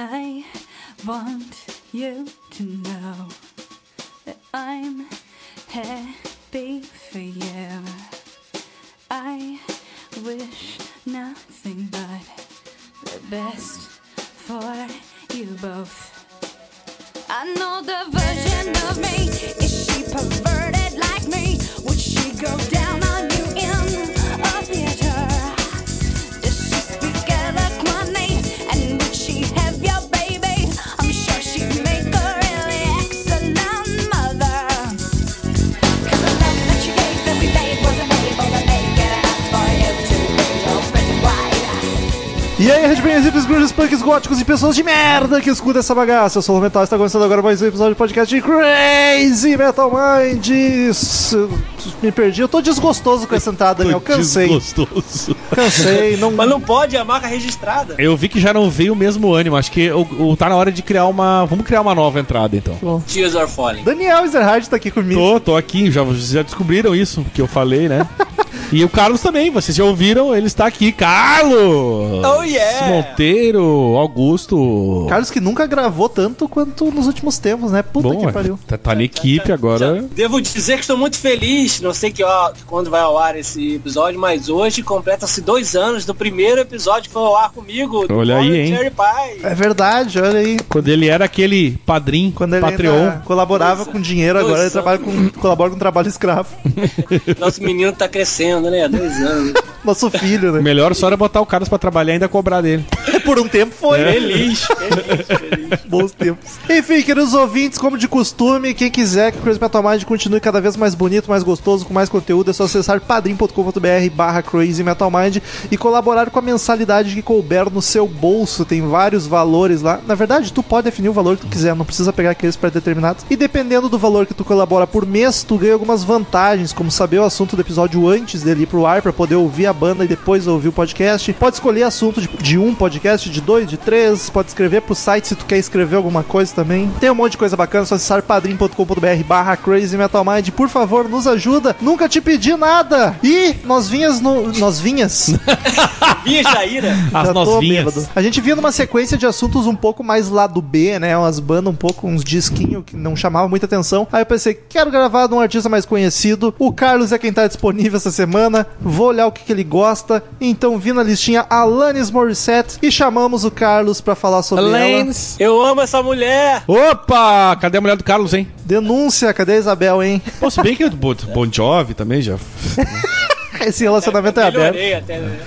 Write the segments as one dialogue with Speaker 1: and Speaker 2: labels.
Speaker 1: I want you to know that I'm happy for you. I wish nothing but the best for you both. I know the version of me. Is she perverted like me? Would she go down on you in a theater? Does she speak eloquently? And would she have your baby? I'm sure she'd make a really excellent mother. 'Cause the love that you gave that we made wasn't able to make it up for you to be open wide.
Speaker 2: E aí, Redbands, hippies, grunges, punks, góticos e pessoas de merda que escuta essa bagaça. Eu sou o Metal, está começando agora mais um episódio do podcast de Crazy Metal Mind. Isso, Me perdi, eu tô desgostoso com essa entrada, né? Eu cansei,
Speaker 3: Desgostoso.
Speaker 2: cansei, não...
Speaker 4: Mas não pode, é a marca registrada.
Speaker 3: Eu vi que já não veio o mesmo ânimo. Acho que o, o- tá na hora de criar uma. Vamos criar uma nova entrada então.
Speaker 4: Tears are falling.
Speaker 2: Daniel Ezerhard tá aqui comigo.
Speaker 3: Tô, tô aqui, já, vocês já descobriram isso que eu falei, né? E o Carlos também, vocês já ouviram, ele está aqui. Carlos!
Speaker 4: Oh, yeah!
Speaker 3: Monteiro, Augusto.
Speaker 2: Carlos que nunca gravou tanto quanto nos últimos tempos, né? Puta
Speaker 3: Bom,
Speaker 2: que pariu.
Speaker 3: é, tá, tá na equipe
Speaker 4: Já
Speaker 3: agora.
Speaker 4: devo dizer que estou muito feliz. Não sei que ó, quando vai ao ar esse episódio, mas hoje completa-se dois anos do primeiro episódio que foi ao ar comigo. do
Speaker 3: Olha aí,
Speaker 4: Colin
Speaker 3: hein?
Speaker 4: Jerry Pie.
Speaker 2: É verdade, olha aí.
Speaker 3: Quando ele era aquele padrinho,
Speaker 2: Quando ele
Speaker 3: Patreon.
Speaker 2: ainda colaborava com dinheiro, agora ele
Speaker 4: Nossa.
Speaker 2: trabalha com, colabora com trabalho escravo.
Speaker 4: Nosso menino tá crescendo, né? Dois anos.
Speaker 2: Nosso filho, né?
Speaker 3: Melhor só era botar o Carlos pra trabalhar e ainda cobrar dele.
Speaker 2: Por um tempo foi. né?
Speaker 4: feliz, feliz, feliz.
Speaker 2: Bons tempos. Enfim, queridos ouvintes, como de costume, quem quiser que o Crazy Metal Mind continue cada vez mais bonito, mais gostoso, com mais conteúdo, é só acessar padrim.com.br barra Crazy Metal Mind e colaborar com a mensalidade que couber no seu bolso. Tem vários valores lá. Na verdade, tu pode definir o valor que tu quiser, não precisa pegar aqueles pré-determinados. E dependendo do valor que tu colabora por mês, tu ganha algumas vantagens, como saber o assunto do episódio antes dele ir pro ar, pra poder ouvir a banda e depois ouvir o podcast. Pode escolher assunto de, de um podcast, de dois, de três. Pode escrever pro site se tu quer escrever alguma coisa também. Tem um monte de coisa bacana, é só acessar padrim.com.br barra Crazy Metal Mind. Por favor, nos ajuda. Nunca te pedi nada. E nós vinhas no... Nós vinhas?
Speaker 4: Via né? Jaira.
Speaker 3: As
Speaker 2: Já tô
Speaker 3: novinhas.
Speaker 2: bêbado. A gente vinha numa sequência de assuntos um pouco mais lá do B, né? Umas bandas um pouco, uns disquinhos que não chamavam muita atenção. Aí eu pensei, quero gravar de um artista mais conhecido. O Carlos é quem tá disponível essa semana. Vou olhar o que, que ele gosta. Então vi na listinha Alanis Morissette e chamamos o Carlos pra falar sobre ela.
Speaker 3: Lanes.
Speaker 4: Eu amo essa mulher.
Speaker 3: Opa! Cadê a mulher do Carlos, hein?
Speaker 2: Denúncia, cadê a Isabel, hein?
Speaker 3: Pô, se bem que o Bon Bon Jovi também já.
Speaker 2: Esse relacionamento é aberto.
Speaker 4: Melhorei até. né?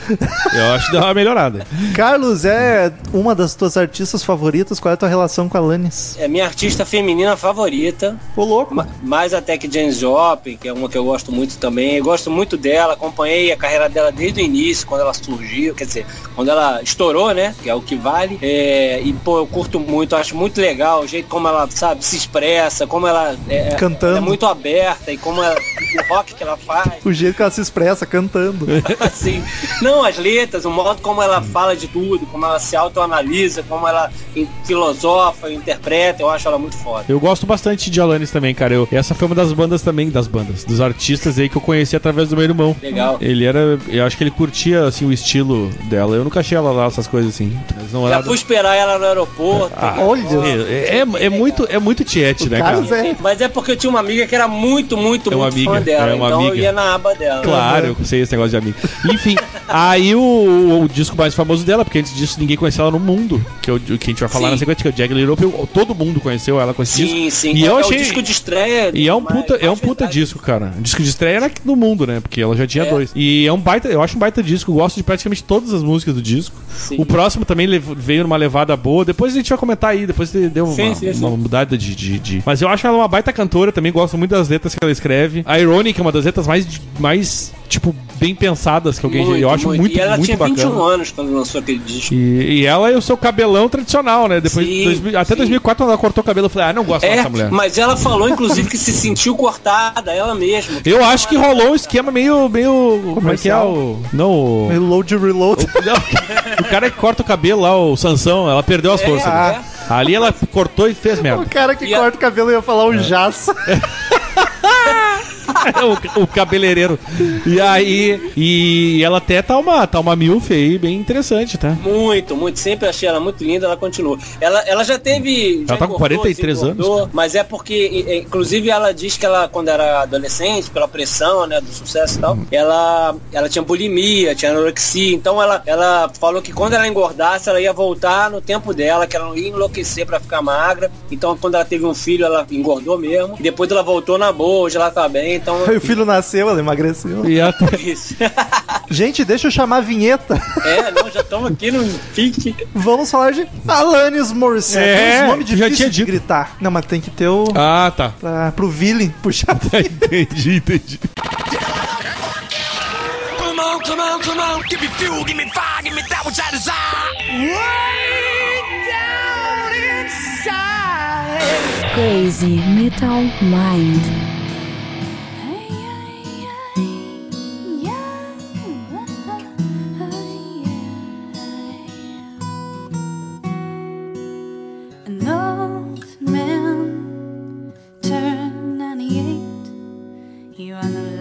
Speaker 3: Eu acho que deu uma melhorada.
Speaker 2: Carlos, é uma das tuas artistas favoritas? Qual é a tua relação com a Alanis?
Speaker 4: É minha artista feminina favorita.
Speaker 2: Ô, louco, mano.
Speaker 4: mais até que James Joplin, que é uma que eu gosto muito também. Eu gosto muito dela, acompanhei a carreira dela desde o início, quando ela surgiu, quer dizer, quando ela estourou, né? Que é o que vale. É, e, pô, eu curto muito, acho muito legal o jeito como ela, sabe, se expressa, como ela é,
Speaker 2: Cantando.
Speaker 4: ela é muito aberta e como ela- o rock que ela faz.
Speaker 2: O jeito que ela se expressa cantando.
Speaker 4: Assim, não, as letras, o modo como ela fala de tudo, como ela se autoanalisa, como ela em- filosofa, interpreta, eu acho ela muito foda.
Speaker 3: Eu gosto bastante de Alanis também, cara. Eu, essa foi uma das bandas também, das bandas, dos artistas aí que eu conheci através do meu irmão.
Speaker 4: Legal.
Speaker 3: Ele era. Eu acho que ele curtia assim o estilo dela. Eu nunca achei ela lá, essas coisas assim. Mas não
Speaker 4: Já
Speaker 3: era.
Speaker 4: fui esperar ela no aeroporto.
Speaker 3: Ah,
Speaker 2: Olha.
Speaker 3: É, é- é muito, é muito tiete, né, cara?
Speaker 2: Carlos é.
Speaker 4: Mas é porque eu tinha uma amiga que era muito, muito,
Speaker 3: É uma
Speaker 4: muito fã
Speaker 3: amiga,
Speaker 4: dela.
Speaker 3: é uma
Speaker 4: então eu
Speaker 3: amiga.
Speaker 4: ia na aba dela.
Speaker 3: Claro, eu sei esse negócio de amigo. Enfim, aí o, o disco mais famoso dela, porque antes disso ninguém conhecia ela no mundo, que, eu, que a gente vai falar
Speaker 4: Sim.
Speaker 3: na sequência, que é o Jagged Little Pill, todo mundo conheceu ela com esse disco.
Speaker 4: Sim, sim.
Speaker 3: E eu
Speaker 4: é
Speaker 3: achei-
Speaker 4: o disco de estreia.
Speaker 3: E é um
Speaker 4: mas-
Speaker 3: puta, é um
Speaker 4: mas
Speaker 3: puta
Speaker 4: verdade.
Speaker 3: disco, cara. Disco de estreia era no mundo, né? Porque ela já tinha
Speaker 4: É.
Speaker 3: dois. E é um baita, eu acho um baita disco. Eu gosto de praticamente todas as músicas do disco.
Speaker 4: Sim.
Speaker 3: O próximo também lev- veio numa levada boa. Depois a gente vai comentar aí. Depois ele deu uma,
Speaker 4: Sim, sim, sim.
Speaker 3: uma mudada de, de, de- Mas eu acho ela uma baita cantora também. Gosto muito das letras que ela escreve. A Ironic é uma das letras mais, mais tipo, bem pensadas que alguém.
Speaker 4: Muito,
Speaker 3: eu acho muito, muito,
Speaker 4: E ela tinha
Speaker 3: bacana.
Speaker 4: 21 anos quando lançou aquele disco.
Speaker 3: E, e ela e o seu cabelão tradicional, né? Depois,
Speaker 4: Sim,
Speaker 3: dois mil- até
Speaker 4: sim.
Speaker 3: 2004 ela cortou o cabelo. Eu falei, ah, não gosto mais
Speaker 4: É,
Speaker 3: dessa mulher.
Speaker 4: mas ela falou, inclusive, que se sentiu cortada, ela mesma.
Speaker 3: Eu acho que rolou um esquema meio. meio. Como é que é
Speaker 2: Comercial.
Speaker 3: o. Não, o.
Speaker 2: Reload, reload.
Speaker 3: não, o cara que corta o cabelo lá, o Sansão, ela perdeu as
Speaker 4: É,
Speaker 3: forças. né? Ali ela cortou e fez merda.
Speaker 2: O cara que
Speaker 4: E a-
Speaker 2: corta o cabelo ia falar o jaça.
Speaker 3: o, o cabeleireiro. E aí. E ela até tá uma, tá uma milf aí, bem interessante, tá?
Speaker 4: Muito, muito. Sempre achei ela muito linda, ela continua. Ela, ela já teve. já
Speaker 3: tá com 43 anos,
Speaker 4: Mas é porque, e- e- inclusive, ela diz que ela, quando era adolescente, pela pressão, né, do sucesso e tal, ela, ela tinha bulimia, tinha anorexia. Então ela, ela falou que quando ela engordasse, ela ia voltar no tempo dela, que ela não ia enlouquecer pra ficar magra. Então quando ela teve um filho, ela engordou mesmo. E depois ela voltou na boa, hoje ela tá bem, então.
Speaker 2: Aí o filho nasceu, ela emagreceu.
Speaker 3: E ela,
Speaker 4: Isso.
Speaker 2: Gente, deixa eu chamar a vinheta.
Speaker 4: é, não, já estamos aqui no pique.
Speaker 2: Vamos falar de Alanis Morissette.
Speaker 3: É,
Speaker 2: Tem uns nomes
Speaker 3: eu já
Speaker 2: difíceis
Speaker 3: tinha
Speaker 2: de
Speaker 3: dito.
Speaker 2: gritar. Não, mas tem que ter o...
Speaker 3: Ah, tá.
Speaker 2: pra- pro Vili puxar.
Speaker 3: Tá, entendi, entendi.
Speaker 5: Come on, come on, come on. Give me fuel, give me fire, give me that which I desire.
Speaker 6: Crazy Metal Mind.
Speaker 1: An old man turned 98. He won the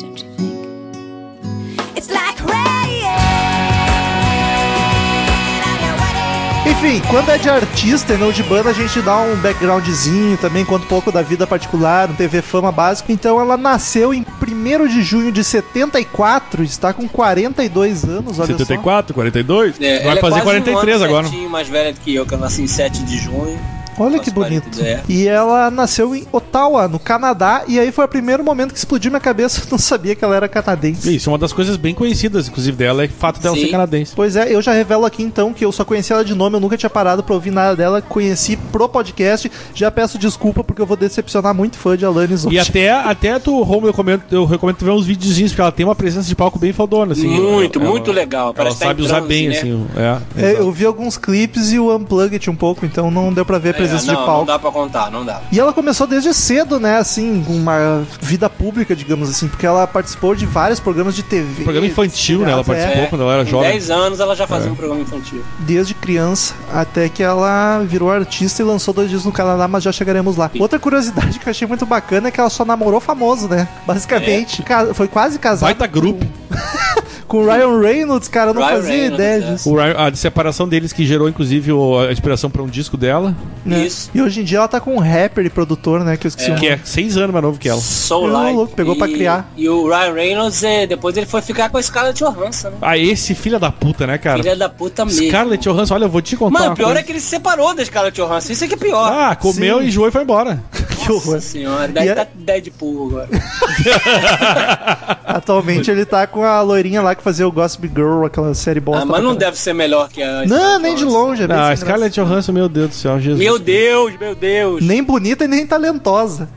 Speaker 1: Don't you think? It's like rain on your wedding.
Speaker 2: Enfim, quando é de artista e não de banda, a gente dá um backgroundzinho também, conta um pouco da vida particular, um TV fama básico. Então ela nasceu em 1 de junho de 74, está com 42 anos, olha só.
Speaker 3: 74, 42?
Speaker 4: É, ela
Speaker 3: Vai fazer
Speaker 4: é quase um
Speaker 3: 43
Speaker 4: ano
Speaker 3: agora.
Speaker 4: certinho mais velha do que eu, que eu nasci em 7 de junho.
Speaker 2: Olha que
Speaker 4: Quase
Speaker 2: bonito.
Speaker 4: 42, é.
Speaker 2: E ela nasceu em Ottawa, no Canadá, e aí foi o primeiro momento que explodiu minha cabeça, eu não sabia que ela era canadense.
Speaker 3: Isso, uma das coisas bem conhecidas, inclusive, dela é o fato dela
Speaker 4: Sim.
Speaker 3: ser canadense.
Speaker 2: Pois é, eu já revelo aqui então que eu só conheci ela de nome, eu nunca tinha parado pra ouvir nada dela, conheci pro podcast, já peço desculpa porque eu vou decepcionar muito fã de Alanis hoje.
Speaker 3: E até, até tu, Romulo, eu, recomendo- eu recomendo tu ver uns videozinhos, porque ela tem uma presença de palco bem faldona, assim.
Speaker 4: muito,
Speaker 3: Ela-
Speaker 4: muito legal.
Speaker 3: Ela
Speaker 4: Parece que tá
Speaker 3: sabe
Speaker 4: em
Speaker 3: usar
Speaker 4: transe,
Speaker 3: bem,
Speaker 4: né?
Speaker 3: assim. É,
Speaker 2: É,
Speaker 3: exato.
Speaker 2: eu vi alguns clipes e o Unplugged um pouco, então não deu pra ver a presença
Speaker 4: É, não,
Speaker 2: de
Speaker 4: Não
Speaker 2: palco.
Speaker 4: dá pra contar, não dá.
Speaker 2: E ela começou desde cedo, né, assim, com uma vida pública, digamos assim, porque ela participou de vários programas de TV.
Speaker 3: Programa infantil, né? Ela
Speaker 2: seriados, é,
Speaker 3: participou quando ela era
Speaker 4: Com
Speaker 3: jovem.
Speaker 4: 10 anos ela já fazia um programa infantil.
Speaker 2: desde criança, até que ela virou artista e lançou dois discos no Canadá, mas já chegaremos lá. Outra curiosidade que eu achei muito bacana é que ela só namorou famoso, né? Basicamente,
Speaker 4: É.
Speaker 2: ca- foi quase casada
Speaker 3: Baita grupo.
Speaker 2: com o Ryan Reynolds, cara, eu não
Speaker 4: Ryan
Speaker 2: fazia
Speaker 4: Reynolds,
Speaker 2: ideia
Speaker 4: é.
Speaker 2: disso.
Speaker 3: O Ryan- a separação deles que gerou, inclusive, o- a inspiração pra um disco dela,
Speaker 2: né?
Speaker 4: Isso.
Speaker 2: E hoje em dia ela tá com um rapper e produtor, né, que eu esqueci o
Speaker 3: que é seis anos mais novo que ela.
Speaker 4: Soul
Speaker 2: Eu
Speaker 4: Light.
Speaker 2: louco, pegou
Speaker 4: e,
Speaker 2: pra criar.
Speaker 4: E o Ryan Reynolds, eh, depois ele foi ficar com a Scarlett Johansson, né?
Speaker 3: Ah, esse filho da puta, né, cara?
Speaker 4: Filha da puta mesmo.
Speaker 3: Scarlett Johansson, olha, eu vou te contar
Speaker 4: Mano,
Speaker 3: uma
Speaker 4: o pior
Speaker 3: coisa.
Speaker 4: é que ele se separou da Scarlett Johansson. Isso é que é pior.
Speaker 3: né? Ah, comeu,
Speaker 2: Sim.
Speaker 3: enjoou e foi embora.
Speaker 2: que horror.
Speaker 4: Nossa senhora, daí
Speaker 2: E
Speaker 4: tá
Speaker 2: é-
Speaker 4: Deadpool agora.
Speaker 2: Atualmente ele tá com a loirinha lá que fazia o Gossip Girl, aquela série bosta.
Speaker 4: Ah, mas não
Speaker 2: pra
Speaker 4: deve ser melhor que a.
Speaker 2: caralho. Não,
Speaker 4: Scarlett
Speaker 2: nem de
Speaker 4: Johansson.
Speaker 2: longe, é bem
Speaker 3: Ah,
Speaker 2: sem
Speaker 3: Scarlett Johansson, meu Deus do céu, Jesus.
Speaker 4: Meu Deus, meu Deus.
Speaker 2: graça. Nem bonita e nem talentosa.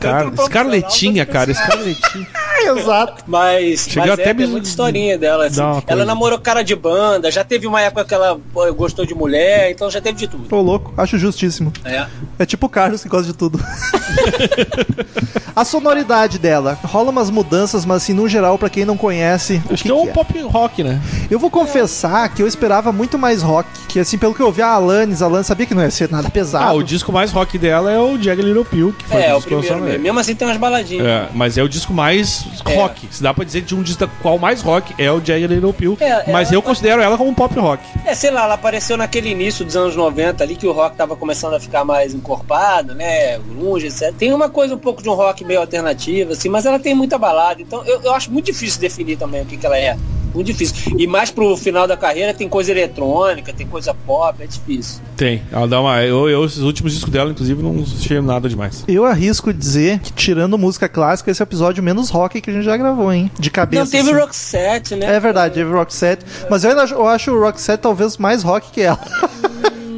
Speaker 3: Cara, Scarletinha, cara, Scarletinha.
Speaker 2: Exato.
Speaker 4: Mas,
Speaker 3: Chegou
Speaker 4: mas
Speaker 3: até
Speaker 4: é, tem
Speaker 3: me-
Speaker 4: muita historinha dela. assim.
Speaker 3: Dá uma coisa.
Speaker 4: Ela namorou cara de banda, já teve uma época que ela pô, gostou de mulher, então já teve de tudo.
Speaker 2: Tô louco, acho justíssimo.
Speaker 4: É.
Speaker 2: É tipo o Carlos que gosta de tudo. a sonoridade dela. Rola umas mudanças, mas assim, no geral, pra quem não conhece, o
Speaker 3: Acho
Speaker 2: que,
Speaker 3: que é um
Speaker 2: que é?
Speaker 3: pop rock, né?
Speaker 2: Eu vou confessar que eu esperava muito mais rock. Que assim, pelo que eu vi a Alanis, a Alanis sabia que não ia ser nada pesado.
Speaker 3: Ah, o disco mais rock dela é o Jag Little Pill, que foi
Speaker 4: É, o
Speaker 3: disco lançado,
Speaker 4: primeiro
Speaker 3: né?
Speaker 4: mesmo. Mesmo assim tem umas baladinhas.
Speaker 3: É, mas é o disco mais
Speaker 4: É.
Speaker 3: rock. Se dá pra dizer de um disco da- qual mais rock é o Jag Little Pill.
Speaker 4: É,
Speaker 3: mas
Speaker 4: ela-
Speaker 3: eu considero ela como um pop rock.
Speaker 4: É, sei lá, ela apareceu naquele início dos anos 90 ali que o rock tava começando a ficar mais encorpado, né? Grunge, etc. Tem uma coisa um pouco de um rock meio alternativo, assim, mas ela tem muita balada, então eu, eu acho muito difícil definir também o que, que ela é. Muito difícil. E mais pro final da carreira tem coisa eletrônica, tem coisa pop, é difícil.
Speaker 3: Tem. Ela dá uma. Eu, eu, esses últimos discos dela, inclusive, não achei nada demais.
Speaker 2: Eu arrisco dizer que, tirando música clássica, esse é o episódio menos rock que a gente já gravou, hein? De cabeça.
Speaker 4: Não teve
Speaker 2: assim.
Speaker 4: Roxette, né?
Speaker 2: É verdade, teve Roxette. Mas eu ainda acho- eu acho o Roxette talvez mais rock que ela.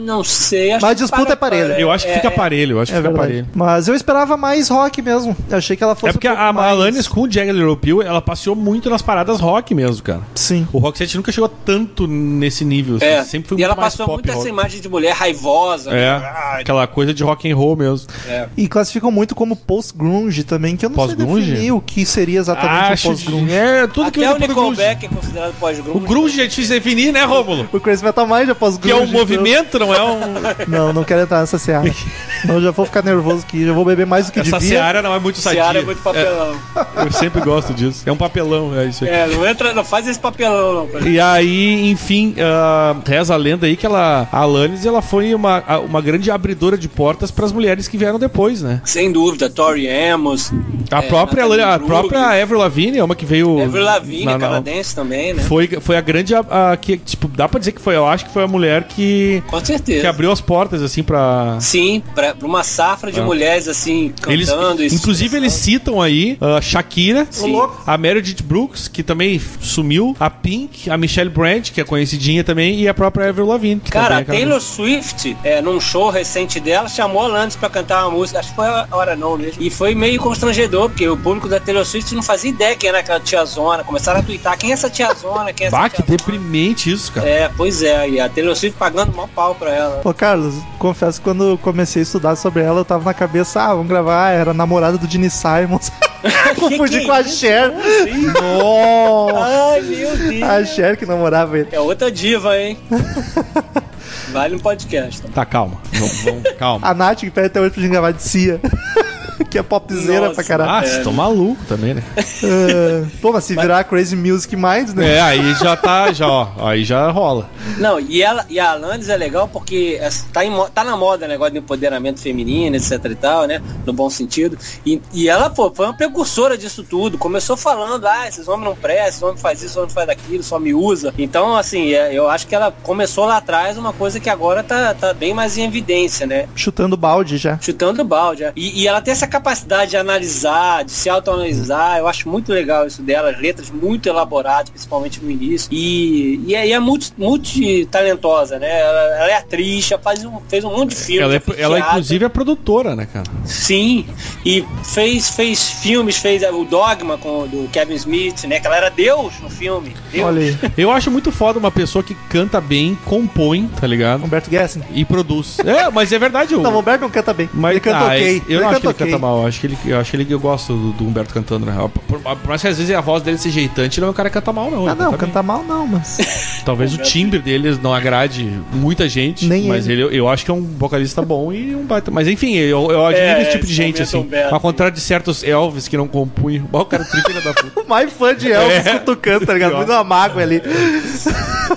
Speaker 4: Não sei. Acho
Speaker 2: Mas a
Speaker 4: que
Speaker 2: disputa
Speaker 4: para-
Speaker 2: é parelha.
Speaker 3: Eu acho que fica aparelho, eu acho que
Speaker 2: É
Speaker 3: fica
Speaker 2: verdade.
Speaker 3: aparelho.
Speaker 2: Mas eu esperava mais rock mesmo. Achei que ela fosse.
Speaker 3: É porque
Speaker 2: um
Speaker 3: a,
Speaker 2: pouco
Speaker 3: a
Speaker 2: mais-
Speaker 3: Alanis com o Jagger Little Pill, ela passeou muito nas paradas rock mesmo, cara.
Speaker 2: Sim.
Speaker 3: O Rock 7 nunca chegou tanto nesse nível. assim,
Speaker 4: É.
Speaker 3: Sempre foi
Speaker 4: e
Speaker 3: muito
Speaker 4: ela
Speaker 3: mais
Speaker 4: passou
Speaker 3: pop
Speaker 4: muito essa
Speaker 3: rock.
Speaker 4: imagem de mulher raivosa.
Speaker 3: É,
Speaker 4: Ah,
Speaker 3: aquela coisa de rock and roll mesmo.
Speaker 4: é.
Speaker 2: E classificam muito como post-grunge também, que eu não sei
Speaker 3: Post-grunge?
Speaker 2: definir o que seria exatamente
Speaker 3: Acho
Speaker 2: o post-grunge.
Speaker 3: que- É, tudo que
Speaker 4: Até o
Speaker 3: vem pro grunge.
Speaker 4: Nickelback é considerado
Speaker 3: O
Speaker 4: pós-grunge.
Speaker 3: grunge é difícil de definir, né, Rômulo?
Speaker 2: O Crazy Metal Mind é post-grunge.
Speaker 3: Que é um
Speaker 2: então.
Speaker 3: movimento, não é um...
Speaker 2: Não, não quero entrar nessa seara. não, já vou ficar nervoso aqui, já vou beber mais do que
Speaker 3: Essa
Speaker 2: devia.
Speaker 3: seara não é muito sadia.
Speaker 4: Seara é muito papelão.
Speaker 3: É, eu sempre gosto disso. É um papelão, é isso aí.
Speaker 4: É, não entra, não faz esse papelão, não. cara.
Speaker 3: E aí, enfim, ah, reza a lenda aí que ela, a Alanis ela foi uma, a- uma grande abridora de portas para as mulheres que vieram depois, né?
Speaker 4: Sem dúvida, Tori Amos.
Speaker 3: A
Speaker 4: é,
Speaker 3: própria
Speaker 4: Natalie
Speaker 3: Alanis- a
Speaker 4: Brooks,
Speaker 3: própria Avril Lavigne é uma que veio
Speaker 4: Avril Lavigne,
Speaker 3: na- na-
Speaker 4: canadense também, né?
Speaker 3: Foi, foi a grande a, a que tipo, dá pra dizer que foi, eu acho que foi a mulher que
Speaker 4: Com certeza.
Speaker 3: que abriu as portas assim para
Speaker 4: Sim, pra, pra uma safra de
Speaker 3: Ah.
Speaker 4: mulheres assim,
Speaker 3: eles,
Speaker 4: cantando. e se
Speaker 3: inclusive eles
Speaker 4: expressando.
Speaker 3: citam aí a Shakira,
Speaker 4: Ô, louco.
Speaker 3: a Meredith Brooks, que também sumiu, a Pink, a Michelle Brandt, que é conhecidinha também, e a própria Avril Lavigne. que
Speaker 4: Cara, a
Speaker 3: também é
Speaker 4: Taylor Swift, é, num show recente dela, chamou a Lannis pra cantar uma música. Acho que foi a hora não mesmo. E foi meio constrangedor, porque o público da Taylor Swift não fazia ideia quem era aquela tiazona. Começaram a twittar quem é essa tiazona, quem é essa
Speaker 3: Bah, que
Speaker 4: tiazona?
Speaker 3: deprimente isso, cara.
Speaker 4: É, pois é, e a Taylor Swift pagando mó pau pra ela.
Speaker 2: Ô, Carlos, confesso que quando eu comecei a estudar sobre ela, eu tava na cabeça, ah, vamos gravar, era namorada do Gene Simons. Confundi
Speaker 4: Que que
Speaker 2: com a
Speaker 4: é isso? assim?
Speaker 2: Cher. Nossa!
Speaker 4: Ai, meu Deus.
Speaker 2: A Cher que namorava ele.
Speaker 4: É outra diva, hein? Vale um podcast.
Speaker 3: Tá, calma. Vamos, vamos, calma.
Speaker 2: A Nath que pede até hoje pra gente gravar de Cia. que é popzera
Speaker 4: Nossa.
Speaker 2: pra caralho.
Speaker 3: Ah, vocês tão maluco também, né?
Speaker 2: Ah, pô, mas se virar Crazy Music mais, né?
Speaker 3: É, aí já tá, já, ó. Aí já rola.
Speaker 4: Não, e, ela, e a Alanis é legal porque essa- tá, em mo- tá na moda o negócio de empoderamento feminino, etc e tal, né? No bom sentido. E, e ela, pô, foi uma precursora disso tudo. Começou falando, ah, esses homens não prestam, esses homens fazem isso, esses homens fazem aquilo, só me usa. Então, assim, é, eu acho que ela começou lá atrás uma coisa que agora tá, tá bem mais em evidência, né?
Speaker 2: Chutando balde já.
Speaker 4: Chutando balde. é. E, e ela tem essa capacidade de analisar, de se autoanalisar. Eu acho muito legal isso dela. As letras muito elaboradas, principalmente no início. E, e aí é multi- multitalentosa, né? Ela, ela é atriz, já faz um, fez um monte de filme.
Speaker 3: Ela, é,
Speaker 4: já fez
Speaker 3: ela,
Speaker 4: teatro.
Speaker 3: inclusive, é produtora, né, cara?
Speaker 4: Sim, e fez, fez filmes, fez o Dogma com, do Kevin Smith, né? Que ela era Deus no filme. Deus.
Speaker 2: Olha aí,
Speaker 3: Eu acho muito foda uma pessoa que canta bem, compõe, tá ligado?
Speaker 2: Humberto Gessing.
Speaker 3: E produz. É, mas é verdade. o-
Speaker 2: Não, o Humberto não canta bem.
Speaker 3: Mas,
Speaker 2: ele canta
Speaker 3: ah,
Speaker 2: ok.
Speaker 3: Eu
Speaker 2: ele
Speaker 3: não acho que
Speaker 2: canta
Speaker 3: ele
Speaker 2: ok.
Speaker 3: canta mal. Eu acho que, ele, eu, acho que ele, eu gosto do, do Humberto cantando, né? Por, por- por mais que às vezes a voz dele seja irritante, ele não é um cara que canta mal, não.
Speaker 2: Ah,
Speaker 3: Ele
Speaker 2: não,
Speaker 3: canta bem.
Speaker 2: cantar mal não, mas.
Speaker 3: Talvez o timbre dele não agrade muita gente,
Speaker 2: Nem
Speaker 3: mas ele. eu acho que é um vocalista bom e um baita. Mas enfim, eu, eu admiro
Speaker 4: É,
Speaker 3: esse tipo de
Speaker 4: eles
Speaker 3: gente,
Speaker 4: comentam
Speaker 3: assim.
Speaker 4: bem.
Speaker 3: Ao contrário de certos Elvis que não compunham. Ó, o cara tri, filha da puta.
Speaker 2: mais fã de Elvis
Speaker 3: É.
Speaker 2: cutucando, tá ligado?
Speaker 3: Pior.
Speaker 2: Muito uma mágoa ali.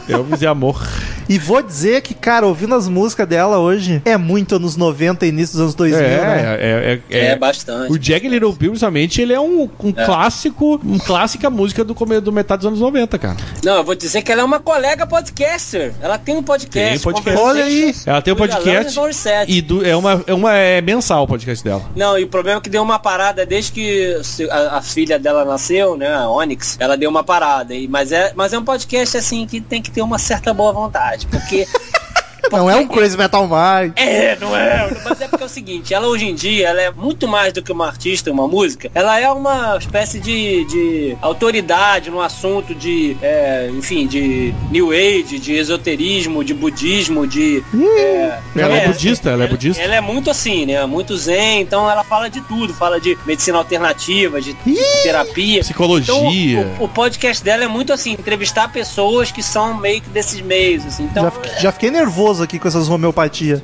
Speaker 3: Elvis é amor.
Speaker 2: E vou dizer que, cara, ouvindo as músicas dela hoje, é muito anos 90 e início dos anos 2000, né?
Speaker 3: é, é,
Speaker 4: É,
Speaker 3: é,
Speaker 4: bastante.
Speaker 3: O Jagged Little Pill, principalmente, ele é um, um clássico, um clássica música do, come- do metade dos anos 90, cara.
Speaker 4: Não, eu vou dizer que ela é uma colega podcaster. Ela tem um podcast.
Speaker 3: Tem podcast.
Speaker 2: Olha aí!
Speaker 3: Ela tem o podcast
Speaker 4: podcast.
Speaker 3: e do- é, uma, é uma é mensal o podcast dela.
Speaker 4: Não, e o problema é que deu uma parada desde que se- a, a filha dela nasceu, né, a Onyx, ela deu uma parada. E, mas, é, mas é um podcast assim que tem que ter uma certa boa vontade, porque
Speaker 2: Não é um Crazy Metal Mind.
Speaker 4: é, não é. Mas é porque é o seguinte, ela hoje em dia, ela é muito mais do que uma artista, uma música. Ela é uma espécie de, de autoridade no assunto de, é, enfim, de New Age, de esoterismo, de budismo, de... é,
Speaker 3: Ela é budista, ela é budista.
Speaker 4: Ela é muito assim, né? Muito zen, então ela fala de tudo. Fala de medicina alternativa, de
Speaker 3: é
Speaker 4: terapia.
Speaker 3: Psicologia.
Speaker 4: Então, o, o podcast dela é muito assim, entrevistar pessoas que são meio que desses meios, assim. Então,
Speaker 2: Já, fiquei- já fiquei nervoso aqui com essas homeopatias.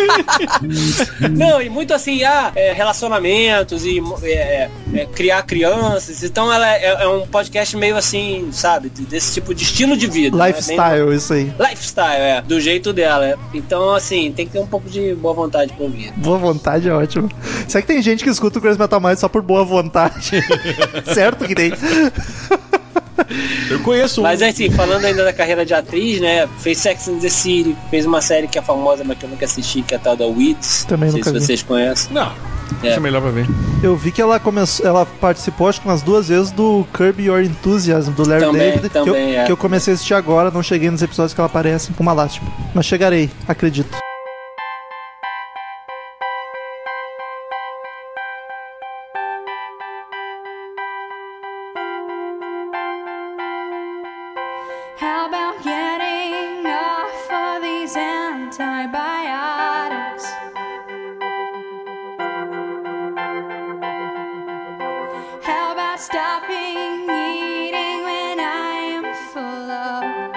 Speaker 4: Não, e muito assim, ah, é, relacionamentos e é, é, é, criar crianças. Então ela é, é um podcast meio assim, sabe, de- desse tipo de estilo de vida. né? Bem-
Speaker 2: Lifestyle, isso aí.
Speaker 4: Lifestyle, é, do jeito dela. é. Então, assim, tem que ter um pouco de boa vontade pra ouvir.
Speaker 2: Boa vontade é ótimo. Será que tem gente que escuta o Crazy Metal Mind só por boa vontade? certo que tem.
Speaker 3: Eu conheço um.
Speaker 4: Mas assim, falando ainda da carreira de atriz, né? Fez Sex and the City, fez uma série que é famosa, mas que eu nunca assisti, que é a tal da Weeds.
Speaker 2: Também
Speaker 4: não sei
Speaker 2: nunca
Speaker 4: se
Speaker 2: vi.
Speaker 4: vocês conhecem.
Speaker 3: Não, Isso é melhor pra ver.
Speaker 2: Eu vi que ela começou, ela participou acho que umas duas vezes do Curb Your Enthusiasm do Larry
Speaker 4: Também,
Speaker 2: David, que,
Speaker 4: também,
Speaker 2: eu,
Speaker 4: é.
Speaker 2: que eu comecei a assistir agora, não cheguei nos episódios que ela aparece, uma lástima. Mas chegarei, acredito.
Speaker 1: How about getting off of these antibiotics? How about stopping eating when I am full of?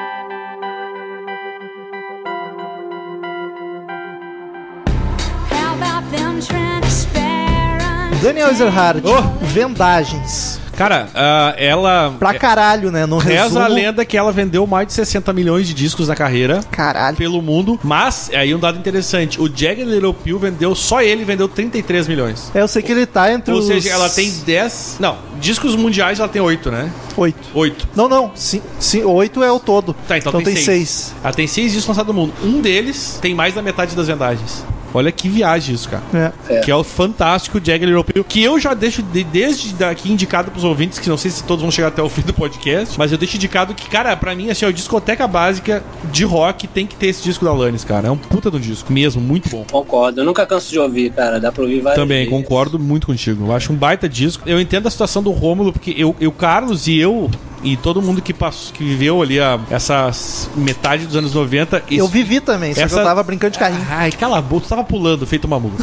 Speaker 1: How about them transparent?
Speaker 2: Daniel Ezerhard,
Speaker 3: Oh!
Speaker 2: vendagens.
Speaker 3: Cara, ah, ela.
Speaker 2: Pra caralho, né? No resumo,
Speaker 3: Reza a lenda que ela vendeu mais de 60 milhões de discos na carreira
Speaker 2: Caralho.
Speaker 3: pelo mundo, mas aí um dado interessante, o Jagged Little Pill vendeu, só ele vendeu 33 milhões.
Speaker 2: É, eu sei que ele tá entre
Speaker 3: Ou
Speaker 2: os
Speaker 3: seja, ela tem 10, não, discos mundiais ela tem 8, né?
Speaker 2: oito.
Speaker 3: 8.
Speaker 2: Não, não. Sim, sim, oito é o todo.
Speaker 3: Tá, então, tem, seis. Ela tem seis discos lançados no mundo. Um deles tem mais da metade das vendagens. Olha que viagem isso, cara.
Speaker 2: É.
Speaker 4: É.
Speaker 3: Que é o fantástico Jagger Europeu, que eu já deixo de- desde daqui indicado pros ouvintes, que não sei se todos vão chegar até o fim do podcast, mas eu deixo indicado que, cara, pra mim, assim, ó, discoteca básica de rock tem que ter esse disco da Alanis, cara. É um puta de um disco, mesmo, muito bom.
Speaker 4: Concordo, eu nunca canso de ouvir, cara. Dá pra ouvir várias
Speaker 3: Também,
Speaker 4: vezes.
Speaker 3: concordo muito contigo. Eu acho um baita disco. Eu entendo a situação do Rômulo, porque eu, eu Carlos e eu. E todo mundo que passou, que viveu ali a, essa metade dos anos 90.
Speaker 2: Eu
Speaker 3: esse-
Speaker 2: vivi também, só que
Speaker 3: Essa-
Speaker 2: eu tava brincando de carrinho.
Speaker 3: Ai, cala a boca, tu tava pulando, feito uma mula.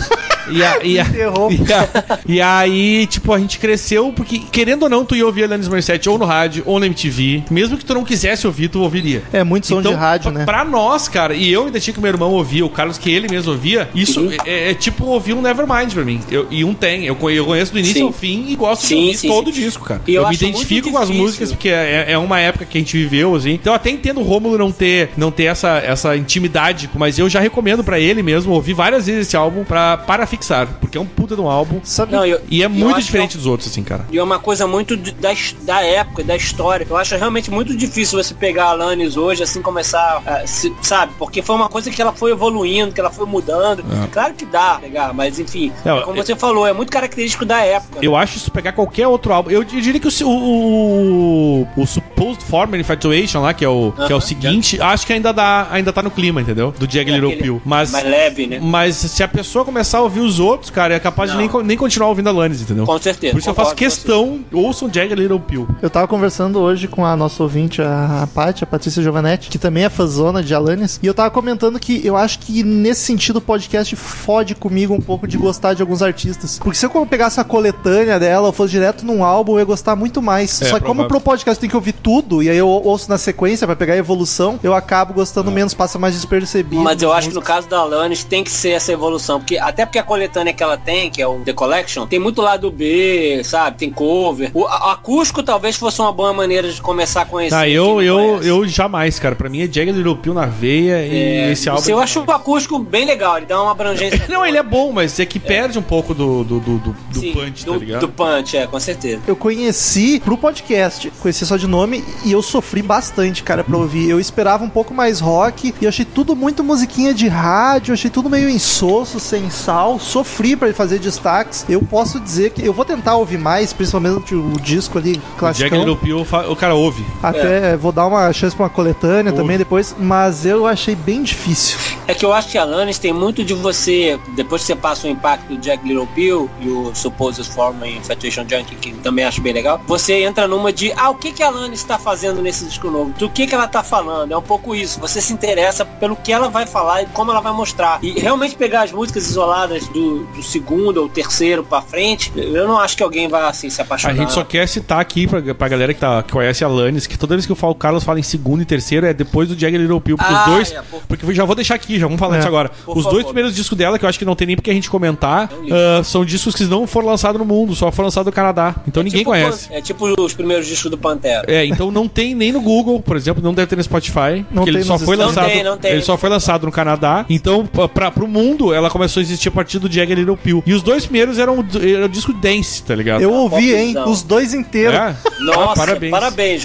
Speaker 3: E, a- e a-
Speaker 2: Errou.
Speaker 3: e a- e aí, tipo, a gente cresceu porque, querendo ou não, tu ia ouvir Alanis Morissette ou no rádio ou na MTV. Mesmo que tu não quisesse ouvir, tu ouviria.
Speaker 2: É muito som de rádio,
Speaker 3: Então, pra,
Speaker 2: né?
Speaker 3: pra nós, cara, e eu ainda tinha que meu irmão ouvia, o Carlos que ele mesmo ouvia, isso
Speaker 4: Uhum.
Speaker 3: é, é tipo ouvir um Nevermind pra mim. Eu- e um tem. Eu, co- eu conheço do início
Speaker 4: Sim.
Speaker 3: ao fim e gosto
Speaker 4: Sim,
Speaker 3: de ouvir
Speaker 4: sim,
Speaker 3: todo
Speaker 4: sim.
Speaker 3: o disco, cara.
Speaker 4: E
Speaker 3: eu
Speaker 4: eu
Speaker 3: me
Speaker 4: acho muito
Speaker 3: identifico com as
Speaker 4: difícil.
Speaker 3: músicas porque é, é uma época que a gente viveu, assim. Então eu até entendo o Rômulo não ter, não ter essa, essa intimidade, mas eu já recomendo pra ele mesmo ouvir várias vezes esse álbum pra, para fixar, porque é um puta de um álbum.
Speaker 2: Sabe?
Speaker 4: Não, eu-
Speaker 3: E é
Speaker 4: eu
Speaker 3: muito
Speaker 4: acho um
Speaker 3: diferente dos outros, assim, cara.
Speaker 4: E é uma coisa muito de- da, his- da época, da história. Eu acho realmente muito difícil você pegar a Alanis hoje, assim, começar, a se- sabe? Porque foi uma coisa que ela foi evoluindo, que ela foi mudando. Claro que dá pegar, mas enfim,
Speaker 3: Não,
Speaker 4: é como
Speaker 3: Ah. eu-
Speaker 4: você falou, é muito característico da época.
Speaker 3: Eu acho isso pegar qualquer outro álbum. Eu di- diria que o, se- o, o, o Supposed Former Infatuation lá, que é o, que é o
Speaker 4: Aham.
Speaker 3: seguinte, acho que ainda, dá, ainda tá no clima, entendeu? Do Jagged
Speaker 4: É
Speaker 3: Little
Speaker 4: aquele
Speaker 3: Pill. Mas,
Speaker 4: mais leve, né?
Speaker 3: mas se a pessoa começar a ouvir os outros, cara, é capaz
Speaker 4: Não.
Speaker 3: de nem, co- nem continuar ouvindo a Lannis, entendeu?
Speaker 4: Com certeza.
Speaker 3: Por isso que eu
Speaker 4: concordo
Speaker 3: faço questão, ouçam Jagged Little Pill.
Speaker 2: Eu tava conversando hoje com a nossa ouvinte, a Paty, a Patrícia Giovanetti, que também é fãzona de Alanis, e eu tava comentando que eu acho que nesse sentido o podcast fode comigo um pouco de gostar de alguns artistas. Porque se eu pegasse a coletânea dela ou fosse direto num álbum, eu ia gostar muito mais.
Speaker 3: É,
Speaker 2: Só que como
Speaker 3: provável.
Speaker 2: pro podcast tem que ouvir tudo, e aí eu ouço na sequência pra pegar a evolução, eu acabo
Speaker 3: É.
Speaker 2: gostando menos, passa mais despercebido.
Speaker 4: Mas eu acho que no caso da Alanis tem que ser essa evolução. Porque, até porque a coletânea que ela tem, que é o The Collection, tem muito lado B, sabe? Tem cover. O a- acústico talvez fosse uma boa maneira de começar a conhecer.
Speaker 3: Ah,
Speaker 4: quem
Speaker 3: eu,
Speaker 4: não
Speaker 3: eu,
Speaker 4: conhece.
Speaker 3: eu jamais, cara. Pra mim é Jagged Little Pill na veia e esse
Speaker 4: Não
Speaker 3: álbum. é
Speaker 4: sei, É, eu acho o acústico bem legal, ele dá uma abrangência.
Speaker 3: Não, ele é bom, mas é que perde um pouco do, do, do, do, do
Speaker 4: Sim,
Speaker 3: punch,
Speaker 4: do,
Speaker 3: tá ligado?
Speaker 4: do punch, é, com certeza.
Speaker 2: Eu conheci pro podcast, conheci só de nome e eu sofri bastante, cara, pra ouvir. Eu esperava um pouco mais rock e eu achei tudo muito musiquinha de rádio, eu achei tudo meio insosso, sem sal. Sofri pra fazer destaques. Eu posso dizer que eu vou tentar ouvir mais, principalmente o disco ali
Speaker 3: Jagged
Speaker 2: clássico.
Speaker 3: Little Pill, fa- o cara ouve.
Speaker 2: Até vou dar uma chance pra uma coletânea
Speaker 3: Ouve.
Speaker 2: também depois, mas eu achei bem difícil.
Speaker 4: É que eu acho que a Alanis tem muito de você, depois que você passa o impacto do Jack Little Pill e o Supposed Form em Infatuation Junkie, que também acho bem legal, você entra numa de, ah, o que, que a Alanis está fazendo nesse disco novo? Do que, que ela tá falando? É um pouco isso. Você se interessa pelo que ela vai falar e como ela vai mostrar. E realmente pegar as músicas isoladas do, do segundo ou terceiro pra frente, eu não acho que alguém vai, assim, se
Speaker 3: A
Speaker 4: apaixonar.
Speaker 3: gente só quer citar aqui pra, pra galera que, tá, que conhece a Lannis, que toda vez que eu falo, o Carlos fala em segundo e terceiro, é depois do Jagged Little Pill, porque
Speaker 4: Ah,
Speaker 3: os dois...
Speaker 4: é, por-
Speaker 3: Porque eu já vou deixar aqui, já vamos falar
Speaker 2: É.
Speaker 3: isso agora.
Speaker 4: Por
Speaker 3: os dois
Speaker 4: favor.
Speaker 3: primeiros discos dela, que eu acho que não tem nem porque a gente comentar,
Speaker 4: É um lixo.
Speaker 3: ah, são discos que não foram lançados no mundo, só foram lançados no Canadá. Então ninguém
Speaker 4: Tipo
Speaker 3: conhece.
Speaker 4: Pan- É tipo os primeiros discos do Pantera.
Speaker 3: É, então não tem nem no Google, por exemplo, não deve ter no Spotify.
Speaker 2: Não
Speaker 3: porque ele
Speaker 2: tem
Speaker 3: só
Speaker 2: nos
Speaker 3: foi
Speaker 2: Estados
Speaker 3: lançado.
Speaker 4: Não tem, não tem.
Speaker 3: Ele só foi lançado no Canadá. Então, pra, pra, pro mundo, ela começou a existir a partir do Jagger Little Pill. E os dois primeiros eram, eram disco dance, tá ligado?
Speaker 2: Eu ouvi, hein?
Speaker 4: popzão.
Speaker 2: Os dois inteiros.
Speaker 3: É?
Speaker 4: Nossa,
Speaker 3: Ah, parabéns.
Speaker 4: parabéns,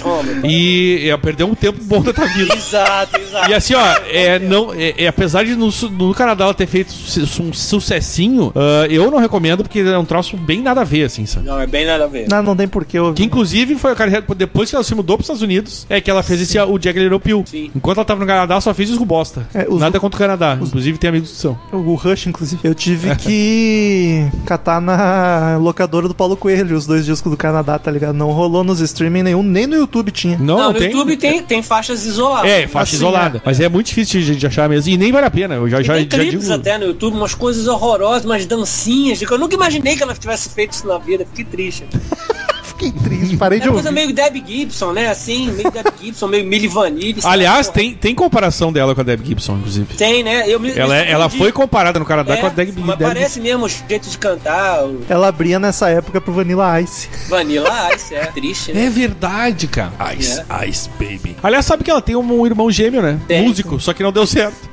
Speaker 4: parabéns Romulo.
Speaker 3: E é, perdeu um tempo bom da tua vida.
Speaker 4: Exato, exato.
Speaker 3: E assim, ó, é, não, é, é, apesar de no, su- no Canadá ela ter feito su- su- um sucessinho, ah, eu não recomendo porque é um troço bem nada a ver, assim, sabe?
Speaker 4: Não, é bem nada a ver.
Speaker 2: Não, não tem porquê eu
Speaker 3: Que
Speaker 2: ouvir.
Speaker 3: inclusive foi a carreira. Depois que ela se mudou para os Estados Unidos, é que ela fez esse o Jack Little Pill.
Speaker 4: Sim.
Speaker 3: Enquanto ela tava no Canadá, só fez isso com bosta.
Speaker 2: É, os-
Speaker 3: Nada contra o Canadá. Inclusive tem amigos que são.
Speaker 2: O Rush, inclusive. Eu tive que catar na locadora do Paulo Coelho os dois discos do Canadá, tá ligado? Não rolou nos streaming nenhum, nem no YouTube tinha.
Speaker 3: Não,
Speaker 4: Não,
Speaker 3: não
Speaker 4: no
Speaker 3: tem.
Speaker 4: YouTube tem, tem faixas isoladas.
Speaker 3: É, faixa
Speaker 2: Assim,
Speaker 3: isolada.
Speaker 2: é.
Speaker 3: Mas é muito difícil de, de achar mesmo. E nem vale a pena. Eu já,
Speaker 4: E
Speaker 3: já,
Speaker 4: tem
Speaker 3: já
Speaker 4: clipes
Speaker 3: digo.
Speaker 4: até no YouTube, umas coisas horrorosas, umas dancinhas. que Eu nunca imaginei que ela tivesse feito isso na vida, fiquei triste.
Speaker 2: Fiquei triste, parei
Speaker 4: É
Speaker 2: de
Speaker 4: uma coisa
Speaker 2: ouvir.
Speaker 4: meio Deb Gibson, né? Assim, meio Deb Gibson, meio Milli Vanilli. sabe?
Speaker 3: Aliás,
Speaker 4: Porra,
Speaker 3: tem, tem comparação dela com a Deb Gibson, inclusive.
Speaker 4: Tem, né? Eu me-
Speaker 3: Ela, é- ela foi comparada no Canadá
Speaker 4: É,
Speaker 3: com a Deb
Speaker 4: mas
Speaker 3: Gibson.
Speaker 4: parece mesmo o jeito de cantar, o
Speaker 2: Ela abria nessa época pro Vanilla Ice.
Speaker 4: Vanilla Ice, é triste, né?
Speaker 3: É verdade, cara. Ice, Ice Baby. Aliás, sabe que ela tem um irmão gêmeo, né?
Speaker 4: É. Tem.
Speaker 3: Músico, só que não deu certo.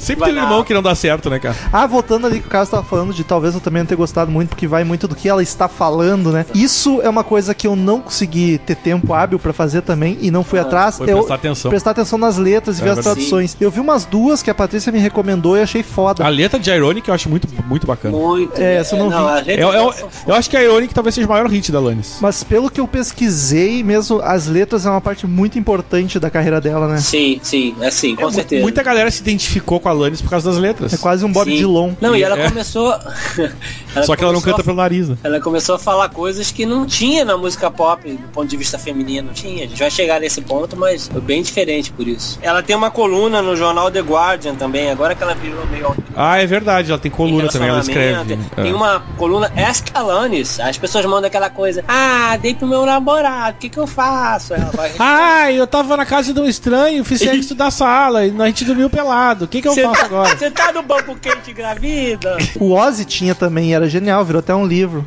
Speaker 3: Sempre tem um
Speaker 4: Banal.
Speaker 3: irmão que não dá certo, né, cara?
Speaker 2: Ah, voltando ali que o Carlos tava falando de talvez eu também não ter gostado muito, porque vai muito do que ela está falando, né? Isso é uma coisa que eu não consegui ter tempo hábil pra fazer também e não fui
Speaker 4: Ah.
Speaker 2: atrás.
Speaker 3: foi
Speaker 2: eu
Speaker 3: prestar atenção.
Speaker 2: Prestar atenção nas letras e
Speaker 3: É
Speaker 2: ver as
Speaker 3: verdade.
Speaker 2: traduções. Eu vi umas duas que a Patrícia me recomendou e achei foda.
Speaker 3: A letra de Ironic eu acho muito, muito bacana.
Speaker 4: Muito.
Speaker 2: É,
Speaker 4: né?
Speaker 2: essa eu não vi.
Speaker 4: a gente
Speaker 3: Eu, eu,
Speaker 4: pensa-
Speaker 3: eu acho que a Ironic talvez seja o maior hit da Lannis.
Speaker 2: Mas pelo que eu pesquisei, mesmo as letras é uma parte muito importante da carreira dela, né?
Speaker 4: Sim, sim, é sim, com
Speaker 3: É, mu-
Speaker 4: certeza.
Speaker 3: Muita galera se identificou com a Lannis por causa das letras.
Speaker 2: É quase um Bob
Speaker 4: Sim.
Speaker 2: Dylan.
Speaker 4: Não, e ela
Speaker 3: É.
Speaker 4: começou.
Speaker 3: Só que ela não
Speaker 4: começou a-
Speaker 3: canta pelo nariz, né?
Speaker 4: Ela começou a falar coisas que não tinha na música pop, do ponto de vista feminino. Não Tinha, a gente vai chegar nesse ponto, mas foi bem diferente por isso. Ela tem uma coluna no jornal The Guardian também, agora que ela virou meio
Speaker 3: Ah, é verdade, ela tem coluna também, ela escreve.
Speaker 4: relacionamento.
Speaker 3: É.
Speaker 4: Tem um uma coluna Ask Alanis. As pessoas mandam aquela coisa. Ah, dei pro meu namorado, o que, que eu faço? Ela vai.
Speaker 3: Ai, eu tava na casa de um estranho, fiz sexo da sala e a gente dormiu pelado. O que, que eu
Speaker 4: Você-
Speaker 3: faço agora?
Speaker 4: Você tá no banco quente gravida?
Speaker 2: O Ozzy tinha também, e era genial, virou até um livro.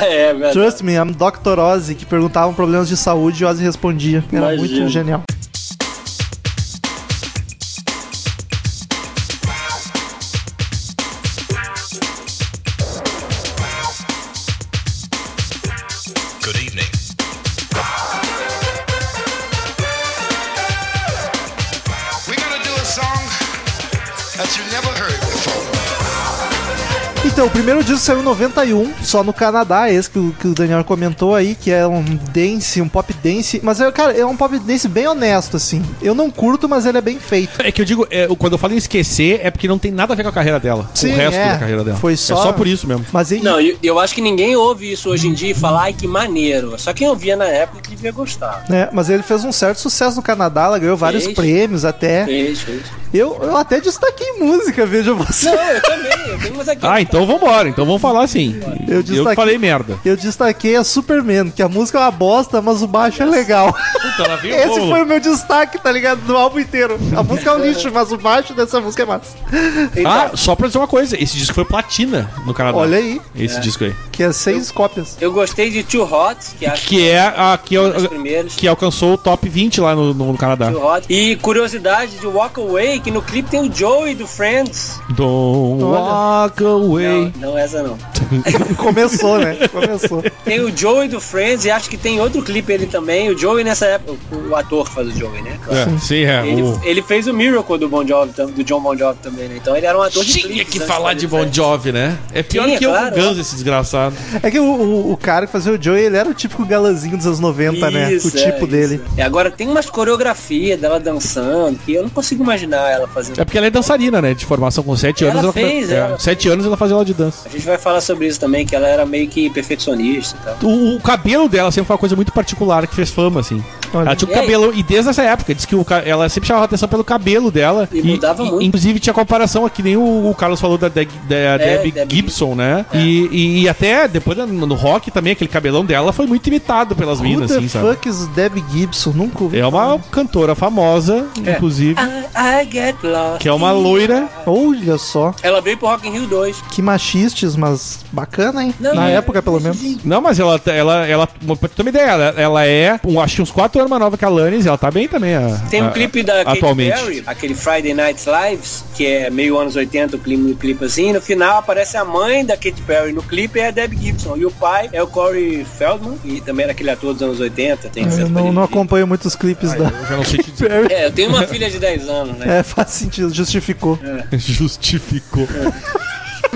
Speaker 4: é, velho.
Speaker 2: Trust me, I'm Dr. Ozzy, que perguntavam problemas de saúde e Ozzy respondia. Era
Speaker 4: Imagino.
Speaker 2: muito genial.
Speaker 7: Good evening. We're gonna do a song that you never heard before.
Speaker 2: Então, o primeiro disco saiu em 91, só no Canadá, esse que o, que o Daniel comentou aí, que é um dance, um pop dance. Mas, é, cara, é um pop dance bem honesto, assim. Eu não curto, mas ele é bem feito.
Speaker 3: É que eu digo, é, quando eu falo em esquecer, é porque não tem nada a ver com a carreira dela.
Speaker 2: Sim,
Speaker 3: o resto
Speaker 2: é.
Speaker 3: da carreira dela.
Speaker 2: Foi
Speaker 3: É
Speaker 2: só-
Speaker 3: só por isso mesmo.
Speaker 2: Mas e-
Speaker 4: Não, eu, eu acho que ninguém ouve isso hoje em dia e fala, ai que maneiro. Só quem ouvia na época que devia gostar.
Speaker 2: né, mas ele fez um certo sucesso no Canadá, ela ganhou vários
Speaker 4: Fez.
Speaker 2: prêmios até.
Speaker 4: Fez, fez.
Speaker 2: Eu, eu até destaquei música, veja você.
Speaker 4: Não, eu também, eu tenho umas aqui.
Speaker 3: Ah, então vambora, então vamos falar assim.
Speaker 2: Eu
Speaker 3: Eu,
Speaker 2: destaquei-
Speaker 3: falei merda.
Speaker 2: Eu destaquei a Superman, que a música é uma bosta, mas o baixo é legal.
Speaker 3: Puta, ela veio
Speaker 2: Esse foi o meu destaque, tá ligado? Do álbum inteiro. A música é um lixo, mas o baixo dessa música é massa.
Speaker 3: Ah, só pra dizer uma coisa, esse disco foi platina no Canadá.
Speaker 2: Olha aí,
Speaker 3: Esse disco aí.
Speaker 2: que é seis cópias.
Speaker 4: Eu gostei de Too Hot, que acho
Speaker 3: Que é a que,
Speaker 4: um dos
Speaker 3: al-
Speaker 4: primeiros.
Speaker 3: que alcançou o top 20 lá no, no Canadá.
Speaker 4: Too Hot. E curiosidade de Walk Away, que no clipe tem o Joey do Friends.
Speaker 3: Don't
Speaker 2: Olha.
Speaker 3: walk
Speaker 4: Não,
Speaker 3: away.
Speaker 4: não essa não.
Speaker 2: Começou, né? Começou.
Speaker 4: Tem o Joey do Friends e acho que tem outro clipe ele também. O Joey nessa época, o ator que faz o Joey, né? Claro.
Speaker 3: É, sim, é.
Speaker 4: Ele,
Speaker 3: o-
Speaker 4: ele fez o Miracle do Bon Jovi, tam- do John Bon Jovi também, né? Então ele era um ator de
Speaker 3: Tinha
Speaker 4: clipes
Speaker 3: que
Speaker 4: antes
Speaker 3: falar
Speaker 4: fazer
Speaker 3: de Bon
Speaker 4: isso.
Speaker 3: Jovi, né? É pior
Speaker 4: Sim, é
Speaker 3: que eu
Speaker 4: claro,
Speaker 3: com Guns, esse desgraçado.
Speaker 2: É que o, o- o cara que fazia o Joey, ele era o típico galãzinho dos anos 90, né? O
Speaker 4: Isso, é,
Speaker 2: tipo
Speaker 4: isso.
Speaker 2: dele.
Speaker 4: E agora tem umas coreografias dela dançando que eu não consigo imaginar ela fazendo.
Speaker 3: É porque ela é dançarina, né? De formação com 7
Speaker 4: Ela
Speaker 3: anos.
Speaker 4: fez,
Speaker 3: é,
Speaker 4: ela-
Speaker 3: Sete anos ela fazia aula de dança.
Speaker 4: A gente vai falar sobre isso também, que ela era meio que perfeccionista e tal.
Speaker 3: O, o cabelo dela sempre foi uma coisa muito particular que fez fama, assim.
Speaker 2: Olha.
Speaker 3: Ela tinha um
Speaker 4: E aí?
Speaker 3: cabelo, e desde essa época, diz que o ca- ela sempre chamava atenção pelo cabelo dela.
Speaker 4: E mudava muito. É,
Speaker 3: Inclusive tinha comparação aqui, nem o, o Carlos falou da, Deg- da Debbie
Speaker 4: Debbie É.
Speaker 3: Gibson, né? E, e- e até depois no, no rock também, aquele cabelão dela foi muito imitado pelas
Speaker 2: Who
Speaker 3: minas,
Speaker 2: the
Speaker 3: assim, sabe?
Speaker 2: fuck is Debbie Gibson? Nunca ouvi.
Speaker 3: É
Speaker 2: falar.
Speaker 3: uma cantora famosa,
Speaker 4: É.
Speaker 3: inclusive,
Speaker 4: Ah, I, I get lost.
Speaker 3: que é uma loira.
Speaker 2: Olha só,
Speaker 4: Ela veio pro Rock in Rio 2.
Speaker 2: que machistas, mas Mas bacana, hein?
Speaker 4: Não,
Speaker 2: Na
Speaker 4: é-
Speaker 2: época, pelo menos.
Speaker 3: Não, mas ela, ela, ela, pra tu ter uma ideia, ela, ela é, um, acho que uns 4 anos mais nova que a Lannis, ela tá bem também. a-
Speaker 4: Tem um
Speaker 3: a-
Speaker 4: clipe da
Speaker 3: atualmente.
Speaker 4: Katy Perry, aquele Friday Night Lives, que é meio anos 80, o clipe, o clipe assim. No final aparece a mãe da Katy Perry no clipe, é a Debbie Gibson. E o pai é o Corey Feldman, que também era aquele ator dos anos 80. Tem
Speaker 2: Eu
Speaker 4: certas
Speaker 2: não, não
Speaker 4: parecidas.
Speaker 2: acompanho muitos clipes da
Speaker 3: Eu já não sei que
Speaker 2: Perry.
Speaker 4: É, eu tenho uma filha de 10 anos, né?
Speaker 2: É, faz sentido, justificou.
Speaker 3: justificou.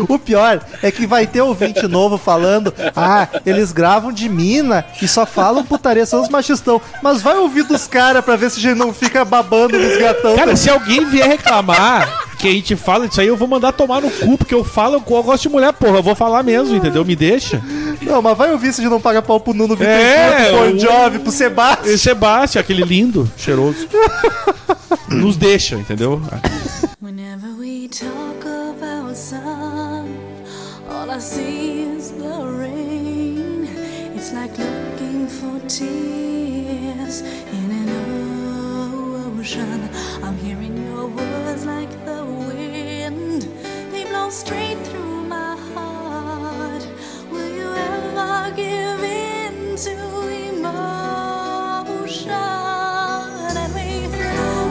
Speaker 2: O pior é que vai ter ouvinte novo falando: ah, eles gravam de mina e só falam putaria, são os machistão. Mas vai ouvir dos caras pra ver se a gente não fica babando nos gatão.
Speaker 3: Cara, se alguém vier reclamar que a gente fala disso aí, eu vou mandar tomar no cu, porque eu falo, eu gosto de mulher, porra, eu vou falar mesmo, entendeu? Me deixa.
Speaker 2: Não, mas vai ouvir se a gente não paga pau pro Nuno Vitor,
Speaker 3: É,
Speaker 2: pro
Speaker 3: o-
Speaker 2: Bon Jovi, pro
Speaker 3: E
Speaker 2: Sebastião.
Speaker 3: Sebastião, aquele lindo, cheiroso. Nos deixa, entendeu?
Speaker 1: Whenever we talk about sun, all I see is the rain. It's like looking for tears in an ocean. I'm hearing your words like the wind, they blow straight through my heart. Will you ever give in to emotion? And we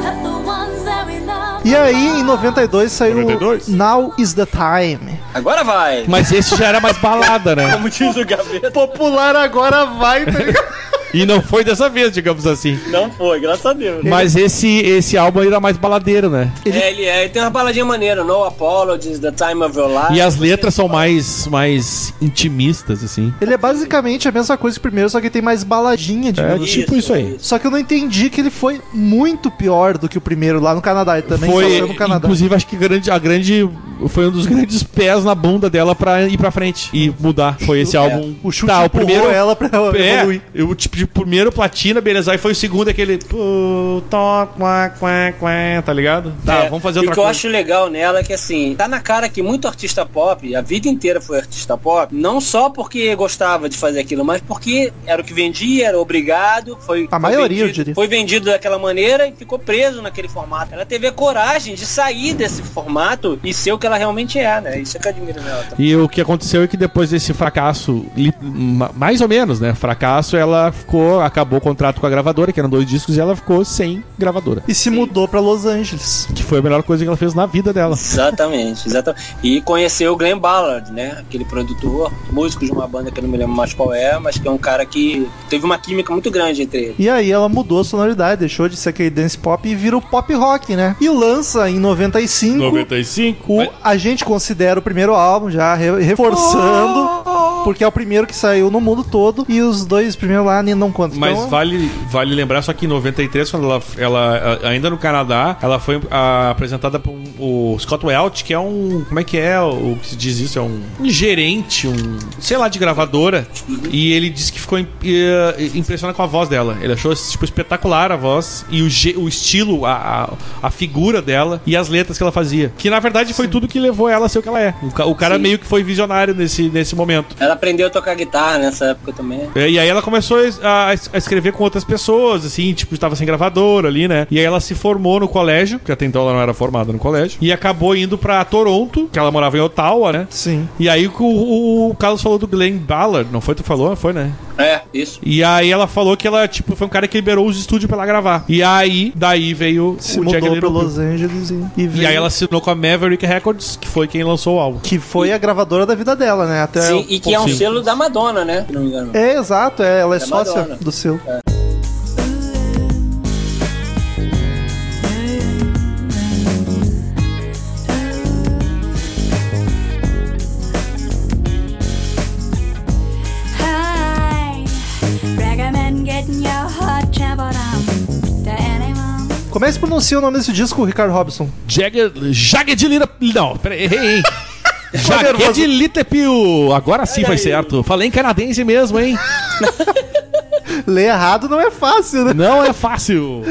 Speaker 1: let the ones that we love.
Speaker 2: E aí, em 92 saiu
Speaker 3: 92?
Speaker 2: Now is the Time.
Speaker 4: Agora vai!
Speaker 3: É. Mas esse já era mais balada, né?
Speaker 4: Como diz o Gaveta,
Speaker 2: Popular agora vai, tá ligado?
Speaker 3: E não foi dessa vez, digamos assim.
Speaker 4: não foi, graças a Deus.
Speaker 3: Mas esse, esse álbum aí era mais baladeiro, né?
Speaker 4: É, ele é, ele tem uma baladinha maneira, No Apologies, The Time of Your Life.
Speaker 3: E as letras são mais, mais intimistas, assim.
Speaker 2: Ele é basicamente a mesma coisa que o primeiro, só que tem mais baladinha de
Speaker 3: É tipo isso aí.
Speaker 2: Só que eu não entendi que ele foi muito pior do que o primeiro lá no Canadá. Ele também
Speaker 3: Foi,
Speaker 2: saiu no Canadá.
Speaker 3: inclusive, acho que grande, a grande. Foi um dos grandes pés na bunda dela pra ir pra frente e mudar. Foi
Speaker 4: É.
Speaker 3: esse álbum.
Speaker 2: O chute
Speaker 3: Tá,
Speaker 2: empurrou ela pra
Speaker 3: É,
Speaker 2: evoluir.
Speaker 3: eu, tipo, de primeiro platina, beleza. Aí foi o segundo, aquele. pô, tó, quá, quá, quá, Tá ligado? Tá,
Speaker 4: É,
Speaker 3: vamos fazer
Speaker 4: e
Speaker 3: outra
Speaker 4: O que eu
Speaker 3: coisa.
Speaker 4: acho legal nela é que, assim, tá na cara que muito artista pop, a vida inteira foi artista pop, não só porque gostava de fazer aquilo, mas porque era o que vendia, era obrigado, foi...
Speaker 2: A
Speaker 4: foi
Speaker 2: maioria,
Speaker 4: vendido,
Speaker 2: eu diria.
Speaker 4: Foi vendido daquela maneira e ficou preso naquele formato. Ela teve a coragem de sair desse formato e ser o que ela realmente é, né? Isso é que eu admiro nela também.
Speaker 3: E o que aconteceu é que depois desse fracasso, li- ma- mais ou menos, né? Fracasso, ela ficou. Acabou o contrato com a gravadora, que eram dois discos, e ela ficou sem gravadora.
Speaker 2: E se mudou pra Los Angeles.
Speaker 3: Que foi a melhor coisa que ela fez na vida dela.
Speaker 4: Exatamente, exatamente. E conheceu o Glenn Ballard, né? Aquele produtor, músico de uma banda que eu não me lembro mais qual é, mas que é um cara que teve uma química muito grande entre eles.
Speaker 2: E aí ela mudou a sonoridade, deixou de ser aquele dance pop e virou pop rock, né? E lança em 95
Speaker 3: 95?
Speaker 2: o A Gente Considera o primeiro álbum, já re- reforçando,
Speaker 3: Oh!
Speaker 2: porque é o primeiro que saiu no mundo todo e os dois primeiros lá nem não contam.
Speaker 3: Mas
Speaker 2: Então,
Speaker 3: vale, vale lembrar só que em 93, quando ela, ela a- ainda no Canadá, ela foi a- apresentada por um- o Scott Welch, que é um. Como é que é o que se diz isso? É um, um gerente, um. sei lá, de gravadora. E ele disse que ficou im- eh, impressionado com a voz dela. Ele achou tipo, espetacular a voz e o, ge- o estilo, a, a, a figura dela e as letras que ela fazia. Que na verdade foi tudo que levou ela a ser o que ela é. O, ca- o cara meio que foi visionário nesse, nesse momento.
Speaker 4: Ela aprendeu a tocar guitarra nessa época também.
Speaker 3: É, E aí ela começou a, a escrever com outras pessoas, assim, tipo, estava sem gravador ali, né? E aí ela se formou no colégio, que até então ela não era formada no colégio, e acabou indo pra Toronto, que ela morava em Ottawa, né?
Speaker 2: Sim.
Speaker 3: E aí o, o- o Carlos falou do Glenn Ballard, não foi tu que falou? Foi, né?
Speaker 4: É, isso.
Speaker 3: E aí ela falou que ela, tipo, foi um cara que liberou os estúdios pra ela gravar. E aí, daí veio
Speaker 2: se
Speaker 3: o Jack
Speaker 2: mudou pra
Speaker 3: Little
Speaker 2: Los Angeles e, e
Speaker 3: Pill. E
Speaker 2: veio-
Speaker 3: aí ela assinou com a Maverick Records, que foi quem lançou o álbum.
Speaker 2: que foi a gravadora da vida dela, né? Até
Speaker 4: Sim,
Speaker 2: o-
Speaker 4: e que é um
Speaker 3: Sim.
Speaker 4: selo da Madonna, né? Se não me engano.
Speaker 2: É, exato, é, ela é,
Speaker 4: Da
Speaker 2: sócia
Speaker 4: Madonna.
Speaker 2: do seu.
Speaker 1: Hi, recommend getting your heart trampled on. To anyone.
Speaker 2: Como é que se pronuncia o nome desse disco, Ricardo Robson?
Speaker 3: Jagger. Jagger de Lira. Não, peraí, errei, hein? Jagger de Litepil. Agora sim foi certo. Falei em canadense mesmo, hein?
Speaker 2: Ler errado não é fácil, né?
Speaker 3: Não é fácil.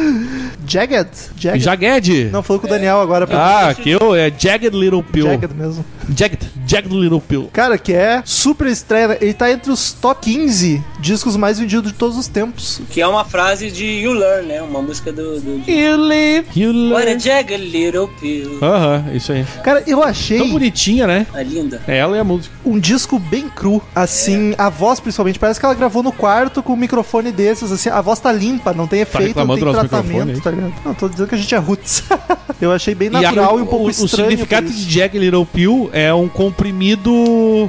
Speaker 2: Jagged? Jagged?
Speaker 3: Jagged.
Speaker 2: É Não, falou com o Daniel agora. pra-
Speaker 3: Ah, que eu Ah, é Jagged Little Pill.
Speaker 2: Jagged mesmo.
Speaker 3: Jagged, Jagged Little Pill.
Speaker 2: Cara, que é super estreia. né? Ele tá entre os top 15 discos mais vendidos de todos os tempos.
Speaker 4: Que é uma frase de You Learn, né? Uma música do. do de...
Speaker 3: You live, you
Speaker 4: What a
Speaker 3: live.
Speaker 4: jag a little pill.
Speaker 3: Aham, isso aí.
Speaker 2: Cara, eu achei
Speaker 3: Tão bonitinha, né?
Speaker 4: Ah, linda.
Speaker 3: É ela e a música.
Speaker 2: um disco bem cru, assim,
Speaker 3: É.
Speaker 2: a voz principalmente. Parece que ela gravou no quarto com um microfone desses, assim, a voz tá limpa, não tem efeito, não
Speaker 3: reclamando
Speaker 2: tem
Speaker 3: do nosso microfone
Speaker 2: tratamento,
Speaker 3: aí?
Speaker 2: tá ligado? Não, tô dizendo que a gente é roots. eu achei bem
Speaker 3: a-
Speaker 2: natural e, um pouco
Speaker 3: o,
Speaker 2: estranho.
Speaker 3: o significado
Speaker 2: por
Speaker 3: de
Speaker 2: isso.
Speaker 3: Jagged Little Pill é um comprimido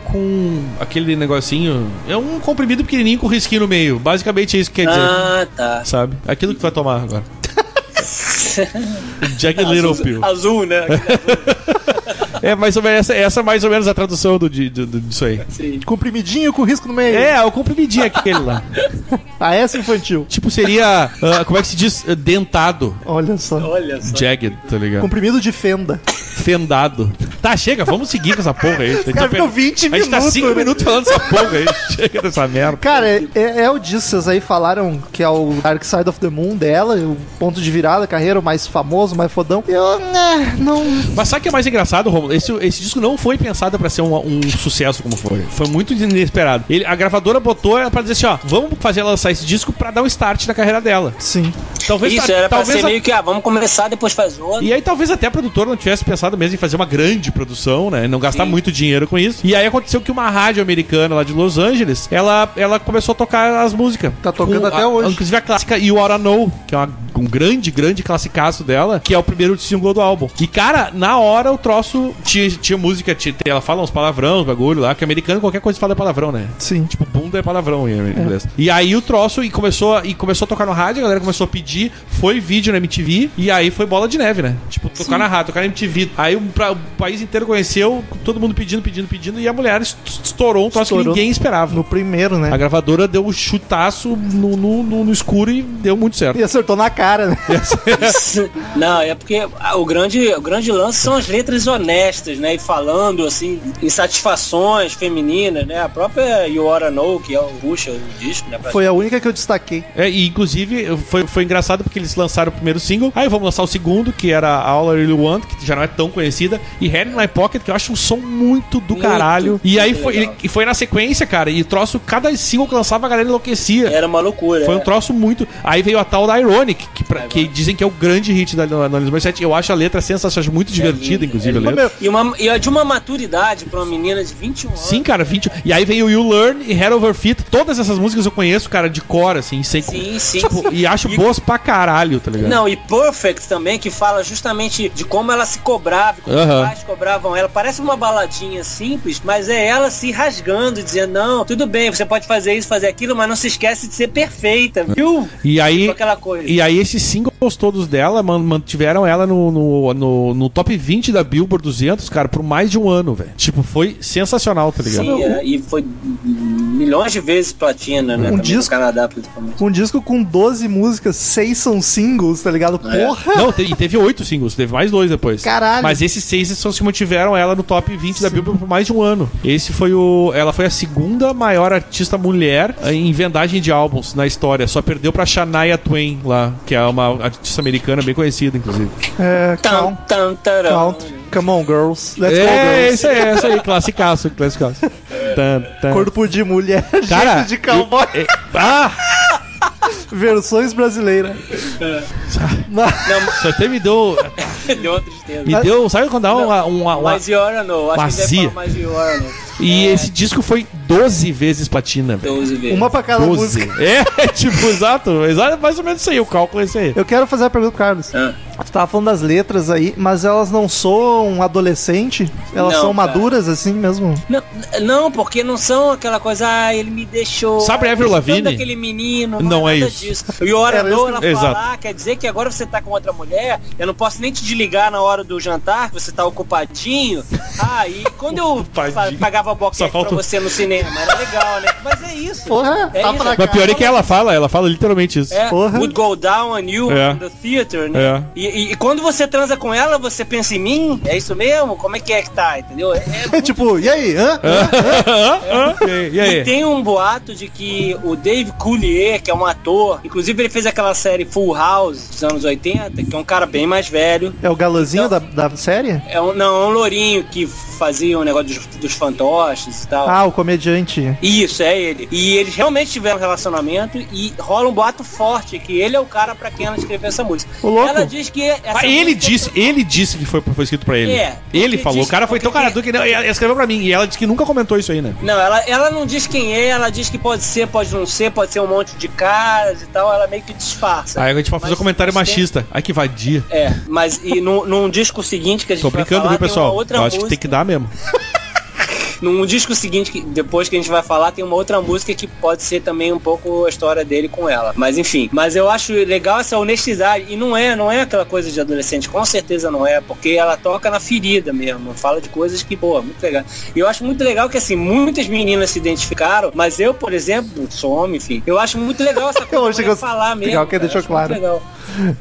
Speaker 3: com aquele negocinho. É um comprimido pequenininho com risquinho no meio. Basicamente é isso que quer dizer.
Speaker 4: Ah, tá.
Speaker 3: Sabe? Aquilo que tu vai tomar agora. Jagged Little Pill.
Speaker 4: Azul, azul, né?
Speaker 3: É mais ou menos, essa, essa é mais ou menos a tradução do, di- do- do- disso aí.
Speaker 4: Sim.
Speaker 2: Comprimidinho com risco no meio.
Speaker 3: É, o comprimidinho aquele lá.
Speaker 2: A essa infantil.
Speaker 3: Tipo, seria. ah, como é que se diz? Ah, Dentado.
Speaker 2: Olha só.
Speaker 4: Olha só.
Speaker 3: Jagged, tá ligado?
Speaker 2: Comprimido de fenda.
Speaker 3: Fendado. Tá, chega, vamos seguir com essa porra aí. A gente
Speaker 2: Cara,
Speaker 3: tá,
Speaker 2: ficou
Speaker 3: per-
Speaker 2: 20
Speaker 3: a gente tá
Speaker 2: minutos,
Speaker 3: 5
Speaker 2: né?
Speaker 3: minutos falando essa porra aí. Chega dessa merda.
Speaker 2: Cara, é, é- é o disso, vocês aí falaram que é o Dark Side of the Moon dela, o ponto de virada, a carreira, o mais famoso, o mais fodão. Eu, né, não.
Speaker 3: Mas sabe o que é mais engraçado, Romulo? Esse, esse disco não foi pensado pra ser um, um sucesso como foi. Foi muito inesperado. Ele- a gravadora botou ela pra dizer assim, ó, vamos fazer ela lançar esse disco pra dar um start na carreira dela.
Speaker 2: Sim.
Speaker 3: Talvez
Speaker 4: Isso,
Speaker 3: ta-
Speaker 4: era pra
Speaker 3: talvez
Speaker 4: ser
Speaker 3: a-
Speaker 4: meio que, ah, vamos começar, depois faz outro.
Speaker 3: E aí talvez até a produtora não tivesse pensado mesmo em fazer uma grande produção, né? Não gastar
Speaker 4: Sim.
Speaker 3: muito dinheiro com isso. E aí aconteceu que uma rádio americana lá de Los Angeles, ela, ela começou a tocar as músicas.
Speaker 2: Tá tocando
Speaker 3: Com
Speaker 2: até
Speaker 3: a-
Speaker 2: hoje.
Speaker 3: Inclusive a clássica You Oughta Know, que é uma- um grande, grande classicaço dela, que é o primeiro single do álbum. E, cara, na hora o troço tinha, tinha música, tinha, ela fala uns palavrão, uns bagulho lá, que americano qualquer coisa fala palavrão, né?
Speaker 2: Sim.
Speaker 3: Tipo, bunda é palavrão em inglês. E aí o troço e começou, e começou a tocar no rádio, a galera começou a pedir, foi vídeo na MTV, e aí foi bola de neve, né? Tipo, tocar na rádio, tocar na MTV. Aí o, pra- o país inteiro conheceu, todo mundo pedindo, pedindo, pedindo, e a mulher est- estourou um troço
Speaker 2: Estourou.
Speaker 3: que ninguém esperava.
Speaker 2: No primeiro,
Speaker 3: A
Speaker 2: né?
Speaker 3: gravadora deu um chutaço no, no- no- no escuro e deu muito certo.
Speaker 2: E acertou na cara, né?
Speaker 4: Não, é porque ah, o grande, o grande lance são as letras honestas, né? E falando, assim, insatisfações femininas, né? A própria You Oughta Know, que é o puxa o disco, né? pra-
Speaker 2: Foi a única que eu destaquei.
Speaker 3: É, e inclusive foi, foi engraçado porque eles lançaram o primeiro single, aí vamos lançar o segundo, que era All I Really Want, que já não é tão conhecida, e Hand in My Pocket, que eu acho um som muito do
Speaker 4: Muito,
Speaker 3: caralho. E
Speaker 4: muito
Speaker 3: aí foi,
Speaker 4: legal.
Speaker 3: ele- e foi na sequência, cara, e troço, cada single que lançava a galera enlouquecia.
Speaker 4: Era uma loucura.
Speaker 3: Foi um
Speaker 4: é.
Speaker 3: troço muito. Aí veio a tal da Ironic, que, pra-
Speaker 4: É,
Speaker 3: que dizem que é o grande hit da da Alanis Morissette. Eu acho a letra sensacional, acho
Speaker 4: É
Speaker 3: muito divertida,
Speaker 4: linda,
Speaker 3: inclusive, a
Speaker 2: Ô,
Speaker 3: letra.
Speaker 2: meu,
Speaker 4: E, uma, e é de uma maturidade pra uma menina de 21 anos.
Speaker 3: Sim, cara, 20. E aí veio You Learn e Head Over Feet. Todas essas músicas eu conheço, cara, de cor, assim, sei
Speaker 4: Sim, sim.
Speaker 3: Tipo, e acho
Speaker 4: E-
Speaker 3: boas pra caralho, tá ligado?
Speaker 4: Não, e Perfect também, que fala justamente de como ela se cobrava, como
Speaker 3: Aham.
Speaker 4: os pais cobravam ela. Parece uma baladinha simples, mas é ela se rasgando, dizendo, não, tudo bem, você pode fazer isso, fazer aquilo, mas não se esquece de ser perfeita, viu?
Speaker 3: E aí,
Speaker 4: Só aquela coisa.
Speaker 3: e aí esses singles todos dela man- mantiveram ela no, no, no, no top 20 da Billboard 200, cara, por mais de um ano, velho. Tipo, foi sensacional, tá ligado?
Speaker 4: Sim, é, e foi milhões de vezes platina,
Speaker 3: Um
Speaker 4: né? também
Speaker 2: disco.
Speaker 4: No Canadá, principalmente.
Speaker 2: Um disco com 12 músicas, 6 são singles, tá ligado?
Speaker 4: É.
Speaker 2: Porra!
Speaker 3: Não, te- e teve oito singles, teve mais dois depois.
Speaker 2: Caralho.
Speaker 3: Mas esses seis são os que mantiveram ela no top 20 da Billboard por mais de um ano. Esse foi o. Ela foi a segunda maior artista mulher em vendagem de álbuns na história. Só perdeu pra Shania Twain lá, que é uma artista americana bem conhecida, inclusive.
Speaker 2: É,
Speaker 4: Tam,
Speaker 2: count,
Speaker 4: tam, taram.
Speaker 2: count. Come on, girls. Let's go,
Speaker 3: é,
Speaker 2: girls.
Speaker 3: isso aí, é isso aí, classicaço, classicaço. Tan, tan.
Speaker 2: Cordo por de mulher,
Speaker 3: Cara,
Speaker 2: jeito de cowboy,
Speaker 3: É, ah!
Speaker 2: versões brasileiras.
Speaker 3: Isso até me deu.
Speaker 4: Deu uma tristeza.
Speaker 3: Me deu. Sabe quando dá uma. uma, uma-
Speaker 4: Mas é- Iora não, acho
Speaker 3: Vazia.
Speaker 4: que deve falar mais né, Iora não.
Speaker 3: E esse disco foi 12 vezes platina, velho.
Speaker 4: 12 vezes.
Speaker 2: Uma pra cada música.
Speaker 3: É, tipo, exato. Exato, é mais ou menos isso aí. O cálculo é esse aí.
Speaker 2: Eu quero fazer a pergunta pro Carlos.
Speaker 4: Ah.
Speaker 2: Tu tava falando das letras aí, mas elas não soam adolescente? Elas
Speaker 4: Não,
Speaker 2: são
Speaker 4: cara.
Speaker 2: maduras assim mesmo?
Speaker 4: Não, não, porque não são aquela coisa, ah, ele me deixou.
Speaker 3: Sabe
Speaker 4: ah,
Speaker 3: Avril
Speaker 4: eu sou
Speaker 3: Lavigne?
Speaker 4: tanto Aquele menino,
Speaker 3: Não é
Speaker 4: nada
Speaker 3: isso.
Speaker 4: Disso. E o
Speaker 2: Era
Speaker 4: orador, ela
Speaker 3: isso.
Speaker 4: falar, quer dizer que agora você tá com outra mulher, eu não posso nem te desligar na hora do jantar, que você tá ocupadinho. Ah, e quando eu fa-
Speaker 3: Ocupadinho.
Speaker 4: pagava Rafa Boquete
Speaker 3: Só falta um-
Speaker 4: pra você no cinema. Era legal, né? Mas é isso.
Speaker 2: Porra,
Speaker 4: é
Speaker 7: tá
Speaker 4: isso.
Speaker 7: pra
Speaker 3: Mas pior é que ela fala, ela fala literalmente isso.
Speaker 4: É,
Speaker 2: Porra.
Speaker 4: would go down on you
Speaker 3: É.
Speaker 4: in the theater, né?
Speaker 3: É.
Speaker 4: E, e- e quando você transa com ela, você pensa em mim? É isso mesmo? Como é que é que tá, entendeu? É- é
Speaker 2: É tipo, e aí, hã?
Speaker 3: Hã? Hã? E
Speaker 4: E
Speaker 3: aí?
Speaker 4: é. tem um boato de que o Dave Coulier, que é um ator, inclusive ele fez aquela série Full House dos anos 80, que é um cara bem mais velho.
Speaker 2: É o galãzinho da, da série?
Speaker 4: É um, não, é um lourinho que fazia um negócio dos, dos fantoches e tal.
Speaker 2: Ah, o comediante.
Speaker 4: Isso, é ele. E eles realmente tiveram um relacionamento e rola um boato forte que ele é o cara pra quem ela escreveu essa música.
Speaker 2: Ô, louco.
Speaker 4: Ela diz que. essa
Speaker 3: Ah, ele
Speaker 4: música-
Speaker 3: disse, ele disse que foi, foi escrito pra ele.
Speaker 4: É.
Speaker 3: ele
Speaker 4: Ele
Speaker 3: falou.
Speaker 4: disse-
Speaker 3: o cara foi tão
Speaker 4: porque-
Speaker 3: cara dura que não, ela escreveu pra mim. E ela disse que nunca comentou isso aí, né?
Speaker 4: Não, ela, ela não diz quem é, ela diz que pode ser, pode não ser, pode ser um monte de caras e tal, ela meio que disfarça.
Speaker 3: Aí a gente vai fazer
Speaker 4: Mas-
Speaker 3: um comentário
Speaker 4: mas tem-
Speaker 3: machista. Ai, que vadia.
Speaker 4: É, mas e num, num disco seguinte que a gente
Speaker 3: Tô
Speaker 4: vai
Speaker 3: brincando,
Speaker 4: falar,
Speaker 3: viu,
Speaker 4: tem uma
Speaker 3: pessoal?
Speaker 4: outra
Speaker 3: Eu acho que
Speaker 4: música,
Speaker 3: tem que dar mesmo.
Speaker 4: Num disco seguinte, que, depois que a gente vai falar, tem uma outra música que pode ser também um pouco a história dele com ela. Mas enfim, mas eu acho legal essa honestidade. E não é, não é aquela coisa de adolescente, com certeza não é, porque ela toca na ferida mesmo. Fala de coisas que, pô, muito legal. E eu acho muito legal que assim, muitas meninas se identificaram, mas eu, por exemplo, sou homem, enfim. Eu acho muito legal essa coisa de
Speaker 2: achei que eu-
Speaker 4: mulher falar mesmo.
Speaker 2: legal que
Speaker 4: cara, eu
Speaker 2: deixou
Speaker 4: acho muito
Speaker 2: claro.
Speaker 4: legal.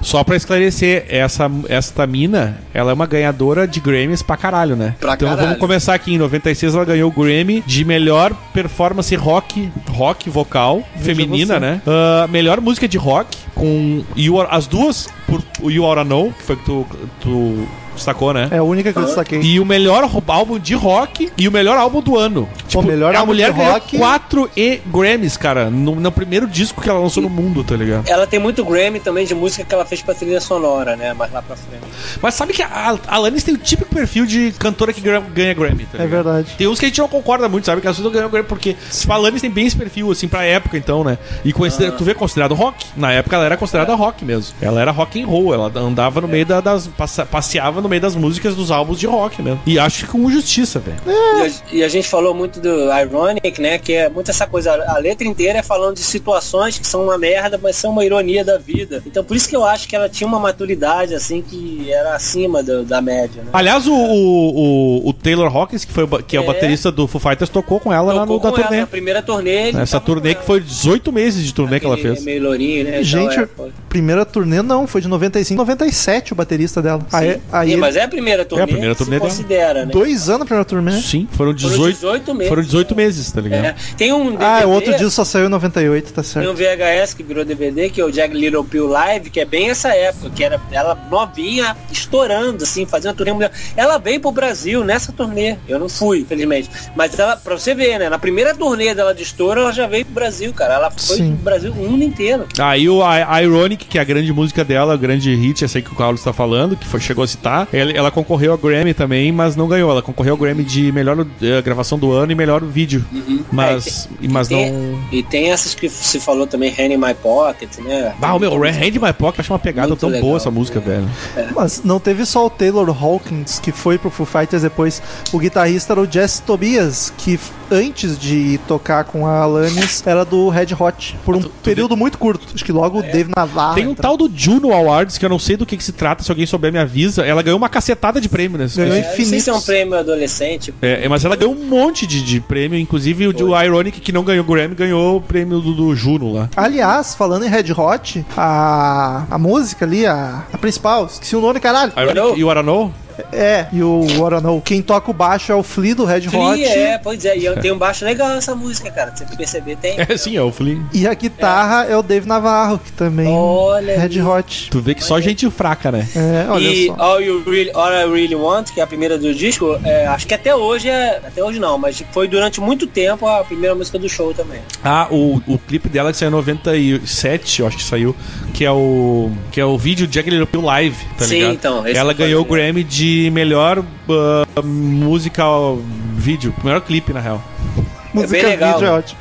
Speaker 3: Só pra esclarecer, essa, essa mina, ela é uma ganhadora de Grammys pra caralho, né?
Speaker 7: Pra
Speaker 3: então
Speaker 7: caralho.
Speaker 3: vamos começar aqui. Em 96 ela ganhou o Grammy de melhor performance rock, rock vocal, feminina,
Speaker 2: você.
Speaker 3: né? Ah, melhor música de rock com You Are- as duas, por o You Are Know, que foi que tu, tu sacou, né?
Speaker 2: É a única que eu destaquei.
Speaker 3: E o melhor ro- álbum de rock e o melhor álbum do ano. Tipo,
Speaker 2: melhor
Speaker 3: a
Speaker 2: álbum
Speaker 3: mulher
Speaker 2: de
Speaker 3: ganhou
Speaker 2: rock-
Speaker 3: quatro e Grammys, cara, no, no primeiro disco que ela lançou no mundo, tá ligado?
Speaker 4: Ela tem muito Grammy também de música que ela fez pra trilha sonora, né? Mas lá pra frente.
Speaker 3: Mas sabe que a a Alanis tem o típico perfil de cantora que gra- ganha Grammy, tá
Speaker 2: É
Speaker 3: ligado?
Speaker 2: verdade.
Speaker 3: Tem uns que a gente não concorda muito, sabe? Que as pessoas ganham Grammy porque tipo, a Alanis tem bem esse perfil, assim, pra época, então, né? E
Speaker 2: Ah.
Speaker 3: considera- tu vê considerado rock. Na época ela era
Speaker 2: É.
Speaker 3: considerada rock mesmo. Ela era rock and roll, ela andava no meio da- das. passa- passeava no meio das músicas dos álbuns de rock mesmo. E acho que com justiça, velho.
Speaker 2: É.
Speaker 4: E a, e a gente falou muito do Ironic, né? Que é muito essa coisa. A letra inteira é falando de situações que são uma merda, mas são uma ironia da vida. Então por isso que eu acho que ela tinha uma maturidade, assim, que era acima do- da média, né?
Speaker 3: Aliás, o, o, o- o Taylor Hawkins, que, foi, o ba- que é o
Speaker 4: É.
Speaker 3: baterista do Foo Fighters, tocou com ela lá no, da
Speaker 4: Tocou com ela
Speaker 3: turnê.
Speaker 4: na primeira turnê. ele
Speaker 3: Essa
Speaker 4: tava com
Speaker 3: turnê
Speaker 4: ela.
Speaker 3: que foi 18 meses de turnê que ela
Speaker 4: Aquele
Speaker 3: fez.
Speaker 4: Meio lourinho, né? e tal,
Speaker 2: Gente,
Speaker 4: é, foi.
Speaker 2: primeira turnê não, foi de 95, 97 o baterista dela. Aí, aí
Speaker 4: Sim, mas é a primeira turnê.
Speaker 3: primeira
Speaker 4: que se
Speaker 3: turnê dela.
Speaker 4: considera, né?
Speaker 2: dois anos a primeira turnê.
Speaker 3: Sim, foram 18,
Speaker 4: Foram 18 meses.
Speaker 3: Foram 18 meses, tá ligado?
Speaker 4: É. Tem um
Speaker 2: Ah,
Speaker 4: DVD,
Speaker 2: o outro disco só saiu em 98, tá
Speaker 4: Tem
Speaker 2: certo.
Speaker 4: um VHS que virou DVD, que é o Jack Little Pill Live, que é bem essa época, que era ela novinha, estourando, assim, fazendo a turnê mundial. Ela veio pro Brasil nessa turnê. Eu não fui, infelizmente. Mas ela, pra você ver, né? Na primeira turnê dela de estouro, ela já veio pro Brasil, cara. Ela foi
Speaker 2: Sim.
Speaker 4: pro Brasil o mundo inteiro.
Speaker 3: Aí o I- Ironic, que é a grande música dela, o grande hit, essa aí que o Carlos tá falando, que foi, chegou a citar, ela, ela concorreu a Grammy também, mas não ganhou. Ela concorreu ao Grammy de melhor eh, gravação do ano e melhor vídeo. Mas, mas
Speaker 4: Uhum. É, Tem-
Speaker 3: não.
Speaker 4: E tem essas que se falou também, Hand in My Pocket, né?
Speaker 3: Ah, o meu, Hand My Pocket, eu acho uma pegada
Speaker 4: Muito
Speaker 3: tão
Speaker 4: legal. É.
Speaker 3: boa essa música, velho.
Speaker 2: Mas não teve só o Taylor Hawkins que foi pro Foo Fighters depois. O guitarrista era o Jess Tobias, que f- antes de tocar com a Alanis era do Red Hot.
Speaker 3: Ah,
Speaker 2: Por um período muito curto. Acho que logo o
Speaker 4: É.
Speaker 2: Dave
Speaker 4: Ah,
Speaker 2: Navarro.
Speaker 3: Tem um
Speaker 4: então.
Speaker 2: entrou.
Speaker 3: tal do Juno Awards, que eu não sei do que, que se trata, se alguém souber me avisa. Ela ganhou uma cacetada de prêmio né? nesse
Speaker 2: Ganhou
Speaker 3: nesse-
Speaker 4: É, não sei se é um
Speaker 2: infinitos.
Speaker 4: prêmio adolescente.
Speaker 3: É, é, mas ela ganhou um monte de, de prêmio, inclusive o, de- o Ironic, que não ganhou o Grammy, ganhou o prêmio do, do Juno lá.
Speaker 2: Aliás, falando em Red Hot, a, a música ali, a, a principal, esqueci o nome, caralho.
Speaker 3: Ironic
Speaker 4: Know.
Speaker 3: e o Aranou?
Speaker 2: É, e o Waranou. Quem toca o baixo é o Flea do Red Hot.
Speaker 4: Flea, é, pois é. E tem um baixo legal essa música, cara. Pra você perceber, tem.
Speaker 3: É, sim, é o Flea.
Speaker 2: E a guitarra é. o Dave Navarro, que também
Speaker 4: Olha
Speaker 2: é Red
Speaker 4: aí.
Speaker 2: Hot.
Speaker 3: Tu vê que só gente fraca, né?
Speaker 2: É, olha
Speaker 4: e
Speaker 2: só.
Speaker 4: All, you really, All I Really Want, que é a primeira do disco, é, acho que até hoje é. Até hoje não, mas foi durante muito tempo a primeira música do show também.
Speaker 3: Ah, o, o clipe dela que saiu em 97, eu acho que saiu, que é o que é o vídeo de Jagged Little Pill Live, tá
Speaker 4: Sim,
Speaker 3: ligado?
Speaker 4: então, esse
Speaker 3: Ela
Speaker 4: eu falei,
Speaker 3: ganhou o
Speaker 4: né?
Speaker 3: Grammy de melhor ah, música ao vídeo, melhor clipe na real.
Speaker 2: Música
Speaker 4: legal,
Speaker 2: vídeo é
Speaker 4: né?
Speaker 2: ótimo.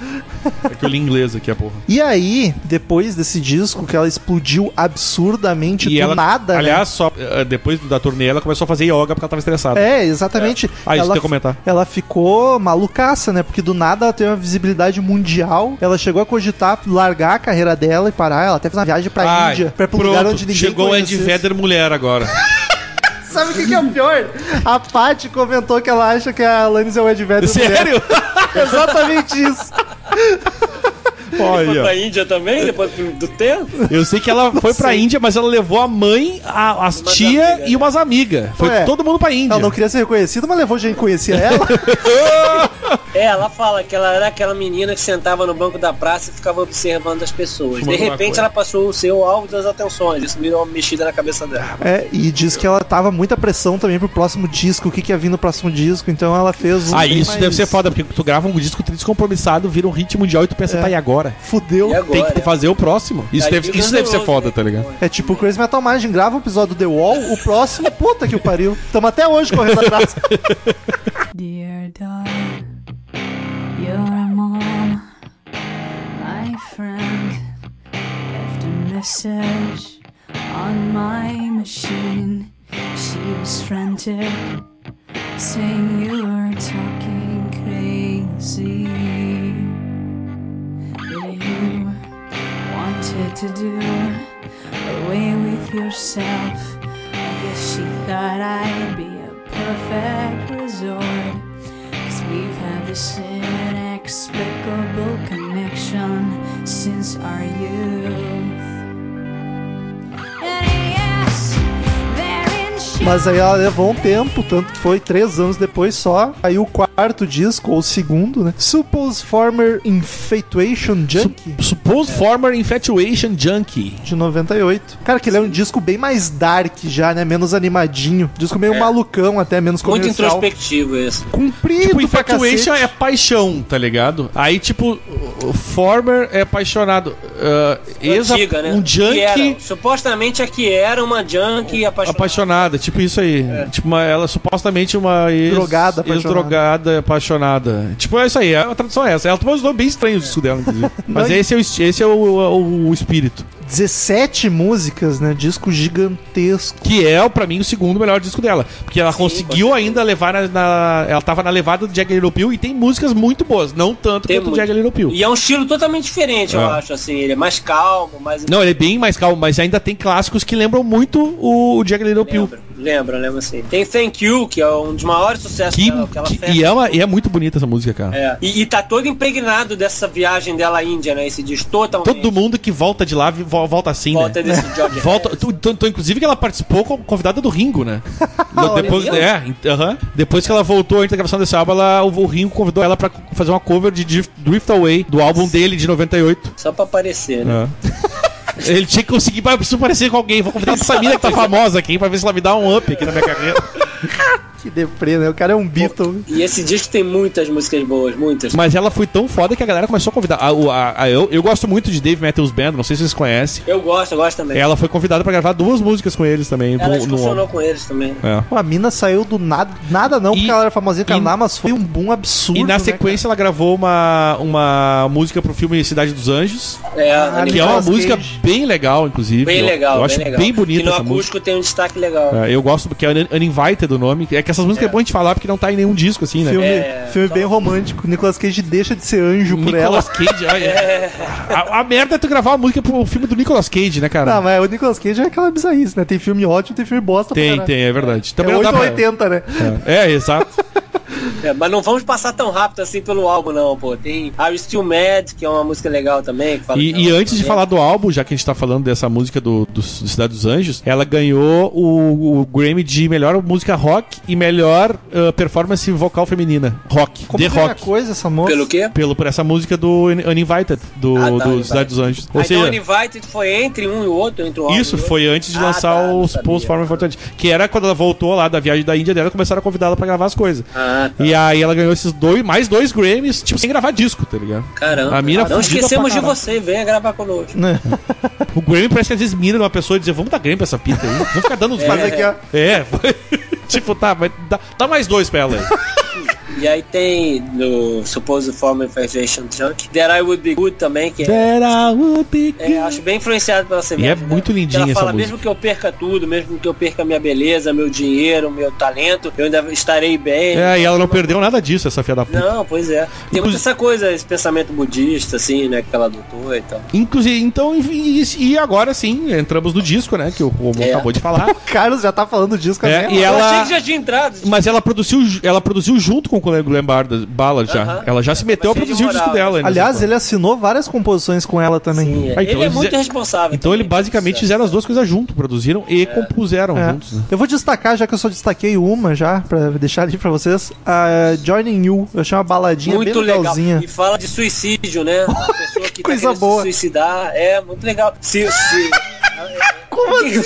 Speaker 3: É que eu li em inglês aqui a porra.
Speaker 2: E aí, depois desse disco que ela explodiu absurdamente do nada. né?
Speaker 3: aliás, só ah, depois da turnê ela começou a fazer yoga porque ela tava estressada.
Speaker 2: É, exatamente.
Speaker 3: Ah, isso
Speaker 2: ela,
Speaker 3: tem que comentar.
Speaker 2: ela ficou malucaça, né? Porque do nada ela teve uma visibilidade mundial. Ela chegou a cogitar largar a carreira dela e parar. Ela até fez uma viagem pra
Speaker 3: Ai,
Speaker 2: Índia, pra ir pra um
Speaker 3: Ah, pronto,
Speaker 2: lugar onde ninguém
Speaker 3: chegou o Ed
Speaker 2: conhecesse.
Speaker 3: Vedder mulher agora.
Speaker 2: Sabe o que, que é o pior? A Paty comentou que ela acha que a Alanis é o Ed Vedder.
Speaker 3: Sério?
Speaker 2: mulher. Exatamente isso.
Speaker 4: Foi
Speaker 3: Olha.
Speaker 4: pra Índia também, depois do tempo?
Speaker 3: Eu sei que ela foi pra Índia, mas ela levou a mãe, a, as tia
Speaker 4: amiga,
Speaker 3: e umas amigas. Foi
Speaker 2: Ué.
Speaker 3: todo mundo pra Índia.
Speaker 2: Ela É. não queria ser reconhecida, mas levou gente que conhecia ela.
Speaker 4: É, ela fala que ela era aquela menina que sentava no banco da praça e ficava observando as pessoas.
Speaker 3: Fumando
Speaker 4: de repente
Speaker 3: maconha.
Speaker 4: ela passou a ser o seu alvo das atenções. Isso me deu uma mexida na cabeça dela.
Speaker 2: É, e diz que ela tava muita pressão também pro próximo disco, o que, que ia vir no próximo disco, então ela fez um
Speaker 3: Ah,
Speaker 2: bem
Speaker 3: isso
Speaker 2: mais-
Speaker 3: deve ser foda, porque tu grava um disco descompromissado, vira um ritmo mundial e tu
Speaker 2: É.
Speaker 3: pensa, tá, e agora?
Speaker 2: Fudeu.
Speaker 4: E agora? Tá
Speaker 3: Tem que fazer o próximo. Isso,
Speaker 4: Aí
Speaker 3: deve,
Speaker 4: fica
Speaker 3: isso deve ser
Speaker 4: ansioso,
Speaker 3: foda,
Speaker 4: né?
Speaker 3: tá ligado?
Speaker 2: É tipo o Crazy Metal Mind, grava um episódio do The Wall, o próximo, puta que o pariu. Tamo até hoje correndo atrás.
Speaker 1: Dear Dawn, your mom, my friend, left a message on my machine. She was frantic, saying you were talking crazy. That you wanted to do away with yourself. I guess she thought I'd be a perfect resort. Cause we've had this inexplicable connection since our youth. And yes, they're in shape.
Speaker 2: Mas aí ela levou um tempo, tanto que foi três anos depois só. Aí o quarto disco, ou o segundo, né? Suppose Former Infatuation Junkie.
Speaker 3: Suppose former infatuation junkie.
Speaker 2: de 98. Cara, que ele é um disco bem mais dark já, né? Menos animadinho. Disco
Speaker 3: É.
Speaker 2: meio malucão, até menos
Speaker 4: Muito
Speaker 2: comercial.
Speaker 4: introspectivo esse.
Speaker 2: Comprido
Speaker 3: Tipo,
Speaker 2: pra
Speaker 3: infatuation
Speaker 2: cacete.
Speaker 3: é paixão, tá ligado? Aí, tipo, o- o former é apaixonado. Ah, ex
Speaker 4: Antiga, né?
Speaker 3: Um
Speaker 4: Que era,
Speaker 3: junkie
Speaker 4: supostamente a que era uma junkie apaixonada.
Speaker 3: apaixonada. Tipo isso aí.
Speaker 4: É.
Speaker 3: Tipo, uma, ela supostamente uma ex,
Speaker 2: Drogada apaixonada.
Speaker 3: drogada apaixonada. Tipo, é isso aí. A tradução é essa. Ela tomou um nome bem estranho o disco dela, inclusive. Mas
Speaker 2: Não,
Speaker 3: esse é o, est- esse é o, o- o espírito.
Speaker 2: 17 músicas, né? Disco gigantesco.
Speaker 3: Que é, pra mim, o segundo melhor disco dela. Porque ela conseguiu
Speaker 4: pode ser.
Speaker 3: ainda levar na, na- Ela tava na levada do Jack Little Pill e tem músicas muito boas. Não tanto
Speaker 4: Tem
Speaker 3: quanto o
Speaker 4: muito.
Speaker 3: Jack Little Pill.
Speaker 4: E é um estilo totalmente diferente,
Speaker 3: É.
Speaker 4: eu acho, assim. Ele é mais calmo, mais...
Speaker 3: Não, ele é bem mais calmo, mas ainda tem clássicos que lembram muito o, o Jack Little Pill.
Speaker 4: Lembra, lembra, lembra assim. Tem Thank You, que é um dos maiores sucessos
Speaker 3: Que,
Speaker 4: dela, que ela
Speaker 3: que-
Speaker 4: fez.
Speaker 3: e, é uma- e é muito bonita essa música, cara.
Speaker 4: É. E, e tá todo impregnado dessa viagem dela à Índia, né? Esse diz totalmente.
Speaker 3: Todo mundo que volta de lá vi- vo- volta assim,
Speaker 4: Volta
Speaker 3: né?
Speaker 4: desse George
Speaker 3: Volta,
Speaker 4: Harrison.
Speaker 3: tu- tu- tu- inclusive que ela participou como convidada do Ringo, né? depois,
Speaker 4: Deus.
Speaker 3: é, ent- aham. depois que ela voltou antes da gravação desse álbum, ela, o, o Ringo convidou ela pra fazer uma cover de Drift, Drift Away, do álbum dele de 98.
Speaker 4: Só pra aparecer,
Speaker 3: É.
Speaker 4: né?
Speaker 3: Ele tinha que conseguir, mas eu preciso parecer com alguém. Vou convidar a Samira que tá famosa aqui pra ver se ela me dá um up aqui na minha carreira.
Speaker 2: Que deprê, né? O cara é um Beatle.
Speaker 4: E esse disco tem muitas músicas boas, muitas.
Speaker 3: Mas ela foi tão foda que a galera começou a convidar. A- o- a- a- eu, eu gosto muito de Dave Matthews Band, não sei se vocês conhecem.
Speaker 4: Eu gosto, eu gosto também.
Speaker 3: Ela foi convidada pra gravar duas músicas com eles também.
Speaker 4: Ela
Speaker 3: É, no- no
Speaker 4: funcionou com eles também.
Speaker 3: álbum. É.
Speaker 2: Pô, a mina saiu do nada. Nada não,
Speaker 3: E-
Speaker 2: porque ela era famosinha
Speaker 3: e-
Speaker 2: com a mas foi um boom absurdo.
Speaker 3: E na
Speaker 2: né,
Speaker 3: sequência ela gravou uma, uma música pro filme Cidade dos Anjos,
Speaker 4: É,
Speaker 2: Ah,
Speaker 3: que é
Speaker 4: animal.
Speaker 3: uma
Speaker 2: Nicolas
Speaker 3: música
Speaker 2: Cage.
Speaker 3: bem legal, inclusive.
Speaker 4: bem
Speaker 3: Eu-
Speaker 4: legal,
Speaker 3: Eu
Speaker 4: bem
Speaker 3: acho
Speaker 4: legal.
Speaker 3: bem
Speaker 4: E no
Speaker 3: bonita essa
Speaker 4: acústico
Speaker 3: música.
Speaker 4: tem um destaque legal.
Speaker 3: É, eu gosto porque é Un- Uninvited o nome. É que essas músicas é, bom a gente falar porque não tá em nenhum disco, assim, né?
Speaker 2: Filme,
Speaker 4: É,
Speaker 2: filme
Speaker 4: só-
Speaker 2: bem romântico. Nicolas Cage deixa de ser anjo por ela.
Speaker 3: Nicolas Cage. olha. a, a merda é tu gravar uma música pro filme do Nicolas Cage, né, cara?
Speaker 2: Não, mas o Nicolas Cage é aquela bizarrice, né? Tem filme ótimo, tem filme bosta. pra
Speaker 3: Tem,
Speaker 2: caralho.
Speaker 3: tem, é verdade.
Speaker 2: É
Speaker 3: Também não
Speaker 2: 8
Speaker 3: dá
Speaker 2: ou
Speaker 3: pra...
Speaker 2: 80, né?
Speaker 3: É, é, exato.
Speaker 4: É, mas não vamos passar tão rápido assim pelo álbum, não, pô. Tem Are You Still Mad, que é uma música legal também. que fala-
Speaker 3: E, e antes de falar do álbum, já que a gente tá falando dessa música do, do, do Cidade dos Anjos, ela ganhou o, o Grammy de melhor música rock e melhor ah, performance vocal feminina. Rock.
Speaker 2: Como
Speaker 3: de
Speaker 4: é
Speaker 2: tem a
Speaker 3: rock.
Speaker 2: coisa, essa moça.
Speaker 4: Pelo quê?
Speaker 3: Pelo, por essa música do Un- Uninvited, do,
Speaker 4: Ah, tá,
Speaker 3: do
Speaker 4: Uninvited.
Speaker 3: Cidade dos Anjos. Ou
Speaker 4: Ou então
Speaker 3: seja,
Speaker 4: Uninvited foi entre um e o outro, entre o álbum
Speaker 3: isso
Speaker 4: e o outro.
Speaker 3: foi antes de
Speaker 4: Ah,
Speaker 3: lançar
Speaker 4: tá, não
Speaker 3: o
Speaker 4: sabia.
Speaker 3: Suppose Form Importante. Que era quando ela voltou lá da viagem da Índia dela, começaram a convidá-la pra gravar as coisas.
Speaker 4: Ah, tá.
Speaker 3: E aí ela ganhou esses dois, mais dois Grammys, tipo, sem gravar disco, tá ligado?
Speaker 4: Caramba.
Speaker 3: A mina
Speaker 4: não
Speaker 3: fudida
Speaker 4: esquecemos
Speaker 3: pra
Speaker 4: de
Speaker 3: caralho.
Speaker 4: você, venha gravar conosco.
Speaker 2: Né?
Speaker 3: O Grammy parece que às vezes mira numa pessoa e dizer, vamos dar Grammy pra essa pinta aí. Vamos
Speaker 4: É.
Speaker 3: ficar dando os
Speaker 2: Fazer aqui, ó.
Speaker 3: É, tipo, tá, mas dá, dá mais dois pra ela aí.
Speaker 4: E aí tem no Supposed Formation Junk, That I Would Be Good também, que é, é, acho bem influenciado pela
Speaker 3: E
Speaker 4: cerveja.
Speaker 3: é
Speaker 4: né?
Speaker 3: muito lindinha
Speaker 4: Ela
Speaker 3: essa
Speaker 4: fala,
Speaker 3: música.
Speaker 4: mesmo que eu perca tudo, mesmo que eu perca minha beleza, meu dinheiro, meu talento, eu ainda estarei bem.
Speaker 3: É, e ela não perdeu nada disso, essa filha da puta.
Speaker 4: Não, pois é. Tem
Speaker 3: Inclusive-
Speaker 4: muita essa coisa, esse pensamento budista, assim, né, que ela adotou e tal.
Speaker 3: Inclusive, então, enfim, e e agora sim, entramos no disco, né? Que o Romulo
Speaker 4: É.
Speaker 3: acabou de falar.
Speaker 2: O Carlos já tá falando disso com a
Speaker 3: É,
Speaker 2: minha
Speaker 3: e
Speaker 4: Eu achei
Speaker 3: ela.
Speaker 4: que já tinha entrado.
Speaker 3: Mas ela produziu, ju- ela produziu junto com o colega Glenn Bard- Ballard já.
Speaker 4: Aham.
Speaker 3: Ela já se meteu a
Speaker 4: Mas ele
Speaker 3: produzir o disco
Speaker 4: moral,
Speaker 3: dela. ainda.
Speaker 2: Aliás, ele assinou várias composições com ela também.
Speaker 4: Sim, é.
Speaker 3: Ah, então
Speaker 4: ele é
Speaker 3: eles-
Speaker 4: muito responsável.
Speaker 3: Então ele
Speaker 4: também,
Speaker 3: basicamente
Speaker 4: né?
Speaker 3: fizeram as duas coisas junto, produziram e compuseram
Speaker 2: É.
Speaker 3: juntos. né?
Speaker 2: Eu vou destacar, já que eu só destaquei uma já, pra deixar ali pra vocês, a Joining You. Eu achei uma baladinha
Speaker 4: muito
Speaker 2: bem
Speaker 4: legal.
Speaker 2: legalzinha.
Speaker 4: E fala de suicídio, né? Uma pessoa que,
Speaker 2: coisa
Speaker 4: querendo
Speaker 2: boa.
Speaker 4: se suicidar. É, muito legal. Se, se...
Speaker 2: Como assim?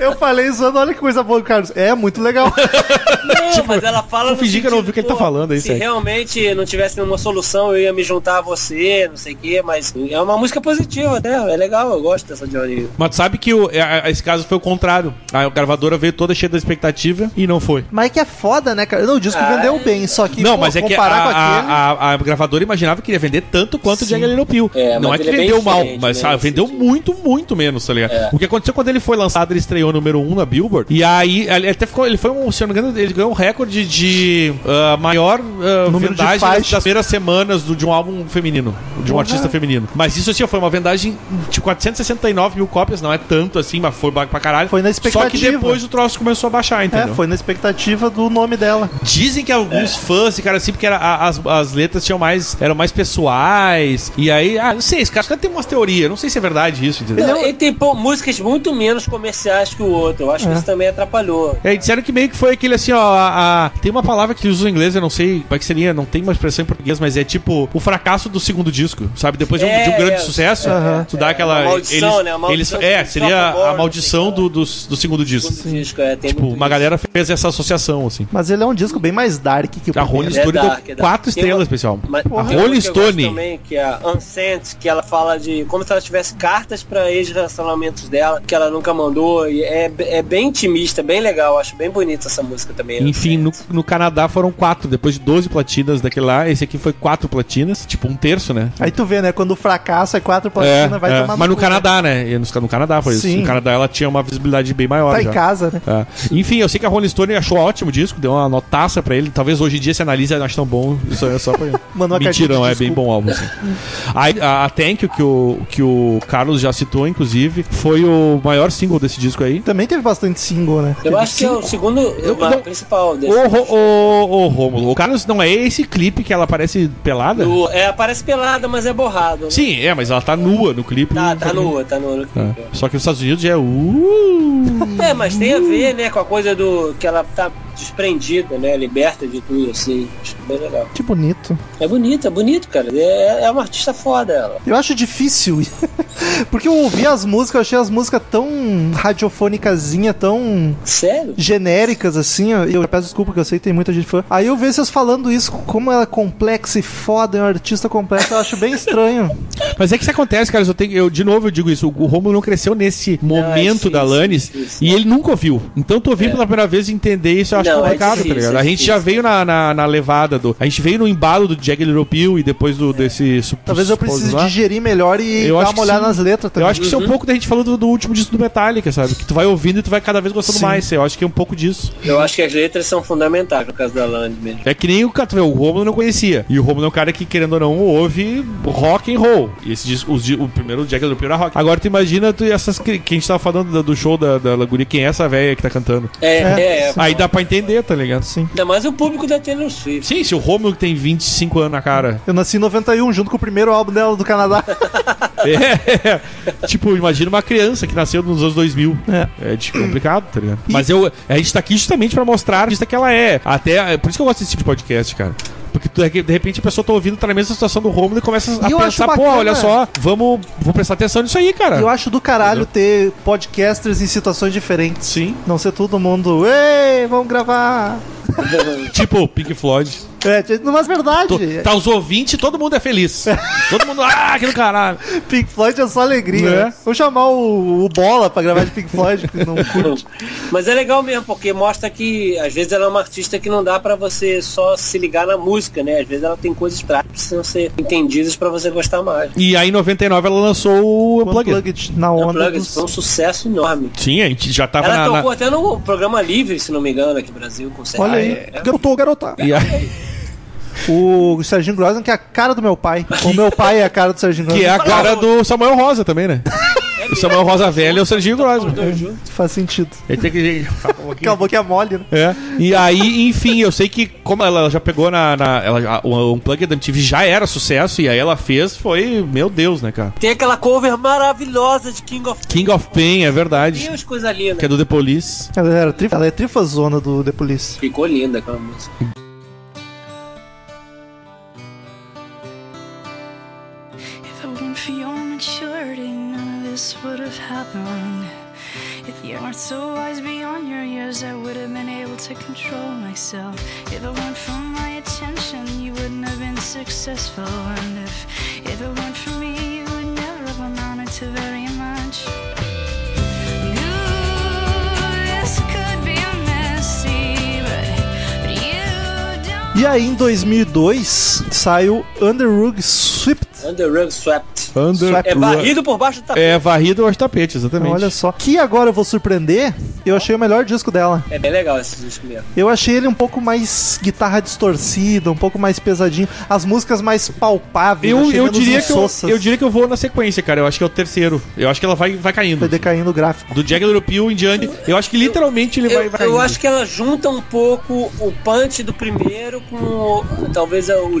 Speaker 2: Eu falei zoando, olha que coisa boa, Carlos. É muito legal.
Speaker 4: Não, mas ela fala.
Speaker 3: Tipo, vou
Speaker 4: no
Speaker 3: fingir que eu não
Speaker 4: sentido,
Speaker 3: ouvi o que ele tá
Speaker 4: pô,
Speaker 3: falando, é isso
Speaker 4: Se
Speaker 3: aí.
Speaker 4: realmente não tivesse nenhuma solução, eu ia me juntar a você, não sei o quê, mas é uma música positiva, né? É legal, eu gosto dessa Johnny.
Speaker 3: Mas tu sabe que o- é, a- a- esse caso foi o contrário. A gravadora veio toda cheia da expectativa e não foi.
Speaker 2: Mas é que é foda, né, cara? Não, o disco
Speaker 4: Ah,
Speaker 2: vendeu
Speaker 4: é.
Speaker 2: bem, só que
Speaker 3: não,
Speaker 2: pô,
Speaker 3: mas é que a,
Speaker 2: comparar com
Speaker 3: a-
Speaker 2: aquele...
Speaker 3: a- a gravadora imaginava que ia vender tanto quanto o
Speaker 2: Sim.
Speaker 3: Jagged Little Pill.
Speaker 4: É,
Speaker 3: não é
Speaker 4: mas
Speaker 3: que
Speaker 4: ele é bem
Speaker 3: vendeu mal,
Speaker 4: diferente,
Speaker 3: mas
Speaker 4: né,
Speaker 3: ah,
Speaker 4: nesse
Speaker 3: vendeu
Speaker 4: sentido.
Speaker 3: muito, muito menos, tá ligado?
Speaker 4: É.
Speaker 3: O que aconteceu quando ele foi lançado, ele estreou número 1 um na Billboard. E aí, ele até ficou, ele foi um, se eu não me engano, ele ganhou um recorde de ah, maior ah,
Speaker 2: Número de
Speaker 3: vendagem
Speaker 2: faixas.
Speaker 3: das, das primeiras semanas do- de um álbum feminino, de um artista feminino. Mas isso assim, ó, foi uma vendagem de 469 mil cópias, não é tanto assim, mas foi pra caralho.
Speaker 2: Foi na
Speaker 3: Só que
Speaker 2: expectativa.
Speaker 3: depois o troço começou a baixar,
Speaker 2: É,
Speaker 3: entendeu?
Speaker 2: foi na expectativa do nome dela.
Speaker 3: Dizem que alguns
Speaker 4: É.
Speaker 3: fãs ficaram assim porque era, a- as, as letras tinham mais, eram mais pessoais. E aí, ah, não sei, esse cara, esse cara tem umas teorias. Não sei se é verdade isso, entendeu?
Speaker 4: Não, ele tem pô, músicas muito menos comerciais que o outro. Eu acho
Speaker 3: É.
Speaker 4: que isso também atrapalhou.
Speaker 3: E aí disseram que meio que foi aquele assim, ó. a- a- tem uma palavra que eles usam em inglês, eu não sei como é que seria, não tem uma expressão em português, mas é tipo o fracasso do segundo disco, sabe? Depois de um,
Speaker 4: É,
Speaker 3: de um grande
Speaker 4: é,
Speaker 3: sucesso,
Speaker 2: é,
Speaker 3: tu dá aquela.
Speaker 4: a maldição,
Speaker 3: eles,
Speaker 4: né? A maldição
Speaker 3: eles- é,
Speaker 4: do
Speaker 3: seria
Speaker 4: Sophomore,
Speaker 3: a maldição
Speaker 4: assim,
Speaker 3: do, do, do segundo disco.
Speaker 4: Quando o disco, é, tem
Speaker 3: Tipo,
Speaker 4: muito
Speaker 3: uma
Speaker 4: isso.
Speaker 3: galera fez essa associação, assim.
Speaker 2: Mas ele é um disco bem mais dark que o
Speaker 3: A
Speaker 2: primeiro.
Speaker 3: Rolling
Speaker 4: É
Speaker 3: Stone deu
Speaker 4: dark, é dark.
Speaker 3: quatro
Speaker 4: Tem uma-
Speaker 3: estrelas, pessoal.
Speaker 4: Mas
Speaker 3: A
Speaker 4: tem uma
Speaker 3: Rolling
Speaker 4: que eu gosto
Speaker 3: Stone.
Speaker 4: também, que é a Unsent, que ela fala de como se ela tivesse cartas para ex-relacionamentos dela, que ela nunca mandou. E é, é bem intimista, bem legal. Acho bem bonita essa música também.
Speaker 3: Enfim, no,
Speaker 4: Unsent.
Speaker 3: no Canadá foram quatro, depois de 12 platinas daquele lá, esse aqui foi quatro platinas, tipo um terço, né?
Speaker 2: Aí tu vê, né? Quando o fracasso é quatro
Speaker 3: É,
Speaker 2: platina, vai
Speaker 3: é.
Speaker 2: tomar
Speaker 3: Mas no
Speaker 2: cu,
Speaker 3: Canadá, né? E No, no Canadá foi isso.
Speaker 2: Sim.
Speaker 3: No Canadá ela tinha uma visibilidade bem maior.
Speaker 2: Tá em
Speaker 3: já.
Speaker 2: casa, né?
Speaker 3: É. Enfim, eu sei que a Rolling Stone achou ótimo o disco, deu uma notaça pra ele. Talvez hoje em dia se analise e não ache tão bom. Isso é só pra.
Speaker 2: Mandou uma
Speaker 3: Mentira, não, é
Speaker 2: cartinha de
Speaker 3: bem bom o álbum. Assim. Aí, a, a Thank You, que o, que o Carlos já citou, inclusive, foi o maior single desse disco aí.
Speaker 2: Também teve bastante single, né?
Speaker 4: Eu acho que é o segundo,
Speaker 3: Eu-
Speaker 4: o
Speaker 3: não.
Speaker 4: principal desse.
Speaker 3: Ô, Ro- ô, ô, Rômulo, o Carlos não é esse clipe que ela aparece pelada?
Speaker 4: Do- é, aparece pelada, mas é borrado. né?
Speaker 3: Sim, é, mas ela tá nua no clipe.
Speaker 4: Tá, tá nua, tá nua.
Speaker 3: É. Só que nos Estados Unidos é. Uh...
Speaker 4: É, mas tem a ver, né, com a coisa do que ela tá desprendida, né, liberta de tudo, assim. Acho bem legal.
Speaker 2: Que bonito.
Speaker 4: É bonito, é bonito, cara. É, é uma artista foda ela.
Speaker 2: Eu acho difícil. Porque eu ouvi as músicas, eu achei as músicas tão radiofônicazinha, tão
Speaker 4: Sério?
Speaker 2: genéricas assim, ó, e eu peço desculpa que eu sei que tem muita gente fã. Aí eu vejo vocês falando isso, como ela é complexa e foda, é um artista complexo, eu acho bem estranho.
Speaker 3: Mas é que isso acontece, cara. Eu, tenho, eu de novo eu digo isso. O Romulo não cresceu nesse momento
Speaker 4: é difícil,
Speaker 3: da Lannis
Speaker 4: difícil. né? É.
Speaker 3: e ele nunca ouviu. Então tu ouvir pela primeira vez e entender isso eu acho
Speaker 4: Não, é
Speaker 3: complicado,
Speaker 4: difícil,
Speaker 3: tá ligado?
Speaker 4: é
Speaker 3: a gente
Speaker 4: difícil.
Speaker 3: já veio na, na, na levada do. A gente veio no embalo do Jack Little Pill e depois do, desse. su-
Speaker 2: Talvez eu precise
Speaker 3: lá.
Speaker 2: digerir melhor e
Speaker 3: Eu
Speaker 2: dar
Speaker 3: acho
Speaker 2: uma
Speaker 3: que
Speaker 2: olhada
Speaker 3: sim.
Speaker 2: nas letras também.
Speaker 3: Eu acho que isso
Speaker 4: Uhum.
Speaker 3: é um pouco da gente falando do, do último disco do Metallica, sabe? Que tu vai ouvindo e tu vai cada vez gostando
Speaker 2: Sim.
Speaker 3: mais. Eu acho que é um pouco disso.
Speaker 4: Eu acho que as letras são fundamentais no caso da Land mesmo.
Speaker 3: É que nem o cara, tu vê, o Romulo não conhecia. E o Romulo é um cara que, querendo ou não, ouve rock and roll. E esse disco, os di- o primeiro Jack do Pio era rock. Agora tu imagina tu, e essas que, que a gente tava falando do, do show da, da Laguri, quem é essa velha que tá cantando?
Speaker 4: É, é, é.
Speaker 3: Aí dá pra entender, tá ligado? Sim.
Speaker 4: Ainda mais o público da Taylor Swift.
Speaker 3: Sim, se o Romulo tem 25 anos na cara.
Speaker 2: Eu nasci em 91, junto com o primeiro álbum dela do Canadá.
Speaker 3: É, é. Tipo, imagina uma criança que nasceu nos anos 2000. É, de- complicado, tá ligado? Mas eu, a gente tá aqui justamente pra mostrar a artista que ela é. Até, é por isso que eu gosto desse tipo de podcast, cara. Porque tu- de repente a pessoa tá ouvindo, tá na mesma situação do Romulo e começa a
Speaker 2: E eu acho
Speaker 3: pensar, pô,
Speaker 2: bacana.
Speaker 3: olha só, vamos, vou prestar atenção nisso aí, cara.
Speaker 2: E eu acho do caralho ter podcasters em situações diferentes.
Speaker 3: Sim.
Speaker 2: Não ser todo mundo, ei, vamos gravar.
Speaker 3: Tipo, Pink Floyd.
Speaker 2: É, t- mas verdade.
Speaker 3: To- Tá os ouvintes, todo mundo é feliz. Todo mundo, ah, que do caralho.
Speaker 2: Pink Floyd é só alegria.
Speaker 3: Né?
Speaker 2: Vou chamar o, o Bola pra gravar de Pink Floyd, que não curte.
Speaker 4: Mas é legal mesmo, porque mostra que às vezes ela é uma artista que não dá pra você só se ligar na música, né? Às vezes ela tem coisas práticas que precisam ser entendidas pra você gostar mais.
Speaker 3: E aí, em 99, ela lançou o Unplugged.
Speaker 2: Unplugged na
Speaker 4: A
Speaker 2: onda
Speaker 4: Plug
Speaker 2: dos...
Speaker 4: foi um sucesso enorme.
Speaker 3: Sim, a gente já tava
Speaker 4: Ela
Speaker 3: na- na.
Speaker 4: tocou até no programa livre, se não me engano, aqui no Brasil, com certeza.
Speaker 2: Olha aí,
Speaker 4: É.
Speaker 2: garotou, garota.
Speaker 3: E aí-
Speaker 2: O Serginho Grossman, que é a cara do meu pai. O meu pai é a cara do Serginho
Speaker 3: que
Speaker 2: Grossman.
Speaker 3: é a cara do Samuel Rosa também, né? O Samuel Rosa velho é o Serginho Grosman.
Speaker 2: Faz sentido.
Speaker 3: Ele tem que.
Speaker 2: Acabou que é mole, né?
Speaker 3: É. E aí, enfim, eu sei que como ela já pegou na. na- ela, já- o Unplugged da MTV já era sucesso, e aí ela fez, foi. Meu Deus, né, cara?
Speaker 4: Tem aquela cover maravilhosa de King of
Speaker 3: King of Pain, é verdade.
Speaker 4: Deus, coisa linda.
Speaker 3: Que é do The Police.
Speaker 2: Ela, era tri... Ela é trifazona do The Police.
Speaker 4: Ficou linda aquela música.
Speaker 1: If it weren't for your maturity, none of this would have happened. If you weren't so wise beyond your years, I would have been able to control myself. If it weren't for my attention, you wouldn't have been successful. And if, if it weren't for me, you would never have amounted to very much. Ooh, this could be messy, but, but you don't.
Speaker 2: E aí, em 2002, saiu Underrug Swept.
Speaker 4: Under Rug Swept.
Speaker 3: Under
Speaker 4: É barrido por baixo do tapete.
Speaker 3: É varrido aos tapetes, exatamente.
Speaker 2: Olha só. Que agora eu vou surpreender, eu achei o melhor disco dela.
Speaker 4: É bem legal esse disco mesmo.
Speaker 2: Eu achei ele um pouco mais guitarra distorcida, um pouco mais pesadinho, as músicas mais palpáveis.
Speaker 3: Eu,
Speaker 2: achei
Speaker 3: eu,
Speaker 2: menos
Speaker 3: diria que eu,
Speaker 2: insossas.
Speaker 3: eu diria que eu vou na sequência, cara. Eu acho que é o terceiro. Eu acho que ela vai, vai caindo.
Speaker 2: Foi decaindo o gráfico.
Speaker 3: Do Jagged Europeu em diante. Eu acho que literalmente ele
Speaker 4: Eu,
Speaker 3: vai, vai
Speaker 4: eu
Speaker 3: caindo.
Speaker 4: acho que ela junta um pouco o punch do primeiro com o- talvez a, o-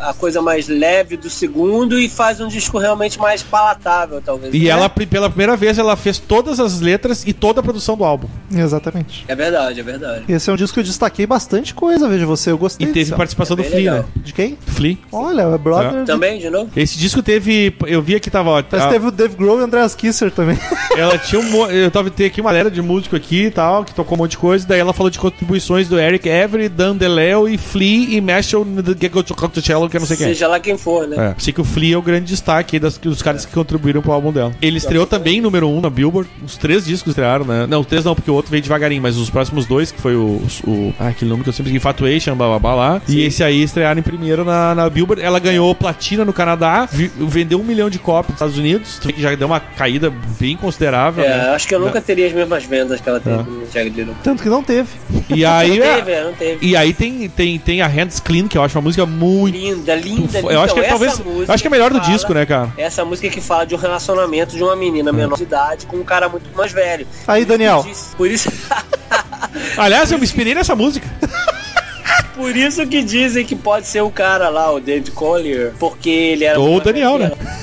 Speaker 4: a coisa mais leve do segundo e faz um disco realmente mais palatável, talvez.
Speaker 3: E
Speaker 4: né?
Speaker 3: ela, pri- pela primeira vez, ela fez todas as letras e toda a produção do álbum.
Speaker 2: Exatamente.
Speaker 4: É verdade, é verdade.
Speaker 2: Esse é um disco que eu destaquei bastante coisa, veja você. Eu
Speaker 3: E
Speaker 2: gostei.
Speaker 3: teve
Speaker 2: desse-
Speaker 3: participação do
Speaker 4: É bem
Speaker 3: Flea,
Speaker 4: legal.
Speaker 3: né?
Speaker 2: De quem?
Speaker 3: Flea.
Speaker 2: Olha, o Brother.
Speaker 4: Também, de novo?
Speaker 3: Esse disco teve. Eu vi aqui, tava. Ó,
Speaker 2: Parece
Speaker 3: a-
Speaker 2: que teve o Dave Grohl e o Andreas Kisser também.
Speaker 3: Ela tinha um mo- Eu tava tem aqui uma galera de músico aqui e tal, que tocou um monte de coisa. Daí ela falou de contribuições do Eric Avery, Dan DeLeo e Flea e Marshall Gecko que eu não sei quem é.
Speaker 4: Seja lá quem for, né?
Speaker 3: É, sei que o Flea é o grande destaque aí das, dos caras que contribuíram pro álbum dela. Ele estreou também número 1 um na Billboard. Os três discos estrearam, né? Não, os três não, porque o outro veio devagarinho, mas os próximos dois, que foi o. o ah, aquele nome que eu sempre esqueci, Fatuation, blá blá blá lá. E esse aí estrearam em primeiro na, na Billboard. Ela ganhou platina no Canadá, vi- vendeu um milhão de cópias nos Estados Unidos, que já deu uma caída bem considerável.
Speaker 4: É,
Speaker 3: né?
Speaker 4: acho que eu nunca teria as mesmas vendas que ela teve no Jagged Little
Speaker 2: Tanto que não teve.
Speaker 3: E
Speaker 4: Não
Speaker 3: aí.
Speaker 4: teve,
Speaker 3: é,
Speaker 4: é, não teve.
Speaker 3: e aí tem, tem, tem a Hands Clean, que eu acho uma música muito.
Speaker 4: Linda,
Speaker 3: Eu
Speaker 4: linda.
Speaker 3: acho que é,
Speaker 4: Então,
Speaker 3: talvez.
Speaker 4: essa
Speaker 3: Eu
Speaker 4: música
Speaker 3: acho que é melhor do
Speaker 4: fala-
Speaker 3: disco, né, cara?
Speaker 4: Essa música que fala de um relacionamento de uma menina menor de idade com um cara muito mais velho.
Speaker 2: Aí, Daniel.
Speaker 4: Por isso,
Speaker 3: Aliás, eu me inspirei nessa música.
Speaker 4: por isso que dizem que pode ser o cara lá, o David Collier, porque ele era.
Speaker 3: Ou o
Speaker 4: mais
Speaker 3: Daniel, né?
Speaker 4: velho que ela.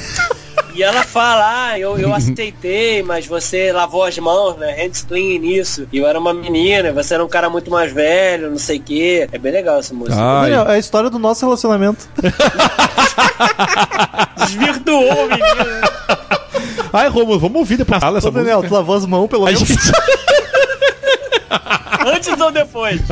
Speaker 4: E ela fala, ah, eu, eu aceitei, mas você lavou as mãos, né? Hands clean nisso. E eu era uma menina, você era um cara muito mais velho, não sei o quê. É bem legal essa música.
Speaker 2: Daniel, é a história do nosso relacionamento.
Speaker 3: Ah.
Speaker 4: Desvirtuou, menino.
Speaker 3: Ai, Romulo, vamos ouvir depois fala
Speaker 2: Ô,
Speaker 3: essa
Speaker 2: Daniel, tu
Speaker 3: música.
Speaker 2: lavou as mãos, pelo
Speaker 3: A
Speaker 2: menos.
Speaker 3: gente,
Speaker 4: Antes ou depois?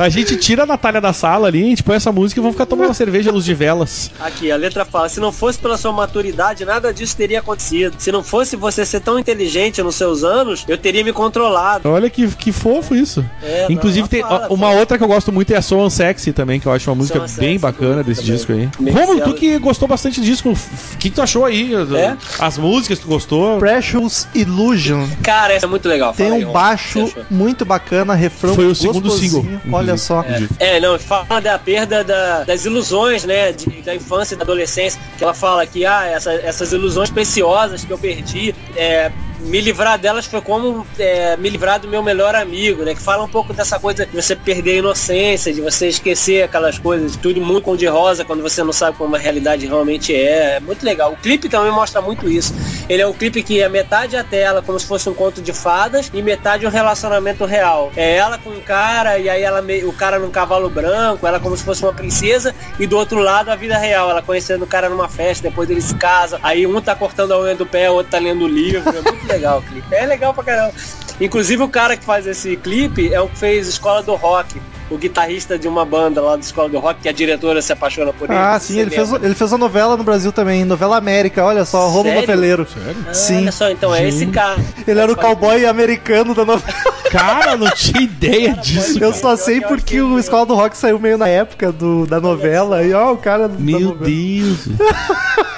Speaker 3: a gente tira a Natália da sala ali, a gente põe essa música e vamos ficar tomando uma cerveja à luz de velas.
Speaker 4: Aqui, a letra fala: se não fosse pela sua maturidade, nada disso teria acontecido. Se não fosse você ser tão inteligente nos seus anos, eu teria me controlado.
Speaker 3: Olha que, que fofo isso.
Speaker 4: É, não,
Speaker 3: Inclusive,
Speaker 4: não
Speaker 3: tem
Speaker 4: fala,
Speaker 3: ó, uma
Speaker 4: pô.
Speaker 3: outra que eu gosto muito é a So Unsexy também, que eu acho uma música
Speaker 4: So Unsexy,
Speaker 3: bem bacana
Speaker 4: muito
Speaker 3: desse
Speaker 4: também.
Speaker 3: disco aí.
Speaker 4: Bem
Speaker 3: Romulo, tu
Speaker 4: bela.
Speaker 3: que gostou bastante do disco, o que tu achou aí?
Speaker 4: É?
Speaker 3: As músicas, tu gostou?
Speaker 2: Precious Illusion.
Speaker 4: Cara, essa é muito legal.
Speaker 2: Tem
Speaker 4: Fala aí,
Speaker 2: um
Speaker 4: Ron,
Speaker 2: baixo
Speaker 4: o que é você achou?
Speaker 2: muito bacana, refrão
Speaker 3: Foi o segundo
Speaker 2: gostosinho.
Speaker 3: single.
Speaker 2: Olha
Speaker 3: Uhum.
Speaker 2: só.
Speaker 4: É, não, fala da perda da- das ilusões, né? de- da infância e da adolescência. Que ela fala que, ah, essa- essas ilusões preciosas que eu perdi, é, me livrar delas foi como é, me livrar do meu melhor amigo, né? Que fala um pouco dessa coisa de você perder a inocência, de você esquecer aquelas coisas, tudo muito cor de rosa quando você não sabe como a realidade realmente é. É muito legal. O clipe também mostra muito isso. Ele é um clipe que é metade a tela, como se fosse um conto de fadas, e metade um relacionamento real. É ela com um cara, e aí ela meio- o cara num cavalo branco, ela como se fosse uma princesa, e do outro lado a vida real, ela conhecendo o cara numa festa, depois eles se casam, aí um tá cortando a unha do pé, o outro tá lendo o livro. É muito legal o clipe. É legal pra caramba. Inclusive o cara que faz esse clipe é o que fez Escola do Rock. o guitarrista de uma banda lá da escola do rock, que a diretora se apaixona por ele.
Speaker 2: Ah,
Speaker 4: você
Speaker 2: sim, ele fez,
Speaker 4: lembra?
Speaker 2: ele fez a novela no Brasil também, novela América, olha só, Rômulo
Speaker 4: Sério?
Speaker 2: Feleiro.
Speaker 4: Ah,
Speaker 2: Sim.
Speaker 4: Olha só, então é esse cara.
Speaker 2: Ele era o cowboy americano da novela.
Speaker 3: Cara, não tinha ideia disso.
Speaker 2: Eu só sei porque o Escola do Rock saiu meio na época do, da novela. E ó, o cara. da
Speaker 3: Meu
Speaker 2: novela.
Speaker 3: Deus.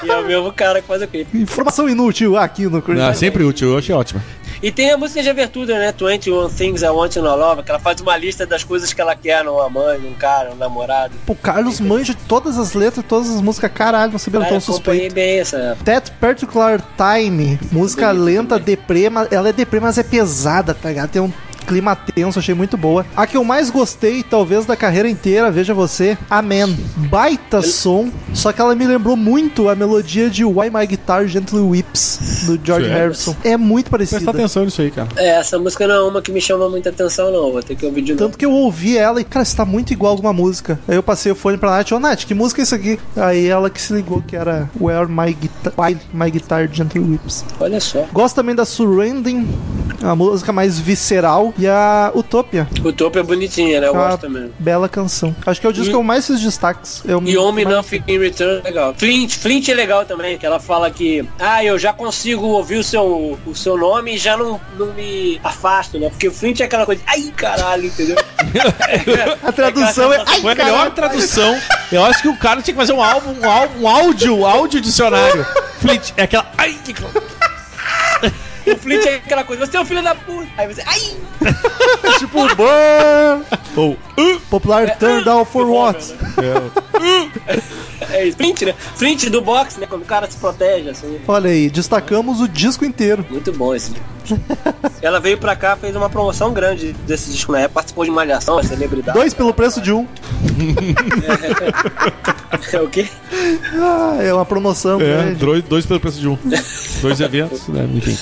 Speaker 4: E é o mesmo cara que faz o clipe.
Speaker 2: Informação inútil aqui no Crazy.
Speaker 3: Ah, sempre útil, eu achei ótimo.
Speaker 4: E tem a música de abertura, né? 21 Things I Want to Love, que ela faz uma lista das coisas que ela quer numa mãe, num cara, um namorado.
Speaker 2: Tipo, O Carlos manja de todas as letras, todas as músicas. Caralho, não sabia, eu
Speaker 4: Cara,
Speaker 2: tô um
Speaker 4: eu acompanhei
Speaker 2: suspeito.
Speaker 4: bem essa.
Speaker 2: That Particular Time, música lenta, deprê, mas- ela é deprê, mas é pesada, tá ligado? Tem um clima tenso, achei muito boa. A que eu mais gostei, talvez, da carreira inteira, veja você, Amen. Baita som, só que ela me lembrou muito a melodia de Why My Guitar Gently Whips, do George
Speaker 3: Sério?
Speaker 2: Harrison. É muito
Speaker 3: Presta
Speaker 2: parecida.
Speaker 3: atenção nisso aí, cara.
Speaker 4: É, essa música não é uma que me chama muita atenção, não. Vou ter que ouvir de novo.
Speaker 2: Tanto que eu ouvi ela e, cara, isso tá muito igual a alguma música. Aí eu passei o fone pra Nath, ô Nath, que música é isso aqui? Aí ela que se ligou que era Where My Guitar, Why My Guitar Gently Whips.
Speaker 4: Olha só.
Speaker 2: Gosto também da Surrendering, a música mais visceral, e a Utopia,
Speaker 4: O topo é bonitinha, né? Eu
Speaker 2: Ah.
Speaker 4: gosto também.
Speaker 2: bela canção. Acho que é o disco
Speaker 4: E-
Speaker 2: que eu mais fiz destaques. Eu
Speaker 4: E Homem Nothing in Return, é legal. Flint, Flint é legal também, que ela fala que, ah, eu já consigo ouvir o seu, o seu nome e já não, não me afasto, né? Porque o Flint é aquela coisa, ai caralho, entendeu?
Speaker 2: A tradução é. Ai,
Speaker 3: Foi a melhor
Speaker 2: caralho.
Speaker 3: tradução. Eu acho que o cara tinha que fazer um álbum, um, álbum, um áudio, um áudio dicionário. Flint, é aquela. Ai, que.
Speaker 4: o Flint é aquela coisa, você é um filho da puta. Aí você, ai!
Speaker 2: tipo bom.
Speaker 3: Ou.
Speaker 2: Popular Turn Down for What?
Speaker 4: né? É isso, Flint, né? Flint do boxe, né? Quando o cara se protege, assim.
Speaker 2: Olha aí, destacamos o disco inteiro.
Speaker 4: Muito bom esse livro. Ela veio pra cá, fez uma promoção grande desse disco na época, participou de Malhação, é celebridade.
Speaker 2: Dois pelo preço de um.
Speaker 4: É o quê?
Speaker 2: Ah, é uma promoção.
Speaker 3: É,
Speaker 2: grande.
Speaker 3: dois, dois pelo preço de um. dois eventos, né? Enfim.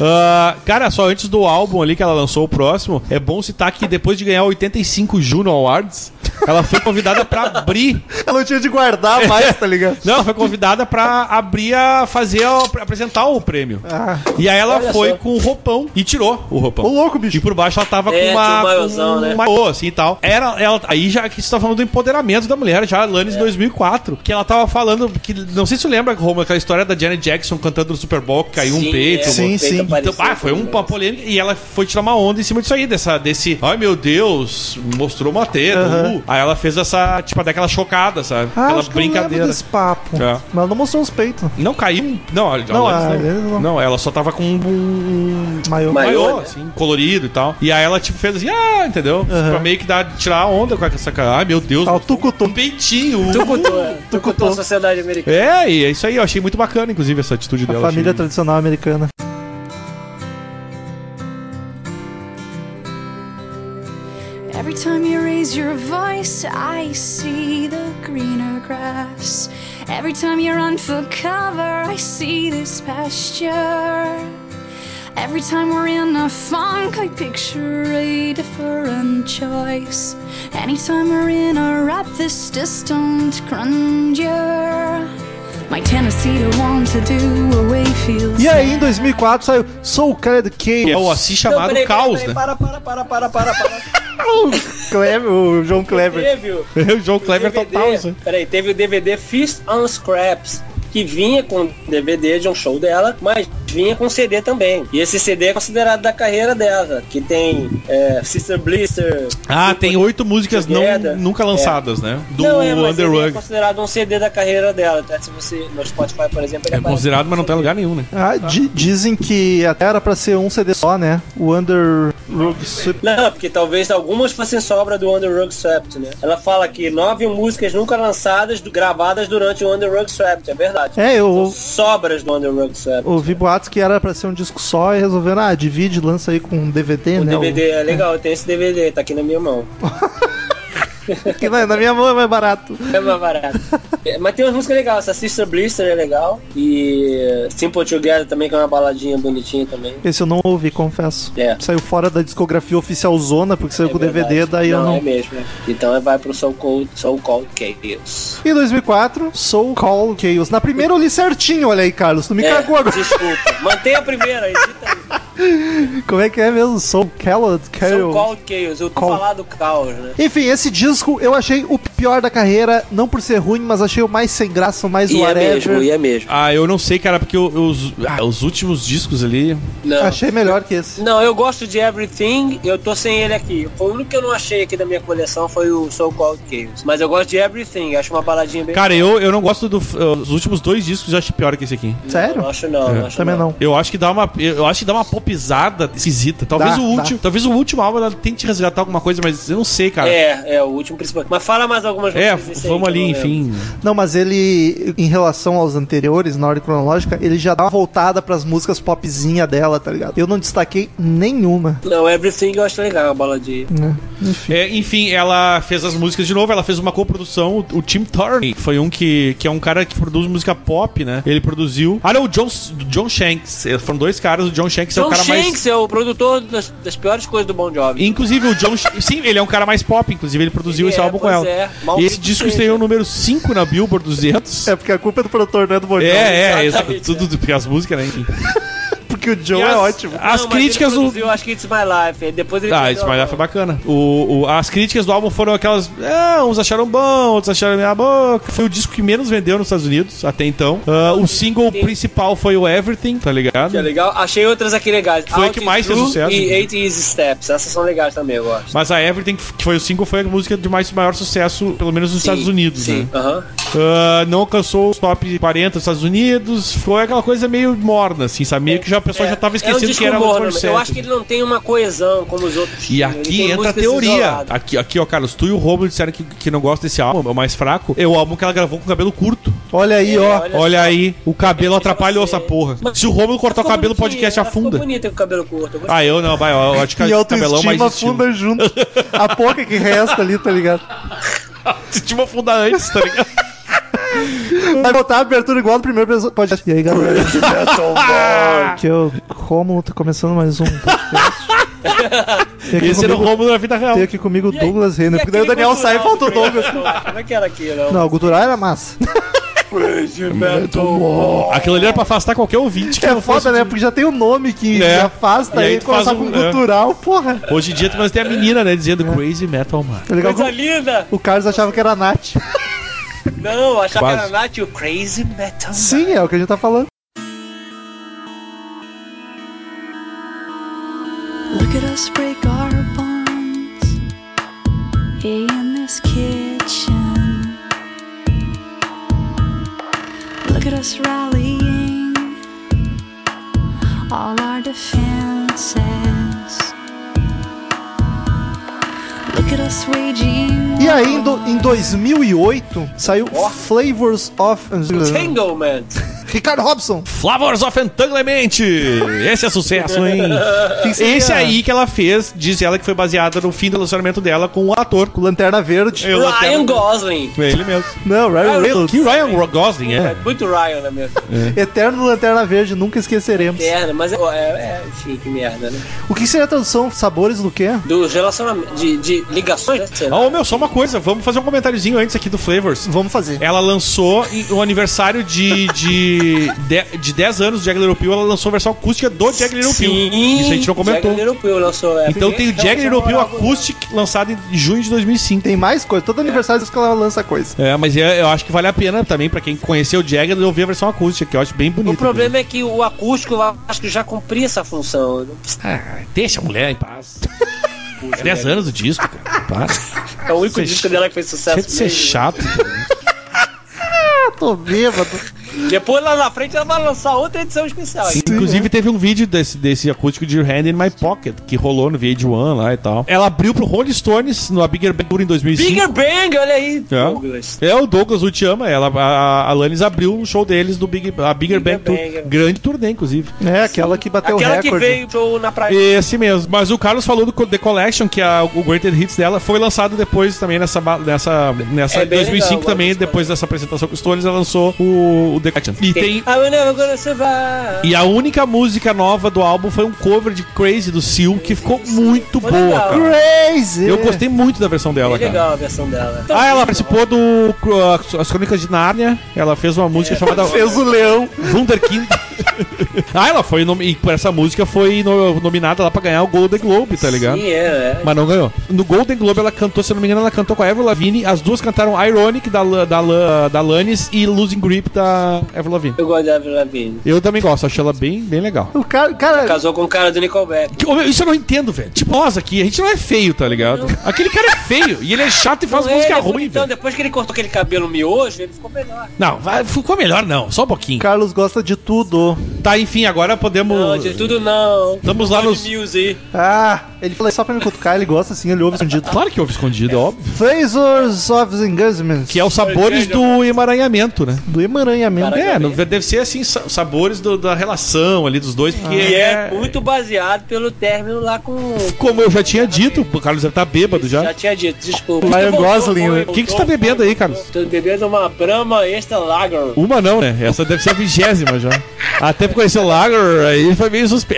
Speaker 3: Ah, cara, só antes do álbum ali que ela lançou o próximo, é bom citar que depois de ganhar 85 Juno Awards, ela foi convidada pra abrir.
Speaker 2: Ela não tinha de
Speaker 3: É.
Speaker 2: guardar mais, tá ligado?
Speaker 3: Não, foi convidada pra abrir a fazer a, pra apresentar o prêmio.
Speaker 2: Ah,
Speaker 3: E aí ela
Speaker 4: Olha
Speaker 3: foi
Speaker 4: só.
Speaker 3: com o roupão e tirou o roupão.
Speaker 2: ô louco, bicho.
Speaker 3: E por baixo ela tava
Speaker 4: É,
Speaker 3: com uma.
Speaker 4: tinha um maiôzão,
Speaker 3: com
Speaker 4: né?
Speaker 3: um maiô, assim e tal. Era, ela, aí já que você tá falando do empoderamento da mulher, já
Speaker 4: É.
Speaker 3: Alanis em 2004. Que ela tava falando. que Não sei se você lembra, Roma, aquela história da Janet Jackson cantando no Super Bowl, que caiu um peito.
Speaker 2: Sim,
Speaker 4: o é, peito
Speaker 2: sim.
Speaker 4: apareceu,
Speaker 3: Então, ah, foi um-
Speaker 4: né?
Speaker 3: uma polêmica e ela foi tirar uma onda em cima disso aí, dessa, desse. Ai meu Deus, mostrou uma teta.
Speaker 2: Aham.
Speaker 3: uh." Aí ela fez essa, tipo, daquela chocada, sabe?
Speaker 2: Ah,
Speaker 3: aquela
Speaker 2: acho que eu lembro
Speaker 3: brincadeira.
Speaker 2: desse papo.
Speaker 3: É.
Speaker 2: Mas ela não mostrou os peitos.
Speaker 3: Não caiu. um- Não,
Speaker 2: Não,
Speaker 3: a Alanis
Speaker 2: a
Speaker 3: não.
Speaker 2: Alanis não.
Speaker 3: Não, ela só tava com um-
Speaker 2: Hum,
Speaker 3: um
Speaker 2: Maior.
Speaker 4: Maior.
Speaker 3: maiô,
Speaker 4: né?
Speaker 3: assim, colorido e tal. E aí ela, tipo, fez assim, ah, entendeu? Pra meio que dar, tirar a onda com essa cara. Ai, meu Deus.
Speaker 2: Ah, o
Speaker 3: um
Speaker 2: tucutum.
Speaker 3: peitinho.
Speaker 4: Tucutu, é. Tucutu,
Speaker 2: Tucutu.
Speaker 4: Sociedade Americana.
Speaker 3: É, e é isso aí. Eu achei muito bacana, inclusive, essa atitude
Speaker 2: A
Speaker 3: dela.
Speaker 2: família
Speaker 3: achei...
Speaker 2: tradicional americana.
Speaker 1: Every time you raise your voice, I see the greener grass. Every time you run for cover, I see this pasture. Every time we're in a funk, I picture a different choice. Anytime we're in a rut, this distant grandeur. My Tennessee to want to do away feels.
Speaker 2: E aí, em 2004, saiu Soul Cred Cave.
Speaker 3: É o assim
Speaker 4: Não,
Speaker 3: chamado
Speaker 4: peraí, peraí,
Speaker 3: caos,
Speaker 4: peraí,
Speaker 3: né?
Speaker 4: Para, para, para, para, para, para.
Speaker 2: Clever, o João Clever.
Speaker 4: Teve o
Speaker 3: o João Clever
Speaker 4: DVD,
Speaker 3: total, assim. isso aí.
Speaker 4: Peraí, teve o DVD Fist on Scraps. Que vinha com DVD de um show dela, mas vinha com CD também. E esse CD é considerado da carreira dela, que tem é, Sister Blister.
Speaker 3: Ah,
Speaker 4: People
Speaker 3: tem oito músicas não,
Speaker 4: Together.
Speaker 3: nunca lançadas, né? Do
Speaker 4: É. Não, é, mas ele é
Speaker 3: Underworld.
Speaker 4: considerado um CD da carreira dela. Até se você no Spotify, por exemplo, ele
Speaker 3: É
Speaker 4: aparece
Speaker 3: considerado, mas não tem
Speaker 4: como
Speaker 3: lugar nenhum, né?
Speaker 2: Ah, di- dizem que até era pra ser um CD só, né? O Under... Rug Sweep.
Speaker 4: CD. Não, porque talvez algumas fossem sobra do Under Rug Swept, né? Ela fala que nove músicas nunca lançadas, do- gravadas durante o Under Rug Swept, é verdade.
Speaker 2: É,
Speaker 4: São
Speaker 2: eu
Speaker 4: Sobras do Under Rug Swept.
Speaker 2: ouvi boatos que era pra ser um disco só e resolveram, ah, divide, lança aí com um DVD,
Speaker 4: O
Speaker 2: né?
Speaker 4: DVD é legal, tem esse DVD, tá aqui na minha mão.
Speaker 2: Porque na, na minha mão é mais barato.
Speaker 4: É mais barato. É, Mas tem umas músicas legais, essa Sister Blister é legal. E eh, Simple Together também, que é uma baladinha bonitinha também.
Speaker 2: Esse eu não ouvi, confesso.
Speaker 4: É.
Speaker 2: Saiu fora da discografia oficial Zona, porque saiu
Speaker 4: É
Speaker 2: com o DVD,
Speaker 4: verdade.
Speaker 2: daí eu não...
Speaker 4: é mesmo. né? Então é- vai pro Soul Cold, Soul Cold Chaos.
Speaker 2: Em 2004, Soul Call Chaos. Na primeira eu li certinho, olha aí, Carlos. Tu me
Speaker 4: É,
Speaker 2: cagou agora.
Speaker 4: Desculpa. Mantém a primeira, edita aí.
Speaker 2: Como é que é mesmo? Soul Called
Speaker 4: São
Speaker 2: Carol.
Speaker 4: Cold Chaos, eu tô
Speaker 2: Cold.
Speaker 4: falar do caos, né?
Speaker 2: Enfim, esse disco eu achei o pior da carreira, não por ser ruim, mas achei o mais sem graça, o mais
Speaker 4: E é
Speaker 2: whatever.
Speaker 4: mesmo, e é mesmo.
Speaker 3: Ah, eu não sei, cara, porque eu- eu- os, ah, os últimos discos ali.
Speaker 4: Não.
Speaker 2: Achei melhor que esse.
Speaker 4: Não, eu gosto de Everything, eu tô sem ele aqui. O único que eu não achei aqui da minha coleção foi o Soul Cold Chaos. Mas eu gosto de Everything, acho uma baladinha bem.
Speaker 3: Cara, eu, eu não gosto dos últimos dois discos, eu acho pior que esse aqui.
Speaker 4: Não,
Speaker 2: Sério?
Speaker 4: Não acho não,
Speaker 3: É,
Speaker 4: não acho
Speaker 2: Também não.
Speaker 3: Eu acho que dá uma. Eu acho que dá uma popizada esquisita. Talvez
Speaker 2: Dá,
Speaker 3: o último. Talvez o último álbum ela tente resgatar alguma coisa, mas eu não sei, cara. É,
Speaker 4: É, é o último principal. Mas fala mais algumas
Speaker 3: f-
Speaker 4: desse
Speaker 3: vamos
Speaker 4: aí que é eu
Speaker 3: ali,
Speaker 4: não lembro.
Speaker 3: enfim.
Speaker 2: Não, mas ele, em relação aos anteriores, na ordem cronológica, ele já dá uma voltada pras músicas popzinha dela, tá ligado? Eu não destaquei nenhuma.
Speaker 4: Não, Everything eu acho legal, uma baladinha.
Speaker 2: né?
Speaker 3: É, enfim, ela fez as músicas de novo, ela fez uma coprodução, o, o Tim Turney, que foi um que, que é um cara que produz música pop, né? Ele produziu. Ah, não, o John, John Shanks. eh, Foram dois caras, o John Shanks é o
Speaker 4: John
Speaker 3: cara mais.
Speaker 4: Shanks é o produtor das, das piores coisas do Bon Jovi.
Speaker 3: Inclusive, o John. Sh- Sim, ele é um cara mais pop, inclusive, ele produziu
Speaker 4: Ele
Speaker 3: esse
Speaker 4: é,
Speaker 3: álbum com
Speaker 4: pois
Speaker 3: ela.
Speaker 4: é,
Speaker 3: e
Speaker 4: maldito
Speaker 3: esse disco
Speaker 4: seja.
Speaker 3: estreou o número 5 na Billboard 200.
Speaker 2: É porque a culpa é do produtor, não é do Bon
Speaker 3: É,
Speaker 2: Jovi.
Speaker 3: é,
Speaker 4: exatamente,
Speaker 3: exa- tudo, porque as músicas, né? Enfim.
Speaker 2: Porque o John
Speaker 3: E
Speaker 2: é
Speaker 3: as-
Speaker 2: ótimo.
Speaker 3: As
Speaker 4: Não, mas ele
Speaker 3: críticas do.
Speaker 4: produziu, né? acho que It's My Life. aí Depois ele
Speaker 3: Ah,
Speaker 4: perdeu
Speaker 3: esse My
Speaker 4: a
Speaker 3: Life foi bacana. O, o- as críticas do álbum foram aquelas. Ah, uns acharam bom, outros acharam minha boca. Foi o disco que menos vendeu nos Estados Unidos até então. Ah, o single principal foi o Everything, tá ligado?
Speaker 4: Que é legal. Achei outras aqui legais.
Speaker 3: Foi
Speaker 4: Out
Speaker 3: que
Speaker 4: is
Speaker 3: mais fez
Speaker 4: Blue
Speaker 3: sucesso.
Speaker 4: E 80 Easy Steps. Essas são legais também, eu gosto.
Speaker 3: Mas a Everything, que foi o single, foi a música de mais maior sucesso, pelo menos nos
Speaker 4: Sim,
Speaker 3: Estados Unidos,
Speaker 4: Sim,
Speaker 3: né?
Speaker 4: aham.
Speaker 3: Ah, não alcançou os top 40 dos Estados Unidos. Foi aquela coisa meio morna, assim, sabe?
Speaker 4: É.
Speaker 3: Meio que já, a pessoa já tava esquecendo que
Speaker 4: um disco
Speaker 3: era
Speaker 4: morno,
Speaker 3: Alanis
Speaker 4: mas
Speaker 3: Morissette.
Speaker 4: Eu acho que ele não tem uma coesão como os outros.
Speaker 3: E
Speaker 4: tinham. Ele
Speaker 3: aqui
Speaker 4: tem
Speaker 3: entra a
Speaker 4: músicas
Speaker 3: teoria.
Speaker 4: isoladas.
Speaker 3: Aqui, aqui, ó, Carlos, tu e o Romulo disseram que, que não gosta desse álbum, é o mais fraco. É o álbum que ela gravou com cabelo curto.
Speaker 2: Olha aí, ó.
Speaker 4: olha
Speaker 3: Olha,
Speaker 4: só.
Speaker 3: aí, o cabelo
Speaker 4: Eu
Speaker 3: atrapalhou
Speaker 4: sei.
Speaker 3: essa porra.
Speaker 4: Mas-
Speaker 3: Se o Romulo cortar o
Speaker 4: Ficou
Speaker 3: cabelo, o
Speaker 4: bonitinha,
Speaker 3: podcast
Speaker 4: ela tá
Speaker 3: afunda.
Speaker 4: Ficou bonita com o cabelo curto. eu gostei.
Speaker 3: Ah, eu não, vai, ó, eu acho que
Speaker 2: E
Speaker 3: cabelão mais
Speaker 2: autoestima
Speaker 3: estilo.
Speaker 2: afunda junto. A pouca que resta ali, tá ligado?
Speaker 3: Autoestima afunda antes, tá ligado?
Speaker 2: Vai botar a abertura igual do primeiro episódio. Pode... E aí, galera? que eu... Romulo tá começando mais um podcast. Tem aqui
Speaker 3: Esse era o
Speaker 2: comigo-
Speaker 3: Romulo na vida real.
Speaker 2: Tem aqui comigo o Douglas Renner. Porque daí o
Speaker 4: aquele
Speaker 2: Daniel sai e
Speaker 4: cultural
Speaker 2: falta o
Speaker 4: que eu
Speaker 2: Douglas.
Speaker 4: gosto, Como é que era aquilo?
Speaker 2: Não, o cultural era massa.
Speaker 3: Aquilo ali era pra afastar qualquer ouvinte. Que
Speaker 2: É
Speaker 3: não fosse
Speaker 2: foda, né?
Speaker 3: de-
Speaker 2: Porque já tem o nome que
Speaker 3: É.
Speaker 2: afasta
Speaker 3: E aí
Speaker 2: aí,
Speaker 3: tu
Speaker 2: começar
Speaker 3: faz
Speaker 2: com
Speaker 3: um- é.
Speaker 2: cultural, porra.
Speaker 3: Hoje em dia tu vai ter a menina, né, dizendo Crazy Metal Man.
Speaker 2: É legal
Speaker 4: Coisa
Speaker 2: que
Speaker 4: linda!
Speaker 2: o Carlos achava que era a Nath.
Speaker 4: Não, achava que era
Speaker 3: Quase.
Speaker 4: Nath, o Crazy Metal.
Speaker 2: Sim, é o que a gente tá falando.
Speaker 1: Look at us break our bonds here in this kitchen. Look at us rallying all our defenses. Look at us waging.
Speaker 2: E aí, em, do- em 2008, saiu Flavors of...
Speaker 4: Tanglement.
Speaker 2: Ricardo Robson.
Speaker 3: Flavors of Entanglement! Esse é sucesso, hein?
Speaker 2: Que seria-
Speaker 3: Esse aí que ela fez, diz ela que foi baseada no fim do relacionamento dela com o ator.
Speaker 2: Com Lanterna Verde.
Speaker 3: Eu até-
Speaker 4: Ryan Gosling.
Speaker 3: É ele mesmo.
Speaker 2: Não, Ryan Reynolds.
Speaker 3: Que Ryan Gosling,
Speaker 4: É
Speaker 3: é.
Speaker 4: muito Ryan na minha
Speaker 2: Eterno Lanterna Verde, nunca esqueceremos.
Speaker 4: perna, mas é, é, é, enfim, que merda, né?
Speaker 2: O que seria a tradução? Sabores do quê?
Speaker 4: Dos relacionamentos, de, de ligações, né? sei lá.
Speaker 3: Ô, meu, só uma coisa, vamos fazer um comentáriozinho antes aqui do Flavors.
Speaker 2: Vamos fazer.
Speaker 3: Ela lançou em- o aniversário de, de, de, de 10 anos do Jagged Little Pill, ela lançou a versão acústica do Jagged Little Pill. Isso a gente não comentou.
Speaker 4: Jagged Little Pill lançou, é.
Speaker 3: Então tem o
Speaker 4: Então,
Speaker 3: Jagged Little Pill
Speaker 4: moral,
Speaker 3: Acoustic lançado em junho de 2005.
Speaker 2: Tem mais coisa. Todo aniversário diz que ela lança coisa.
Speaker 3: É, mas eu, eu acho que vale a pena também, pra quem conheceu o Jagged, ouvir a versão acústica, que eu acho bem bonito.
Speaker 4: O problema é que o acústico, eu acho que já cumpria essa função.
Speaker 3: Ah, deixa a mulher em paz. 10 anos do disco, cara. Para.
Speaker 4: É o único
Speaker 3: Ser
Speaker 4: disco dela que fez sucesso.
Speaker 3: Deixa de ser
Speaker 4: mesmo.
Speaker 3: chato.
Speaker 2: Eu tô bêbado.
Speaker 4: Depois lá na frente ela vai lançar outra edição especial.
Speaker 3: Inclusive teve um vídeo desse, desse acústico de Your Hand in My Pocket que rolou no VH1 lá e tal. Ela abriu pro Rolling Stones no A Bigger Bang Tour em 2005.
Speaker 4: Bigger Bang, olha aí,
Speaker 3: É.
Speaker 4: Douglas.
Speaker 3: É, o Douglas o te ama, ela, a, a Lannis abriu um show deles do Big, a Bigger
Speaker 4: Bigger
Speaker 3: Bang Tour.
Speaker 4: Bang. é
Speaker 3: Grande turnê, inclusive.
Speaker 2: É, aquela que bateu o
Speaker 4: Aquela que
Speaker 2: recorde.
Speaker 4: veio show na praia.
Speaker 3: Esse mesmo. Mas o Carlos falou do Co- The Collection, que a, o Greatest Hits dela foi lançado depois também nessa. ba- nessa, nessa
Speaker 4: É
Speaker 3: em
Speaker 4: bem
Speaker 3: 2005
Speaker 4: legal,
Speaker 3: também,
Speaker 4: gosto
Speaker 3: depois dessa apresentação com os Stones, ela lançou o, o The Collection. E tem.
Speaker 4: I'm never gonna survive.
Speaker 3: E a única música nova do álbum foi um cover de Crazy do Seal, que ficou muito
Speaker 4: Foi
Speaker 3: boa,
Speaker 4: legal.
Speaker 3: cara.
Speaker 2: Mas
Speaker 3: Eu
Speaker 2: é.
Speaker 3: gostei muito da versão dela, cara.
Speaker 4: Bem legal Então, a versão dela.
Speaker 3: Ah, ela participou do Cro- As Crônicas de Nárnia. Ela fez uma
Speaker 4: É.
Speaker 3: música chamada
Speaker 2: Fez o leão.
Speaker 3: Wunderkind. ah, ela foi. Nomi... E por essa música foi no- nominada lá pra ganhar o Golden Globe, tá ligado?
Speaker 4: Sim, é, é.
Speaker 3: Mas não ganhou. No Golden Globe ela cantou, se eu não me engano, ela cantou com a Avril Lavigne. As duas cantaram Ironic da, La- da, La- da Lannis e Losing Grip da Avril Lavigne.
Speaker 4: Eu gosto da Avril Lavigne.
Speaker 3: Eu também gosto, achei ela bem, bem legal.
Speaker 2: O cara, cara,
Speaker 4: Casou com o cara do Nickelback.
Speaker 3: Que- ô, meu, Isso eu não entendo, velho. Tipo, nós aqui, a gente não é feio, tá ligado? Aquele cara é feio e ele é chato e faz
Speaker 4: Não,
Speaker 3: música
Speaker 4: ele é
Speaker 3: ruim,
Speaker 4: bonitão.
Speaker 3: velho.
Speaker 4: Depois que ele cortou aquele cabelo miojo, ele ficou melhor.
Speaker 3: Não, vai- ficou melhor não, só um pouquinho.
Speaker 2: Carlos gosta de tudo.
Speaker 3: Tá, enfim, agora podemos.
Speaker 4: Não, de tudo não.
Speaker 3: Estamos lá nos.
Speaker 4: Tony Music.
Speaker 2: Ah, ele fala só pra me cutucar, ele gosta assim, ele ouve escondido.
Speaker 3: Claro que houve escondido, é óbvio.
Speaker 2: Phasers of Engagements.
Speaker 3: Que é os sabores do emaranhamento, né?
Speaker 2: do emaranhamento.
Speaker 4: Caraca.
Speaker 3: É, no- deve ser assim, sa- sabores do- da relação ali dos dois, porque.
Speaker 4: E é muito baseado pelo término lá com.
Speaker 3: Como eu já tinha dito, o Carlos deve estar bêbado já.
Speaker 4: Já tinha dito, desculpa.
Speaker 2: Ryan
Speaker 4: Voltou,
Speaker 2: Gosling,
Speaker 4: foi,
Speaker 2: né?
Speaker 3: O que, que você
Speaker 4: voltou,
Speaker 3: tá bebendo
Speaker 4: foi,
Speaker 3: aí,
Speaker 4: voltou.
Speaker 3: Carlos?
Speaker 4: Tô bebendo uma Brahma Extra Lager.
Speaker 3: Uma não, né? Essa deve ser a vigésima já. Até pra conhecer o Lager, aí foi meio suspeito.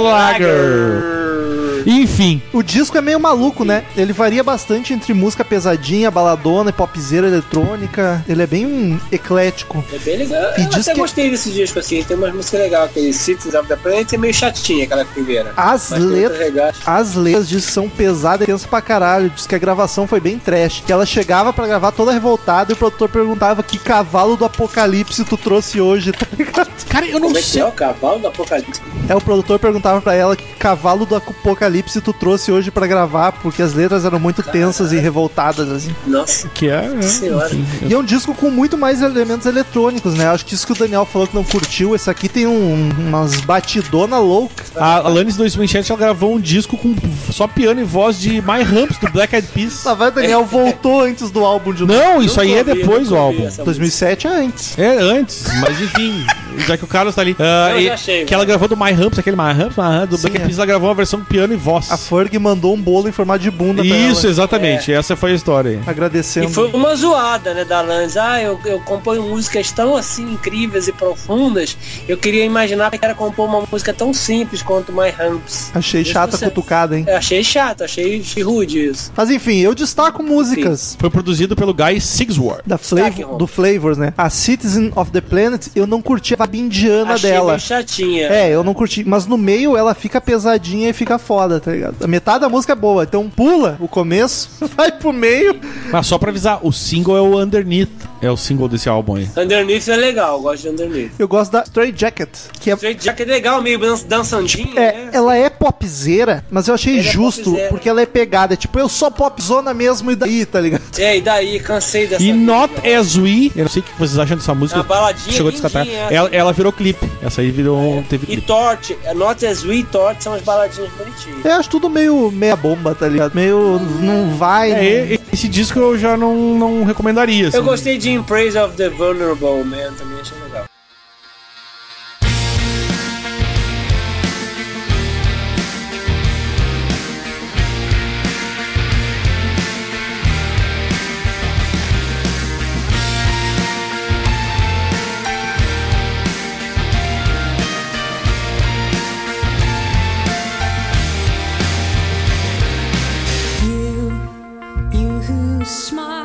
Speaker 3: Lager. Enfim,
Speaker 2: O disco é meio maluco, né? Ele varia bastante entre música pesadinha, baladona, popzeira eletrônica. Ele é bem hum, eclético.
Speaker 4: É bem legal. Eu
Speaker 2: E diz
Speaker 4: até
Speaker 2: que-
Speaker 4: gostei desse disco, assim. Tem umas músicas legais, aquele Cities of the Planet é meio chatinha aquela primeira.
Speaker 2: As
Speaker 4: Mas tem outras
Speaker 2: letras.
Speaker 4: legais.
Speaker 2: As letras disso são pesadas e tensas pra caralho. Diz que a gravação foi bem trash. Que ela chegava pra gravar toda revoltada e o produtor perguntava que cavalo do apocalipse tu trouxe hoje, tá ligado?
Speaker 3: cara, eu não
Speaker 4: Como é que
Speaker 3: sei.
Speaker 4: é o cavalo do apocalipse?
Speaker 2: É, o produtor perguntava pra ela que cavalo do apocalipse tu trouxe hoje pra gravar, porque as letras eram muito tensas e revoltadas, assim.
Speaker 4: Nossa
Speaker 3: Que é, né?
Speaker 4: senhora.
Speaker 2: E é um disco com muito mais elementos eletrônicos, né? Acho que isso que o Daniel falou que não curtiu. Esse aqui tem um- umas batidona louca.
Speaker 3: A Alanis 2007 ela gravou um disco com só piano e voz de My Ramps do Black Eyed Peas.
Speaker 2: Lá vai o Daniel, voltou antes do álbum de
Speaker 3: Não, isso
Speaker 4: Nunca
Speaker 3: aí é
Speaker 4: ouvi,
Speaker 3: depois
Speaker 4: nunca
Speaker 3: do
Speaker 4: ouvi
Speaker 3: álbum.
Speaker 4: essa música.
Speaker 2: 2007 é antes.
Speaker 3: É antes, mas enfim, já que o Carlos tá ali. Ah,
Speaker 4: Eu já
Speaker 3: e-
Speaker 4: achei,
Speaker 3: que ela gravou do My Ramps, aquele My Ramps, My Ramps do
Speaker 2: Sim,
Speaker 3: Black
Speaker 2: é.
Speaker 3: Eyed Peas, ela gravou uma versão com piano e voz.
Speaker 2: A Ferg mandou um bolo em formato de bunda pra
Speaker 3: Isso,
Speaker 2: ela,
Speaker 3: exatamente. Essa foi a história aí.
Speaker 2: agradecendo.
Speaker 4: E foi uma zoada, né, da Lanz. Ah, eu, eu componho músicas tão assim incríveis e profundas. Eu queria imaginar que era compor uma música tão simples quanto My Ramps.
Speaker 2: Achei
Speaker 4: Isso
Speaker 2: chata a
Speaker 4: você-
Speaker 2: cutucada, hein?
Speaker 4: Eu achei chato, achei achei rude isso.
Speaker 2: Mas enfim, eu destaco músicas.
Speaker 3: Foi produzido pelo Guy Sigsworth.
Speaker 2: Da
Speaker 4: Destaque,
Speaker 2: flavor,
Speaker 4: Romulo.
Speaker 2: do Flavors, né? A Citizen of the Planet, eu não curti a vibe indiana
Speaker 4: achei
Speaker 2: dela.
Speaker 4: meio chatinha.
Speaker 2: É, eu não curti. Mas no meio ela fica pesadinha e fica foda, tá ligado? A metade da música é boa. Então pula o começo, vai pro meio.
Speaker 3: Mas só pra avisar, o single é o Underneath. É o single desse álbum aí.
Speaker 4: Underneath é legal, eu gosto de Underneath.
Speaker 2: Eu gosto da Stray Jacket, que é.
Speaker 4: Straight Jacket é legal, meio dan- dançandinha,
Speaker 2: é,
Speaker 4: né?
Speaker 2: ela é popzeira, mas eu achei
Speaker 4: Ela é
Speaker 2: justo,
Speaker 4: popzera.
Speaker 2: porque ela é pegada. É tipo, eu sou popzona mesmo e daí, tá ligado?
Speaker 4: É, e daí, cansei dessa.
Speaker 3: E
Speaker 4: vida.
Speaker 3: Not As We, eu não sei o que vocês acham dessa música.
Speaker 4: Uma baladinha é
Speaker 3: Chegou a descartar.
Speaker 4: lindinha, essa.
Speaker 3: Ela, ela virou clipe. Essa aí virou. um, Teve
Speaker 4: E
Speaker 3: clipe.
Speaker 4: Torte, é, Not As We e Torte são as baladinhas bonitinhas.
Speaker 2: Eu acho tudo meio meia bomba, tá ligado? Meio. não vai.
Speaker 3: É,
Speaker 2: não-
Speaker 3: e- e- esse disco eu já não, não recomendaria.
Speaker 2: É.
Speaker 3: assim.
Speaker 4: Eu gostei de In Praise of the Vulnerable Man, também achei legal.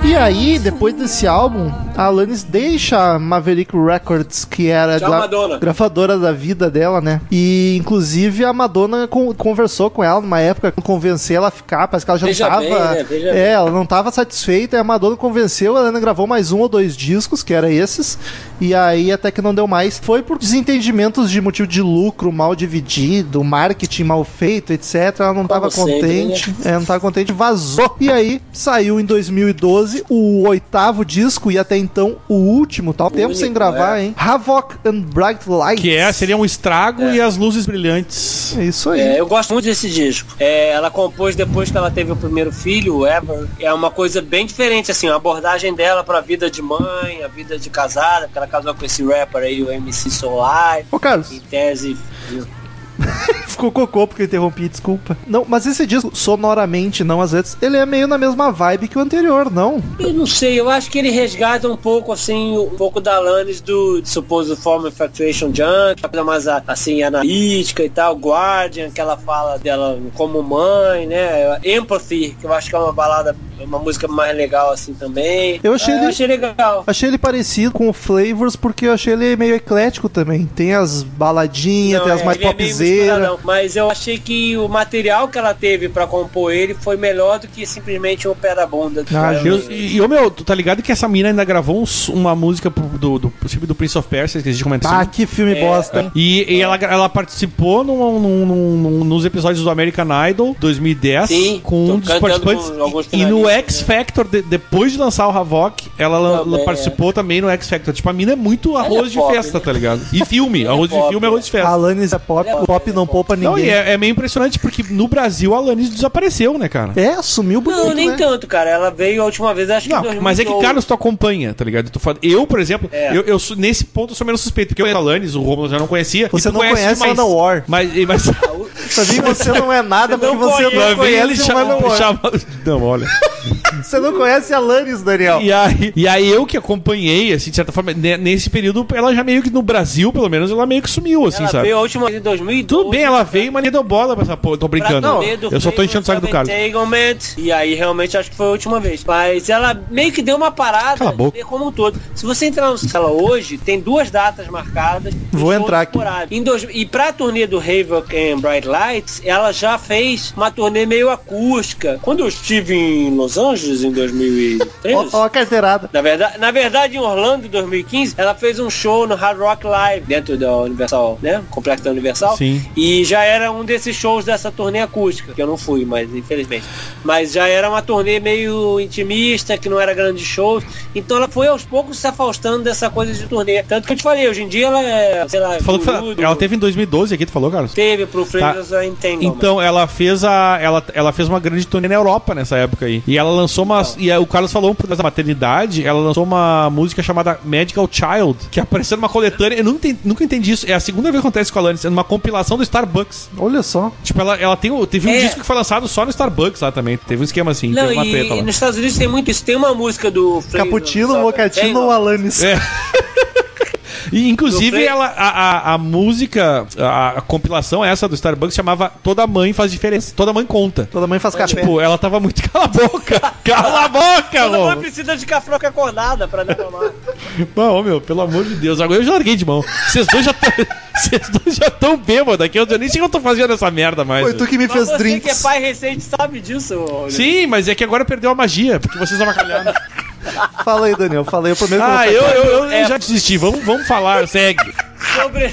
Speaker 2: E aí, depois desse álbum, a Alanis deixa a Maverick Records, que era
Speaker 4: Tchau,
Speaker 2: gra-
Speaker 4: Madonna.
Speaker 2: gravadora da vida dela, né? E, inclusive, a Madonna con- conversou com ela numa época, convencer ela a ficar, parece que ela já
Speaker 4: Veja
Speaker 2: não tava...
Speaker 4: bem, né? Veja
Speaker 2: é,
Speaker 4: bem.
Speaker 2: ela não tava satisfeita, e a Madonna convenceu, ela ainda gravou mais um ou dois discos, que era esses, e aí até que não deu mais. Foi por desentendimentos de motivo de lucro mal dividido, marketing mal feito, etc. Ela não tava
Speaker 4: sempre, né?
Speaker 2: contente. É, não tava contente, vazou. E aí, saiu em 2012 o oitavo disco e até então o último, tal tempo
Speaker 4: único,
Speaker 2: sem gravar,
Speaker 4: é.
Speaker 2: hein? Havoc and Bright Lights.
Speaker 3: Que é, seria um estrago e as luzes brilhantes.
Speaker 2: É isso aí.
Speaker 4: É, eu gosto muito desse disco. É, ela compôs depois que ela teve o primeiro filho, o Evan. É uma coisa bem diferente, assim, a abordagem dela pra vida de mãe, a vida de casada, porque ela casou com esse rapper aí, o MC Solar,
Speaker 2: Ô, Carlos,
Speaker 4: em tese.
Speaker 2: Ficou cocô porque eu interrompi, desculpa. Não, mas esse disco, sonoramente, não às vezes, ele é meio na mesma vibe que o anterior, não?
Speaker 4: Eu não sei, eu acho que ele resgata um pouco, assim, um pouco da Alanis do Supposed Form of Factuation Junk, uma coisa mais, a- assim, analítica e tal, Guardian, que ela fala dela como mãe, né? Empathy, que eu acho que é uma balada, uma música mais legal, assim, também.
Speaker 2: Eu achei
Speaker 4: Ah,
Speaker 2: ele- assim,
Speaker 4: achei legal.
Speaker 2: Achei ele parecido com o Flavors porque eu achei ele meio eclético também. Tem as baladinhas,
Speaker 4: Não,
Speaker 2: tem as
Speaker 4: é,
Speaker 2: mais
Speaker 4: ele é meio
Speaker 2: popzeiras.
Speaker 4: misturadão, mas eu achei que o material que ela teve pra compor ele foi melhor do que simplesmente o pé da bunda.
Speaker 2: Ah,
Speaker 4: Eu-
Speaker 3: Eu- E, e, ô, meu, tu tá ligado que essa mina ainda gravou uns- uma música pro- do, do, do, do Prince of Persia, que a gente comentou.
Speaker 2: ah, que filme
Speaker 4: É.
Speaker 2: bosta, hein?
Speaker 3: E, e ela, ela participou num- num- num- num- nos episódios do American Idol 2010
Speaker 4: Sim,
Speaker 3: com um dos
Speaker 4: cantando
Speaker 3: participantes.
Speaker 4: com alguns
Speaker 3: e no
Speaker 4: finalistas, né?
Speaker 3: X Factor, de- depois de lançar o Havok, ela lan-
Speaker 4: Também,
Speaker 3: lan- participou também no X Factor. Tipo, a mina é muito
Speaker 4: é
Speaker 3: arroz de
Speaker 4: pop,
Speaker 3: festa,
Speaker 4: né?
Speaker 3: tá ligado? E filme. arroz de
Speaker 4: pop,
Speaker 3: filme é arroz de festa.
Speaker 2: A Alanis é pop,
Speaker 4: Ele é
Speaker 2: o pop
Speaker 4: pop,
Speaker 2: não
Speaker 4: ele é
Speaker 2: poupa
Speaker 3: Não, e
Speaker 2: ninguém.
Speaker 3: é, é meio impressionante porque no Brasil a Alanis desapareceu, né, cara?
Speaker 2: É, sumiu bonito,
Speaker 4: Não, nem
Speaker 2: né?
Speaker 4: tanto, cara. Ela veio a última vez, acho que em
Speaker 3: Não, mas é que,
Speaker 4: 2008.
Speaker 3: Carlos, tu acompanha, tá ligado? Tu fala- Eu, por exemplo,
Speaker 4: É.
Speaker 3: eu, eu sou- nesse ponto eu sou menos suspeito, porque eu era Alanis, o Romulo já não conhecia.
Speaker 2: Você
Speaker 3: e tu
Speaker 2: não conhece
Speaker 3: demais.
Speaker 2: Lana War.
Speaker 3: Mas, e- mas
Speaker 2: Pra mim você não é nada porque
Speaker 4: Não
Speaker 2: você não
Speaker 3: pra mim ele
Speaker 2: conhece o
Speaker 3: chama,
Speaker 2: Manowar.
Speaker 3: chama... Não, olha.
Speaker 2: Você não conhece a Alanis, Daniel.
Speaker 3: E aí, e aí eu que acompanhei, assim, de certa forma, ne- nesse período, ela já meio que no Brasil, pelo menos, ela meio que sumiu, assim,
Speaker 4: Ela
Speaker 3: sabe?
Speaker 4: veio a última vez em 2012.
Speaker 3: Tudo bem, ela veio, mas nem deu bola pra essa porra. Tô
Speaker 4: pra um
Speaker 3: brincando.
Speaker 4: turnê do
Speaker 3: eu só tô enchendo o saco do
Speaker 4: Flavor
Speaker 3: Carlos.
Speaker 4: Entanglement, E aí, realmente, acho que foi a última vez. Mas ela meio que deu uma parada
Speaker 3: Cala a boca.
Speaker 4: como um todo. Se você entrar no sala hoje, tem duas datas marcadas.
Speaker 2: Vou
Speaker 4: Show
Speaker 2: entrar aqui.
Speaker 4: temporário. Em dois, e pra turnê do Havoc and Bright Lights, ela já fez uma turnê meio acústica. Quando eu estive em Los Angeles, em 2013...
Speaker 2: Ó, ó a carteirada.
Speaker 4: Na verdade, na verdade, em Orlando, em 2015, ela fez um show no Hard Rock Live, dentro da Universal, né? Complexo da Universal.
Speaker 3: Sim.
Speaker 4: E já era um desses shows dessa turnê acústica, que eu não fui, mas infelizmente. Mas já era uma turnê meio intimista, que não era grande show. Então ela foi aos poucos se afastando dessa coisa de turnê. Tanto que eu te falei, hoje em dia ela é, sei lá,
Speaker 3: Tu falou que
Speaker 4: guru
Speaker 3: foi-
Speaker 4: do-
Speaker 3: ela teve em 2012 aqui, tu falou, Carlos?
Speaker 4: teve pro Flavors tá. Entanglement.
Speaker 3: Então, ela fez a. Ela, ela fez uma grande turnê na Europa nessa época aí. E ela lançou uma.
Speaker 4: Então.
Speaker 3: E aí o Carlos falou um pouco dessa maternidade. Ela lançou uma música chamada Medical Child, que apareceu numa coletânea. Eu nunca entendi, nunca entendi isso. É a segunda vez que acontece com a Alanis. É numa compilação do Starbucks.
Speaker 2: Olha só.
Speaker 3: Tipo, ela, ela tem, o- teve um
Speaker 4: É.
Speaker 3: disco que foi lançado só no Starbucks lá também. Teve um esquema assim,
Speaker 4: não,
Speaker 3: teve uma
Speaker 4: e,
Speaker 3: treta
Speaker 4: e
Speaker 3: lá.
Speaker 4: nos Estados Unidos tem muito isso. Tem uma música do Flavors
Speaker 2: Caputino,
Speaker 4: of
Speaker 2: Mocatino
Speaker 4: Entanglement.
Speaker 2: ou Alanis?
Speaker 3: É. E, inclusive,
Speaker 4: Eu sei.
Speaker 3: ela, a, a- a música, a, a compilação é essa do Starbucks chamava Toda Mãe Faz Diferença. Toda Mãe Conta.
Speaker 2: Toda mãe faz
Speaker 4: É.
Speaker 2: café.
Speaker 3: Tipo, ela tava muito. Cala a boca! Cala a boca,
Speaker 4: Ela não
Speaker 3: mano!
Speaker 4: precisa de cafroca acordada pra reclamar.
Speaker 3: Não, meu, pelo amor de Deus. Agora eu já larguei de mão. Vocês dois já tão- Vocês dois já estão bêbados aqui. Eu nem sei o que eu tô fazendo essa merda mais. né?
Speaker 2: Foi tu que me
Speaker 4: Mas
Speaker 2: fez
Speaker 4: você que é
Speaker 2: drinks.
Speaker 4: pai recente sabe disso, Olho.
Speaker 3: Sim, mas é que agora perdeu a magia, porque vocês avacalharam.
Speaker 2: Fala aí, Daniel. Fala aí, eu prometo que
Speaker 3: Ah,
Speaker 2: vou-
Speaker 3: eu, eu, eu
Speaker 4: É.
Speaker 3: já desisti. Vamos, vamos falar, segue.
Speaker 4: Sobre,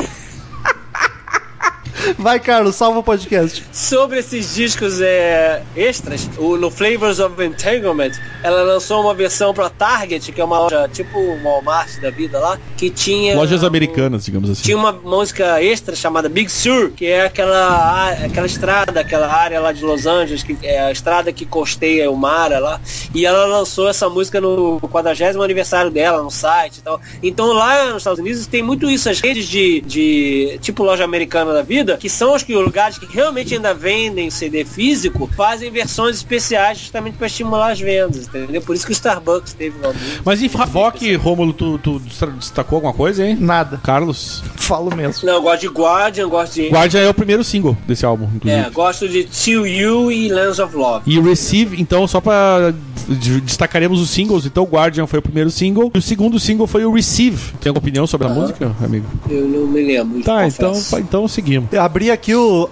Speaker 2: Vai, Carlos, salva o podcast.
Speaker 4: sobre esses discos é, extras, o, no Flavors of Entanglement, ela lançou uma versão pra Target, que é uma loja tipo um Walmart da vida lá, que tinha.
Speaker 3: Lojas
Speaker 4: o-
Speaker 3: americanas, digamos assim.
Speaker 4: Tinha uma música extra chamada Big Sur, que é aquela, a- aquela estrada, aquela área lá de Los Angeles, que é a estrada que costeia o mar é lá. E ela lançou essa música no 40 aniversário dela, no site e tal. Então lá nos Estados Unidos tem muito isso, as redes de, de tipo loja americana da vida, que são os que, os lugares que realmente ainda vendem CD físico, fazem versões especiais justamente para estimular as vendas, entendeu? Por isso que o Starbucks teve uma música.
Speaker 3: Mas enfim, Havok, Rômulo, tu, tu destacou alguma coisa, hein?
Speaker 2: Nada.
Speaker 3: Carlos?
Speaker 2: Falo mesmo.
Speaker 4: Não, eu gosto de Guardian, gosto de
Speaker 3: Guardian é o primeiro single desse álbum, inclusive.
Speaker 4: É, gosto de Till You e Lands of Love.
Speaker 3: E Receive, então, só pra. d- Destacaremos os singles. Então, Guardian foi o primeiro single. E o segundo single foi o Receive. Tem alguma opinião sobre a
Speaker 4: Ah.
Speaker 3: música, amigo?
Speaker 4: Eu não me lembro.
Speaker 3: Tá,
Speaker 4: confesso.
Speaker 3: então, pa- então seguimos.
Speaker 2: Eu abri aqui o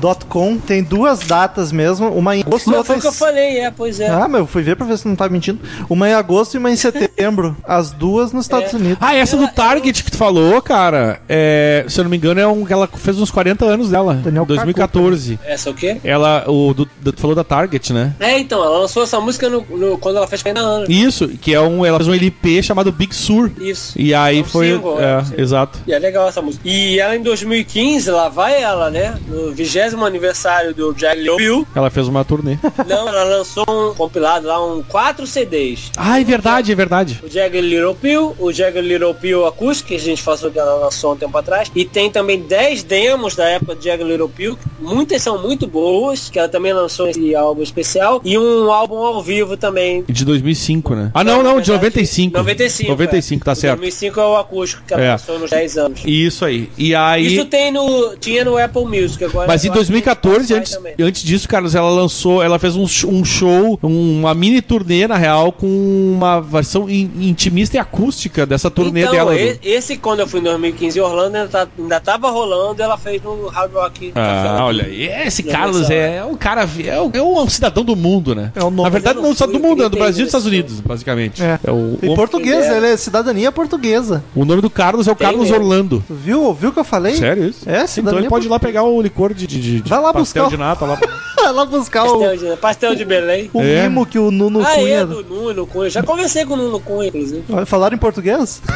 Speaker 2: alanis.com, tem duas datas mesmo, uma em agosto e
Speaker 4: Mas
Speaker 2: outra
Speaker 4: foi
Speaker 2: em...
Speaker 4: o que eu falei, é, pois é.
Speaker 2: Ah, mas eu fui ver pra ver se não tá mentindo. Uma em agosto e uma em setembro. As duas nos
Speaker 4: É.
Speaker 2: Estados Unidos.
Speaker 3: Ah, essa do Target que tu falou, cara, é, se eu não me engano, é um, ela fez uns 40 anos dela,
Speaker 2: Daniel
Speaker 3: 2014.
Speaker 4: Essa o quê?
Speaker 3: Ela, o, do, do- tu falou da Target, né?
Speaker 4: É, então, ela lançou essa música no, no- quando ela fez 40 anos.
Speaker 3: Isso, que é um, ela fez um LP chamado Big Sur.
Speaker 4: Isso.
Speaker 3: E aí
Speaker 4: É um
Speaker 3: foi.
Speaker 4: single,
Speaker 3: é,
Speaker 4: é um single.
Speaker 3: exato.
Speaker 4: E é legal essa música. E ela em 2015, ela lá vai ela, né? No vigésimo aniversário do Jack Bill,
Speaker 3: Ela fez uma turnê.
Speaker 4: não, ela lançou um compilado lá, um quatro CDs.
Speaker 3: ah, é verdade, é verdade.
Speaker 4: O Jagger Little Pill, o Jagger Little Pill Acoustic, que a gente falou que ela lançou um tempo atrás. E tem também 10 demos da época do Jagger Little Pill. que Muitas são muito boas, que ela também lançou esse álbum especial. E um álbum ao vivo também.
Speaker 3: De 2005, né? Ah, não,
Speaker 4: Na
Speaker 3: não, de
Speaker 4: É verdade,
Speaker 3: 95.
Speaker 4: 95.
Speaker 3: 95, tá
Speaker 4: é.
Speaker 3: certo.
Speaker 4: 2005 é o acústico que ela
Speaker 3: É.
Speaker 4: lançou nos 10 anos.
Speaker 3: Isso aí. E aí.
Speaker 4: Isso tem no, tinha no Apple Music agora.
Speaker 3: Mas em
Speaker 4: eu acho que
Speaker 3: 2014,
Speaker 4: vai
Speaker 3: antes,
Speaker 4: também.
Speaker 3: antes disso, Carlos, ela lançou, ela fez um, sh- um show, um- uma mini turnê, na real, com uma versão in- intimista e acústica dessa turnê
Speaker 4: então,
Speaker 3: dela. né?
Speaker 4: e- Esse, quando eu fui em 2015 em Orlando, ainda, tá- ainda tava rolando. Ela fez no Hard Rock. Café.
Speaker 3: Ah, olha, aí. esse
Speaker 4: Não,
Speaker 3: Carlos
Speaker 4: nessa
Speaker 3: é, é um cara, vi- é um, é um cidadão do mundo, né?
Speaker 2: É o nome
Speaker 3: na verdade,
Speaker 4: dele.
Speaker 3: não só do mundo, é do
Speaker 4: Entendi
Speaker 3: Brasil e dos
Speaker 4: isso.
Speaker 3: Estados Unidos, basicamente.
Speaker 2: É.
Speaker 3: o,
Speaker 2: Em
Speaker 3: o-
Speaker 2: português,
Speaker 4: Entendeu?
Speaker 2: ele é cidadania portuguesa.
Speaker 3: o nome do Carlos é o
Speaker 4: Tem
Speaker 3: Carlos
Speaker 4: mesmo.
Speaker 3: Orlando.
Speaker 2: Tu viu? Ouviu o que eu falei?
Speaker 3: Sério isso?
Speaker 2: É,
Speaker 3: Então
Speaker 2: cidadania
Speaker 3: ele pode ir lá pegar o licor de, de, de- de
Speaker 2: Vai lá
Speaker 3: pastel
Speaker 2: buscar.
Speaker 3: de nata lá.
Speaker 2: Vai lá buscar o,
Speaker 4: Pastel de, pastel de Belém.
Speaker 2: o
Speaker 3: É.
Speaker 2: mimo que o Nuno
Speaker 4: ah,
Speaker 2: Cunha...
Speaker 4: é, do Nuno Cunha. Já conversei com o Nuno Cunha, inclusive.
Speaker 2: Falaram em português?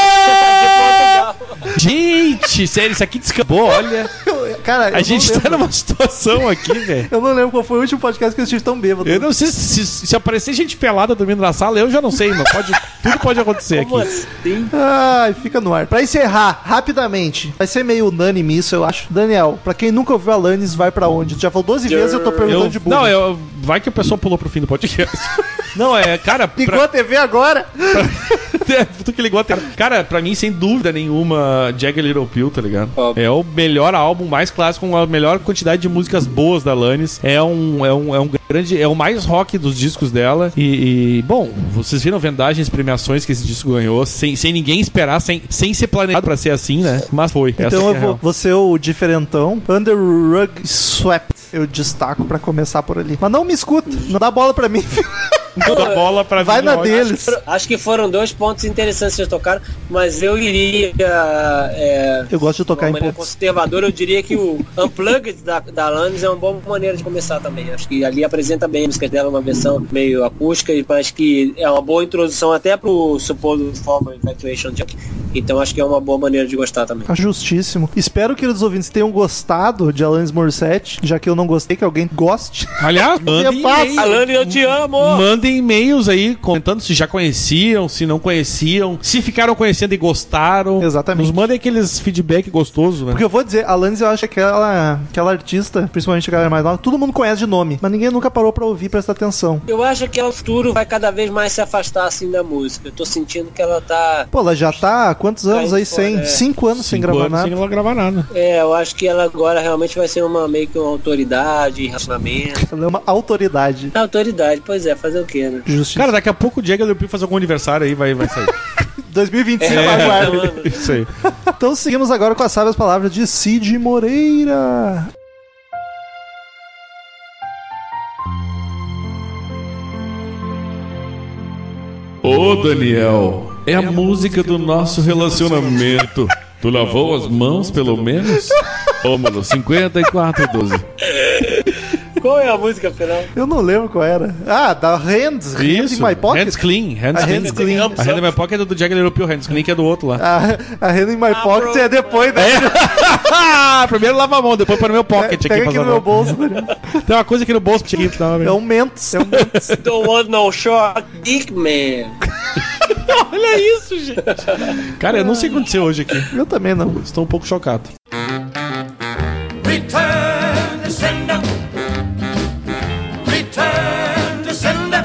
Speaker 4: tá De Portugal.
Speaker 3: Gente, sério, isso aqui descambou, olha.
Speaker 2: Cara, eu
Speaker 3: A
Speaker 2: não
Speaker 3: gente
Speaker 2: lembro.
Speaker 3: tá numa situação aqui, velho.
Speaker 2: Eu não lembro qual foi o último podcast que eu estive tão bêbado.
Speaker 3: Eu não sei se, se, se aparecer gente pelada dormindo na sala, eu já não sei, mas pode, tudo pode acontecer
Speaker 4: Como
Speaker 3: aqui.
Speaker 4: assim?
Speaker 2: Ai, fica no ar. Pra encerrar, rapidamente, vai ser meio unânime isso, eu acho. Daniel, pra quem nunca ouviu a Lannis, vai pra onde? Tu já falou 12 vezes e eu tô perguntando
Speaker 3: Eu-
Speaker 2: de burro.
Speaker 3: não, eu, vai que a pessoa pulou pro fim do podcast. Não, é, cara,
Speaker 2: Ligou
Speaker 3: pra,
Speaker 2: a TV agora?
Speaker 3: tu É, que ligou a ter- Cara, pra mim, sem dúvida nenhuma, Jagger Little Pill, tá ligado?
Speaker 4: Óbvio.
Speaker 3: É o melhor álbum, mais clássico, com a melhor quantidade de músicas boas da Lannis. É um, é um, é um grande. É o mais rock dos discos dela. E, e, bom, vocês viram vendagens, premiações que esse disco ganhou, sem, sem ninguém esperar, sem, sem ser planejado pra ser assim, né? Mas foi. Essa
Speaker 2: Então
Speaker 3: que é
Speaker 2: eu
Speaker 3: a
Speaker 2: vou,
Speaker 3: real.
Speaker 2: vou ser o diferentão. Under Rug Swept. Eu destaco pra começar por ali. Mas não me escuta, não dá bola pra mim. filho.
Speaker 3: Não dá bola pra
Speaker 2: Vai
Speaker 3: Vini
Speaker 2: na
Speaker 3: Rock.
Speaker 2: deles.
Speaker 4: Acho que foram dois pontos interessantes que vocês tocaram, mas eu iria. É,
Speaker 2: Eu gosto de
Speaker 4: de uma
Speaker 2: tocar em
Speaker 4: maneira
Speaker 2: pontos.
Speaker 4: conservadora, eu diria que o Unplugged da, da Alanis é uma boa maneira de começar também. Acho que ali apresenta bem a música dela, uma versão meio acústica, e parece que é uma boa introdução até pro Supposed Former Infatuation Junk. Então acho que é uma boa maneira de gostar também.
Speaker 2: Tá justíssimo. Espero que os ouvintes tenham gostado de Alanis Morissette, já que eu não gostei, que alguém goste.
Speaker 3: Aliás, mandem
Speaker 2: passa.
Speaker 3: e-mail.
Speaker 4: Alanis, eu te amo!
Speaker 3: Mandem e-mails aí comentando se já conheciam, se não conheciam, se ficaram conhecendo e gostaram.
Speaker 2: Exatamente.
Speaker 3: Nos mandem aqueles feedback gostoso, né?
Speaker 2: Porque eu vou dizer, a Lannis eu acho que aquela, aquela artista, principalmente a galera mais nova, todo mundo conhece de nome, mas ninguém nunca parou pra ouvir, prestar atenção.
Speaker 4: Eu acho que é o futuro vai cada vez mais se afastar assim da música. Eu tô sentindo que ela tá.
Speaker 2: Pô, ela já tá há quantos anos aí?
Speaker 4: Aí fora,
Speaker 2: Sem,
Speaker 4: é.
Speaker 2: Cinco anos sem gravar
Speaker 3: anos
Speaker 2: nada.
Speaker 3: Sem gravar nada.
Speaker 4: É, eu acho que ela agora realmente vai ser uma meio que uma autoridade em relacionamento.
Speaker 2: Ela é uma autoridade.
Speaker 4: Autoridade, pois é, fazer o quê, né?
Speaker 2: Justiça.
Speaker 3: Cara, daqui a pouco o Diego Leopio faz algum aniversário aí, vai, vai sair.
Speaker 2: 2025
Speaker 4: É.
Speaker 2: aguarde.
Speaker 3: Isso aí.
Speaker 2: Então seguimos agora com as sábias palavras de Cid Moreira.
Speaker 8: Ô Daniel, é a música do nosso relacionamento. Tu lavou as mãos, pelo menos? Ô, mano, 5412.
Speaker 4: Qual é a música final?
Speaker 2: Eu não lembro qual era. Ah, da Hands, Hands in My Pocket.
Speaker 3: Hands clean. Hands
Speaker 2: A
Speaker 3: clean.
Speaker 2: Hands Clean.
Speaker 3: A Hand in My Pocket é do Diego Leopio, Hands clean que é do outro lá.
Speaker 2: A, a Hands in My Pocket é depois, né?
Speaker 3: Ah, primeiro lava a mão, depois põe no meu pocket aqui.
Speaker 2: Pega É, aqui
Speaker 3: pra
Speaker 2: no meu
Speaker 3: lavar.
Speaker 2: bolso. tá ligado?
Speaker 3: Tem uma coisa aqui no bolso aqui. Tá,
Speaker 2: É um mentos. É um mentos.
Speaker 4: Don't want no short dick man.
Speaker 3: Olha isso, gente. Cara, eu não sei o que aconteceu hoje aqui.
Speaker 2: Eu também não.
Speaker 3: Estou um pouco chocado.
Speaker 5: Return to sender. Return to sender.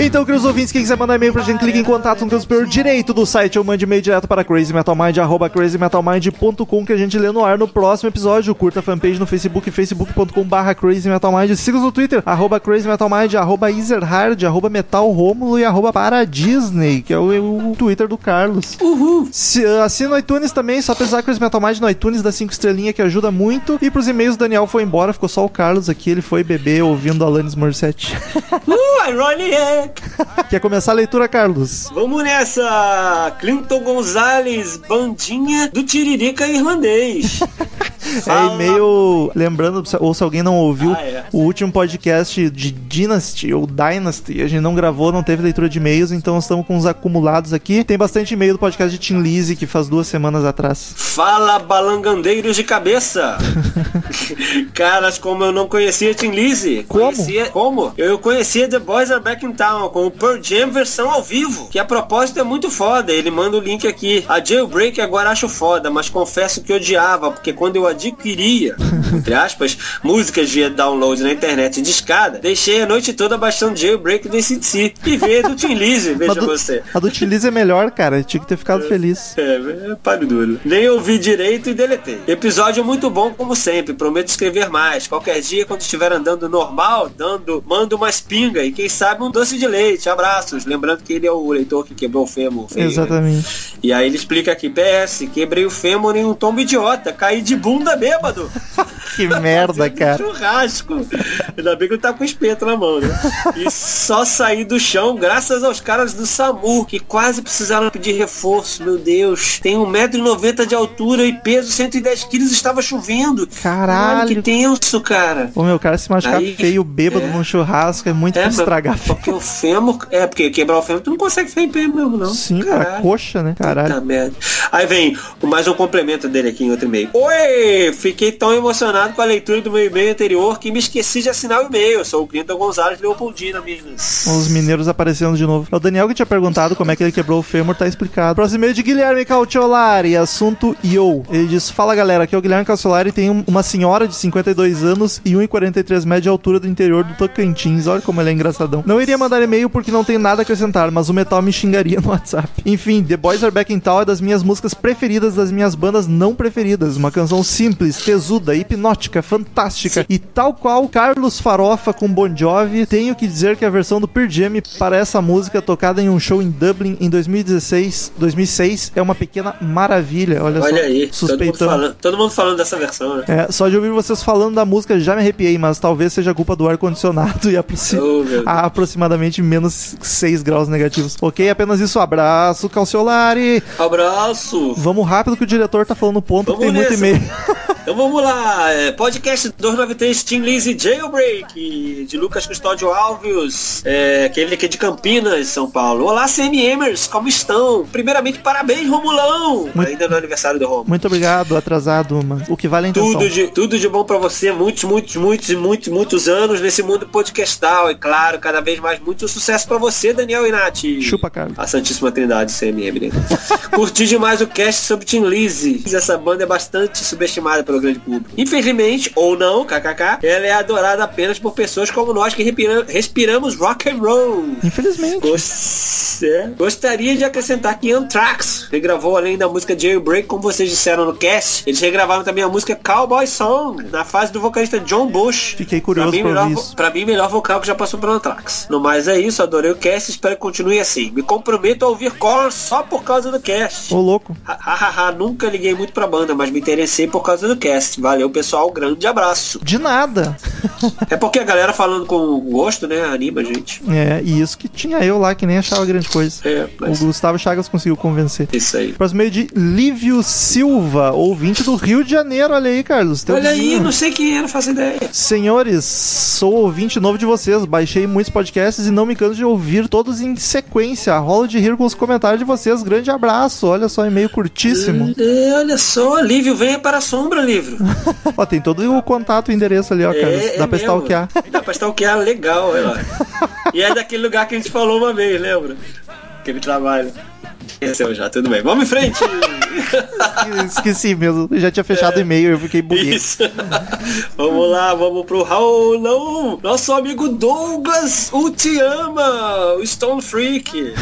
Speaker 2: Então, queridos ouvintes, quem quiser mandar e-mail pra gente, clique em contato no canto superior direito do site ou mande e-mail direto para crazymetalmind, arroba crazymetalmind.com que a gente lê no ar no próximo episódio. Curta a fanpage no Facebook, facebook.com barra crazymetalmind. Siga-nos no Twitter, arroba crazymetalmind, arroba easerhard, arroba metalromulo e arroba paradisney, que é o, o Twitter do Carlos. Se, assina o iTunes também, só pesquisar Crazy Metal Mind no iTunes da 5 estrelinha que ajuda muito. E pros e-mails, o Daniel foi embora, ficou só o Carlos aqui, ele foi beber ouvindo Alanis Morissette.
Speaker 4: Uh, ironic!
Speaker 2: Quer começar a leitura, Carlos?
Speaker 4: Vamos nessa! Clinton Gonzalez, bandinha do Tiririca irlandês.
Speaker 2: É e-mail. Lembrando, ou se alguém não ouviu,
Speaker 4: Ah, é.
Speaker 2: o último podcast de Dynasty ou Dynasty, a gente não gravou, não teve leitura de e-mails, então estamos com uns acumulados aqui. Tem bastante e-mail do podcast de Tim Lizzy, que faz duas semanas atrás.
Speaker 4: Fala balangandeiros de cabeça! Caras, como eu não conhecia Tim Lizzy.
Speaker 2: Como?
Speaker 4: Conhecia, como? Eu conhecia The Boys Are Back in Town com o Pearl Jam versão ao vivo, que a proposta é muito foda. Ele manda o link aqui. A Jailbreak agora acho foda, mas confesso que odiava, porque quando eu adquiria, entre aspas, músicas via download na internet de escada, deixei a noite toda baixando Jailbreak do ACDC e veio do Tim Lizzy,
Speaker 2: A
Speaker 4: veja
Speaker 2: do,
Speaker 4: você.
Speaker 2: a do Tim Lizzy é melhor, cara. Tinha que ter ficado feliz.
Speaker 4: É, é pare duro. Nem ouvi direito e deletei. Episódio muito bom, como sempre. Prometo escrever mais. Qualquer dia, quando estiver andando normal, dando, mando umas pinga e quem sabe um doce de leite. Abraços. Lembrando que ele é o leitor que quebrou o fêmur. feio, né?
Speaker 2: Exatamente.
Speaker 4: E aí ele explica aqui, PS, quebrei o fêmur em um tombo idiota. Caí de bunda bêbado.
Speaker 2: Que merda,
Speaker 4: Fazendo
Speaker 2: cara.
Speaker 4: Churrasco. Ainda bem que eu tava com o espeto na mão, né? E só saí do chão graças aos caras do SAMU, que quase precisaram pedir reforço, meu Deus. Tem 1,90m de altura e peso 110kg, estava chovendo.
Speaker 2: Caralho.
Speaker 4: que tenso, cara.
Speaker 2: Ô meu, o cara se machucar
Speaker 4: Aí-
Speaker 2: feio, bêbado
Speaker 4: é.
Speaker 2: num churrasco, é muito pra
Speaker 4: mas-
Speaker 2: estragar.
Speaker 4: porque o fêmur. É, porque quebrar o fêmur, tu não consegue ficar em pé mesmo, não.
Speaker 2: Sim, cara,
Speaker 4: um, Caralho.
Speaker 2: coxa, né? Caralho.
Speaker 4: Puta merda. Aí vem mais um complemento dele aqui em outro e-mail. Oi! Fiquei tão emocionado com a leitura do meu e-mail anterior que me esqueci de assinar o e-mail. Sou o Clinton Gonzalez Leopoldina, meninas.
Speaker 2: Os mineiros aparecendo de novo. É o Daniel que tinha perguntado como é que ele quebrou o fêmur, tá explicado. Próximo e-mail de Guilherme Cautiolari, assunto Yo. Ele diz: Fala galera, aqui é o Guilherme Cautiolari, tem um- uma senhora de 52 anos e 1,43 metros de altura do interior do Tocantins. Olha como ele é engraçadão. Não iria mandar e-mail porque não tem nada a acrescentar, mas o metal me xingaria no WhatsApp. Enfim, The Boys Are Back in Town é das minhas músicas preferidas, das minhas bandas não preferidas. Uma canção simples, tesuda, hipnótica, fantástica. E tal qual Carlos Farofa com Bon Jovi, tenho que dizer que a versão do Pearl Jam para essa música, tocada em um show em Dublin em 2016, 2006, é uma pequena maravilha. Olha,
Speaker 4: Olha
Speaker 2: só,
Speaker 4: aí, todo mundo,
Speaker 2: suspeitando.
Speaker 4: falando, todo mundo falando dessa versão, né?
Speaker 2: É, só de ouvir vocês falando da música já me arrepiei, mas talvez seja culpa do ar-condicionado e aproxi-
Speaker 4: Oh, meu Deus.
Speaker 2: a aproximadamente menos 6 graus negativos. Ok, apenas isso. Abraço, Calciolari.
Speaker 4: Abraço!
Speaker 2: Vamos rápido que o diretor tá falando ponto que tem
Speaker 4: Vamos
Speaker 2: muito
Speaker 4: nessa.
Speaker 2: e-mail.
Speaker 4: Então vamos lá, é, podcast 293 Team Lizzy Jailbreak, de Lucas Custódio Alves, é, aquele aqui de Campinas, São Paulo. Olá, CMMers, como estão? Primeiramente, parabéns, Romulão!
Speaker 2: Muito-
Speaker 4: Ainda no aniversário do Romulo.
Speaker 2: Muito obrigado, atrasado, mas o que vale é a intenção.
Speaker 4: Tudo de, tudo de bom pra você, muitos, muitos, muitos, e muitos, muitos anos nesse mundo podcastal, e claro, cada vez mais muito sucesso pra você, Daniel e Nath.
Speaker 2: Chupa, Carlos.
Speaker 4: A Santíssima Trindade, CMM, né? Curti demais o cast sobre Tim Lizzy. Essa banda é bastante subestimada pelo grande público. Infelizmente, ou não, kkk, ela é adorada apenas por pessoas como nós que repira- respiramos rock and roll.
Speaker 2: Infelizmente.
Speaker 4: Gos- é. Gostaria de acrescentar que Anthrax regravou além da música Jailbreak, como vocês disseram no cast, eles regravaram também a música Cowboy Song, na fase do vocalista John Bush.
Speaker 2: Fiquei curioso
Speaker 4: Pra mim,
Speaker 2: pra
Speaker 4: melhor,
Speaker 2: ouvir
Speaker 4: vo-
Speaker 2: isso.
Speaker 4: pra mim, melhor vocal que já passou pelo Anthrax. No mais é isso, adorei o cast, espero que continue assim. Me comprometo a ouvir Korn só por causa do cast.
Speaker 2: Ô, louco.
Speaker 4: Hahaha, nunca liguei muito pra banda, mas me interessei por causa do cast. Valeu, pessoal, Um grande abraço.
Speaker 2: De nada.
Speaker 4: É porque a galera falando com gosto, né, anima a gente.
Speaker 2: É, e isso que tinha eu lá que nem achava grande coisa.
Speaker 4: É, mas é
Speaker 2: O Gustavo Chagas conseguiu convencer.
Speaker 4: isso aí.
Speaker 2: Próximo e-mail de Lívio Silva, ouvinte do Rio de Janeiro. Olha aí, Carlos. teu
Speaker 4: Olha aí,
Speaker 2: vizinho.
Speaker 4: não sei quem é, não faço ideia.
Speaker 2: Senhores, sou ouvinte novo de vocês, baixei muitos podcasts e não me canso de ouvir todos em sequência. Rolo de rir com os comentários de vocês. Grande abraço. Olha só, e-mail curtíssimo.
Speaker 4: É, olha só, Lívio, venha para a sombra, Lívio.
Speaker 2: ó, tem todo o contato e endereço ali, ó, cara. Dá pra
Speaker 4: É, mesmo.
Speaker 2: stalkear.
Speaker 4: Dá pra stalkear legal, olha lá. E é daquele lugar que a gente falou uma vez, lembra? Aquele trabalho. Esqueceu já, tudo bem. Vamos em frente!
Speaker 2: Esqueci mesmo. Já tinha fechado o e-mail, eu fiquei bonito.
Speaker 4: É. Isso. vamos lá, vamos pro Raul, não! Nosso amigo Douglas, o te ama! O Stone Freak!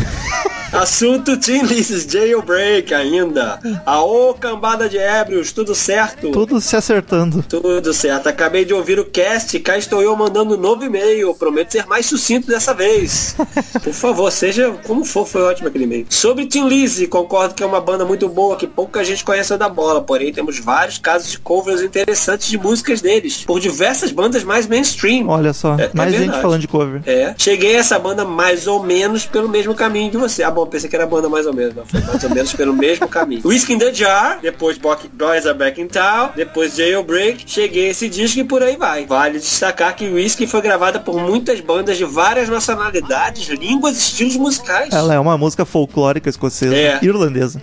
Speaker 4: Assunto Team Lists Jailbreak ainda. Aô, cambada de ébrios, tudo certo?
Speaker 2: Tudo se acertando.
Speaker 4: Tudo certo, acabei de ouvir o cast, cá estou eu mandando um novo e-mail, prometo ser mais sucinto dessa vez. Por favor, seja como for, foi ótimo aquele e-mail. Sobre Tim Lizzy, concordo que é uma banda muito boa, que pouca gente conhece da bola, porém temos vários casos de covers interessantes de músicas deles, por diversas bandas mais mainstream.
Speaker 2: Olha só,
Speaker 4: É- é
Speaker 2: mais gente
Speaker 4: verdade.
Speaker 2: falando de cover.
Speaker 4: É, cheguei a essa banda mais ou menos pelo mesmo caminho que você. Ah, bom, bom, pensei que era banda mais ou menos, mas foi mais ou menos pelo mesmo caminho. Whiskey in the Jar, depois Bo- Boys Are Back in Town, depois Jailbreak, cheguei a esse disco e por aí vai. Vale destacar que Whiskey foi gravada por muitas bandas de várias nacionalidades, línguas e estilos musicais.
Speaker 2: Ela é uma música folclórica escocesa,
Speaker 4: É.
Speaker 2: irlandesa.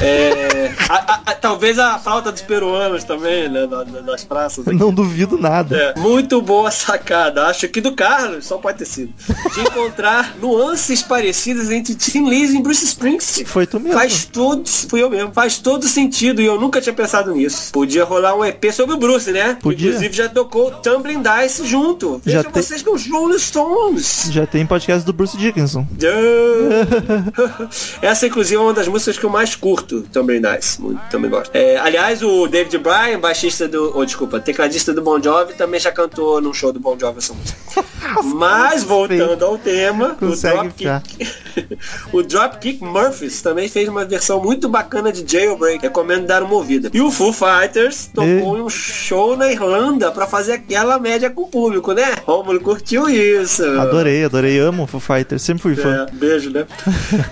Speaker 4: É, a- a- a- talvez a falta dos peruanos também, né? na- na- nas praças. aqui.
Speaker 2: Não duvido nada.
Speaker 4: É, muito boa sacada. Acho que do Carlos, só pode ter sido. De encontrar nuances parecidas entre Tim Lizzy e Bruce Springsteen.
Speaker 2: Foi tu mesmo.
Speaker 4: Faz todo, fui eu mesmo, faz todo sentido e eu nunca tinha pensado nisso. Podia rolar um EP sobre o Bruce, né?
Speaker 2: Podia.
Speaker 4: Inclusive já tocou o Tumbling Dice junto.
Speaker 2: Já
Speaker 4: Vejam
Speaker 2: tem-
Speaker 4: vocês com os Rolling Stones.
Speaker 2: Já tem podcast do Bruce Dickinson.
Speaker 4: Essa, inclusive, é uma das músicas que eu mais curto, também nice, muito, também gosto. É, aliás, o David Bryan, baixista do. Oh, desculpa, tecladista do Bon Jovi, também já cantou num show do Bon Jovi essa música. Mas voltando ao tema, o
Speaker 2: Consegue
Speaker 4: Dropkick, o Dropkick Murphys também fez uma versão muito bacana de Jailbreak. Recomendo dar uma ouvida. E o Foo Fighters tocou em um show na Irlanda pra fazer aquela média com o público, né? Rômulo curtiu isso.
Speaker 2: Adorei, adorei. Amo Foo Fighters, sempre fui fã.
Speaker 4: É, beijo, né?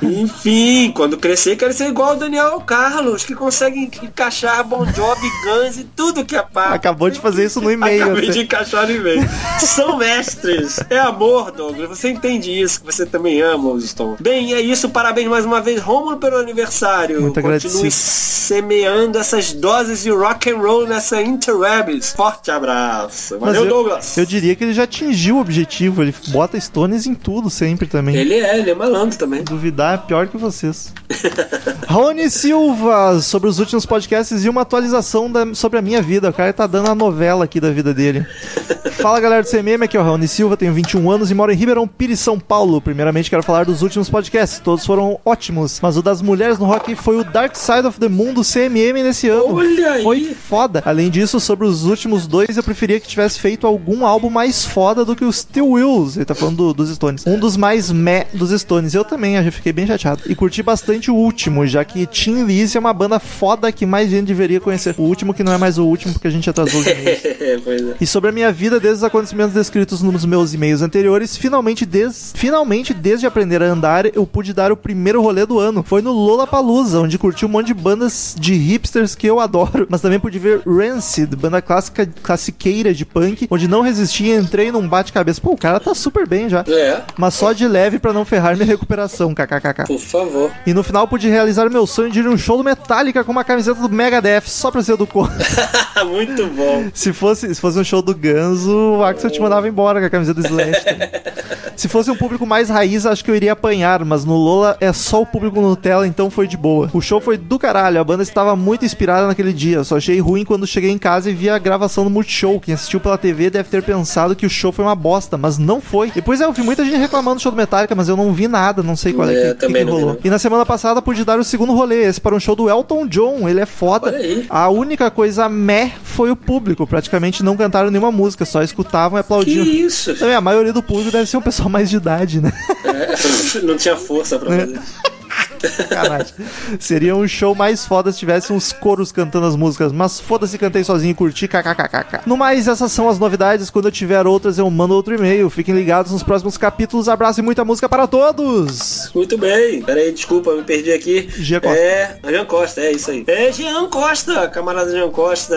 Speaker 4: Enfim, quando crescer, quero ser igual o Daniel Carlos, que consegue encaixar Bon Jovi, Guns e tudo que é papo.
Speaker 2: Acabou de fazer isso no né? e-mail.
Speaker 4: Acabei
Speaker 2: até.
Speaker 4: de encaixar no e-mail. São mestres. É amor, Douglas. Você entende isso, que você também ama os Stones. Bem, é isso. Parabéns mais uma vez, Rômulo, pelo aniversário.
Speaker 2: Muito agradecido.
Speaker 4: Continue semeando essas doses de rock and roll nessa interwebs. Forte abraço.
Speaker 2: Mas
Speaker 4: Valeu,
Speaker 2: eu,
Speaker 4: Douglas.
Speaker 2: eu diria que ele já atingiu o objetivo. Ele bota Stones em tudo sempre também.
Speaker 4: Ele é, ele é malandro também.
Speaker 2: Duvidar é pior que vocês. Rony Silva, sobre os últimos podcasts e uma atualização da- sobre a minha vida. O cara tá dando a novela aqui da vida dele. Fala galera do CMM, aqui é o Rony Silva, tenho 21 anos e moro em Ribeirão Pires, São Paulo. Primeiramente quero falar dos últimos podcasts, todos foram ótimos, mas o das mulheres no rock foi o Dark Side of the Moon do CMM nesse ano.
Speaker 4: Olha aí.
Speaker 2: Foi foda. Além disso, sobre os últimos dois, eu preferia que tivesse feito algum álbum mais foda do que os Steel Wheels. Ele tá falando do- dos Stones. Um dos mais meh dos Stones. Eu também, eu já fiquei bem chateado. E curti bastante o último, já que Tim Lizzy é uma banda foda que mais gente deveria conhecer. O último que não é mais o último, porque a gente atrasou os e-mails.
Speaker 4: pois é.
Speaker 2: E sobre a minha vida desde os acontecimentos descritos nos meus e-mails anteriores, finalmente, des... finalmente desde aprender a andar, eu pude dar o primeiro rolê do ano. Foi no Lollapalooza, onde curti um monte de bandas de hipsters que eu adoro, mas também pude ver Rancid, banda clássica classiqueira de punk, onde não resisti e entrei num bate-cabeça. Pô, o cara tá super bem já.
Speaker 4: É,
Speaker 2: Mas só de leve pra não ferrar minha recuperação, kkkk.
Speaker 4: por favor.
Speaker 2: E no final pude realizar meu sonho de ir em um show do Metallica com uma camiseta do Megadeth, só pra ser do corpo.
Speaker 4: Ah, muito bom.
Speaker 2: Se fosse, se fosse um show do Ganso, o Axel te mandava embora com a camisa do Slash. também. se fosse um público mais raiz, acho que eu iria apanhar, mas no Lola é só o público Nutella, então foi de boa. O show foi do caralho, a banda estava muito inspirada naquele dia. Só achei ruim quando cheguei em casa e vi a gravação do Multishow. Quem assistiu pela TV deve ter pensado que o show foi uma bosta, mas não foi. Depois é, eu vi muita gente reclamando do show do Metallica, mas eu não vi nada, não sei qual é,
Speaker 4: É,
Speaker 2: que-
Speaker 4: eu
Speaker 2: que, que,
Speaker 4: também não vi,
Speaker 2: rolou.
Speaker 4: não.
Speaker 2: E na semana passada pude dar o segundo rolê, esse para um show do Elton John, ele é foda.
Speaker 4: Olha aí.
Speaker 2: A única coisa meh foi o público, praticamente não cantaram nenhuma música, só escutavam e
Speaker 4: Que
Speaker 2: aplaudiam.
Speaker 4: isso?
Speaker 2: Também a maioria do público deve ser um pessoal mais de idade, né?
Speaker 4: É, não tinha força pra fazer.
Speaker 2: Sacanagem. Seria um show mais foda se tivesse uns coros cantando as músicas, mas foda-se, cantei sozinho e curti, kkkk. No mais, essas são as novidades. Quando eu tiver outras, eu mando outro e-mail. Fiquem ligados nos próximos capítulos. Abraço e muita música para todos!
Speaker 4: Muito bem. Peraí, desculpa, me perdi aqui.
Speaker 2: Jean Costa.
Speaker 4: É, Jean Costa, é isso aí. É Jean Costa, camarada Jean Costa,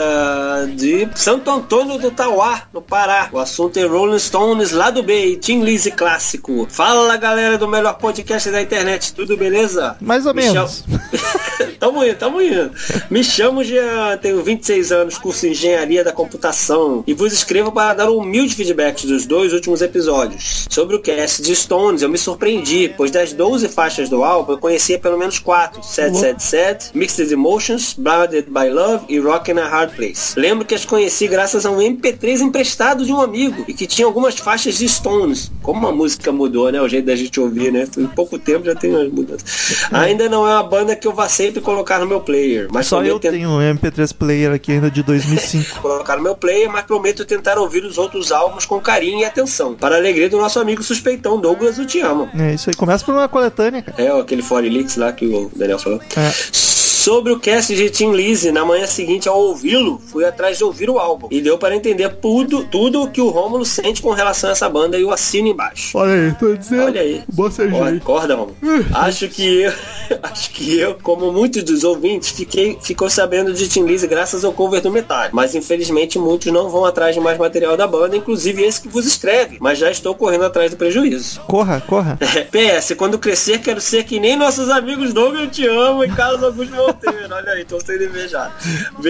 Speaker 4: de Santo Antônio do Tauá, no Pará. O assunto é Rolling Stones, lado B, e Tim Lizzy clássico. Fala, galera do melhor podcast da internet. Tudo beleza?
Speaker 2: Mais ou
Speaker 4: Michel-
Speaker 2: menos.
Speaker 4: tamo indo, tamo indo. Me chamo Jean, tenho 26 anos, curso em Engenharia da Computação e vos escrevo para dar um humilde feedback dos dois últimos episódios. Sobre o cast de Stones, eu me surpreendi, pois das 12 faixas do álbum eu conhecia pelo menos 4, 777, Mixed Emotions, Blinded by Love e Rock in a Hard Place. Lembro que as conheci graças a um MP3 emprestado de um amigo e que tinha algumas faixas de Stones. Como a música mudou, né? O jeito da gente ouvir, né? Em pouco tempo já tem umas mudanças. Ainda não é uma banda que eu vá sempre colocar no meu player, mas
Speaker 2: Só
Speaker 4: prometo
Speaker 2: eu tenho um MP3 player aqui ainda de 2005.
Speaker 4: colocar no meu player, mas prometo tentar ouvir os outros álbuns com carinho e atenção. Para a alegria do nosso amigo suspeitão Douglas, o te amo.
Speaker 2: É isso aí. Começa por uma coletânea, cara.
Speaker 4: É ó, aquele Fore Elix lá que o Daniel falou.
Speaker 2: É.
Speaker 4: Sobre o cast de Tim Lizzy, na manhã seguinte ao ouvi-lo, fui atrás de ouvir o álbum. E deu para entender tudo, tudo o que o Rômulo sente com relação a essa banda e o assino embaixo.
Speaker 2: Olha aí, tô dizendo.
Speaker 4: Olha aí.
Speaker 2: Bocejei.
Speaker 4: Ó, Acorda, mano. Acho que eu, acho que eu, como muitos dos ouvintes, fiquei, ficou sabendo de Tim Lizzy graças ao cover do Metallica. Mas infelizmente muitos não vão atrás de mais material da banda, inclusive esse que vos escreve. Mas já estou correndo atrás do prejuízo.
Speaker 2: Corra, corra.
Speaker 4: PS, quando crescer quero ser que nem nossos amigos Douglas Eu Te Amo e Carlos Augusto Monteiro. Olha aí, então tô sendo invejado.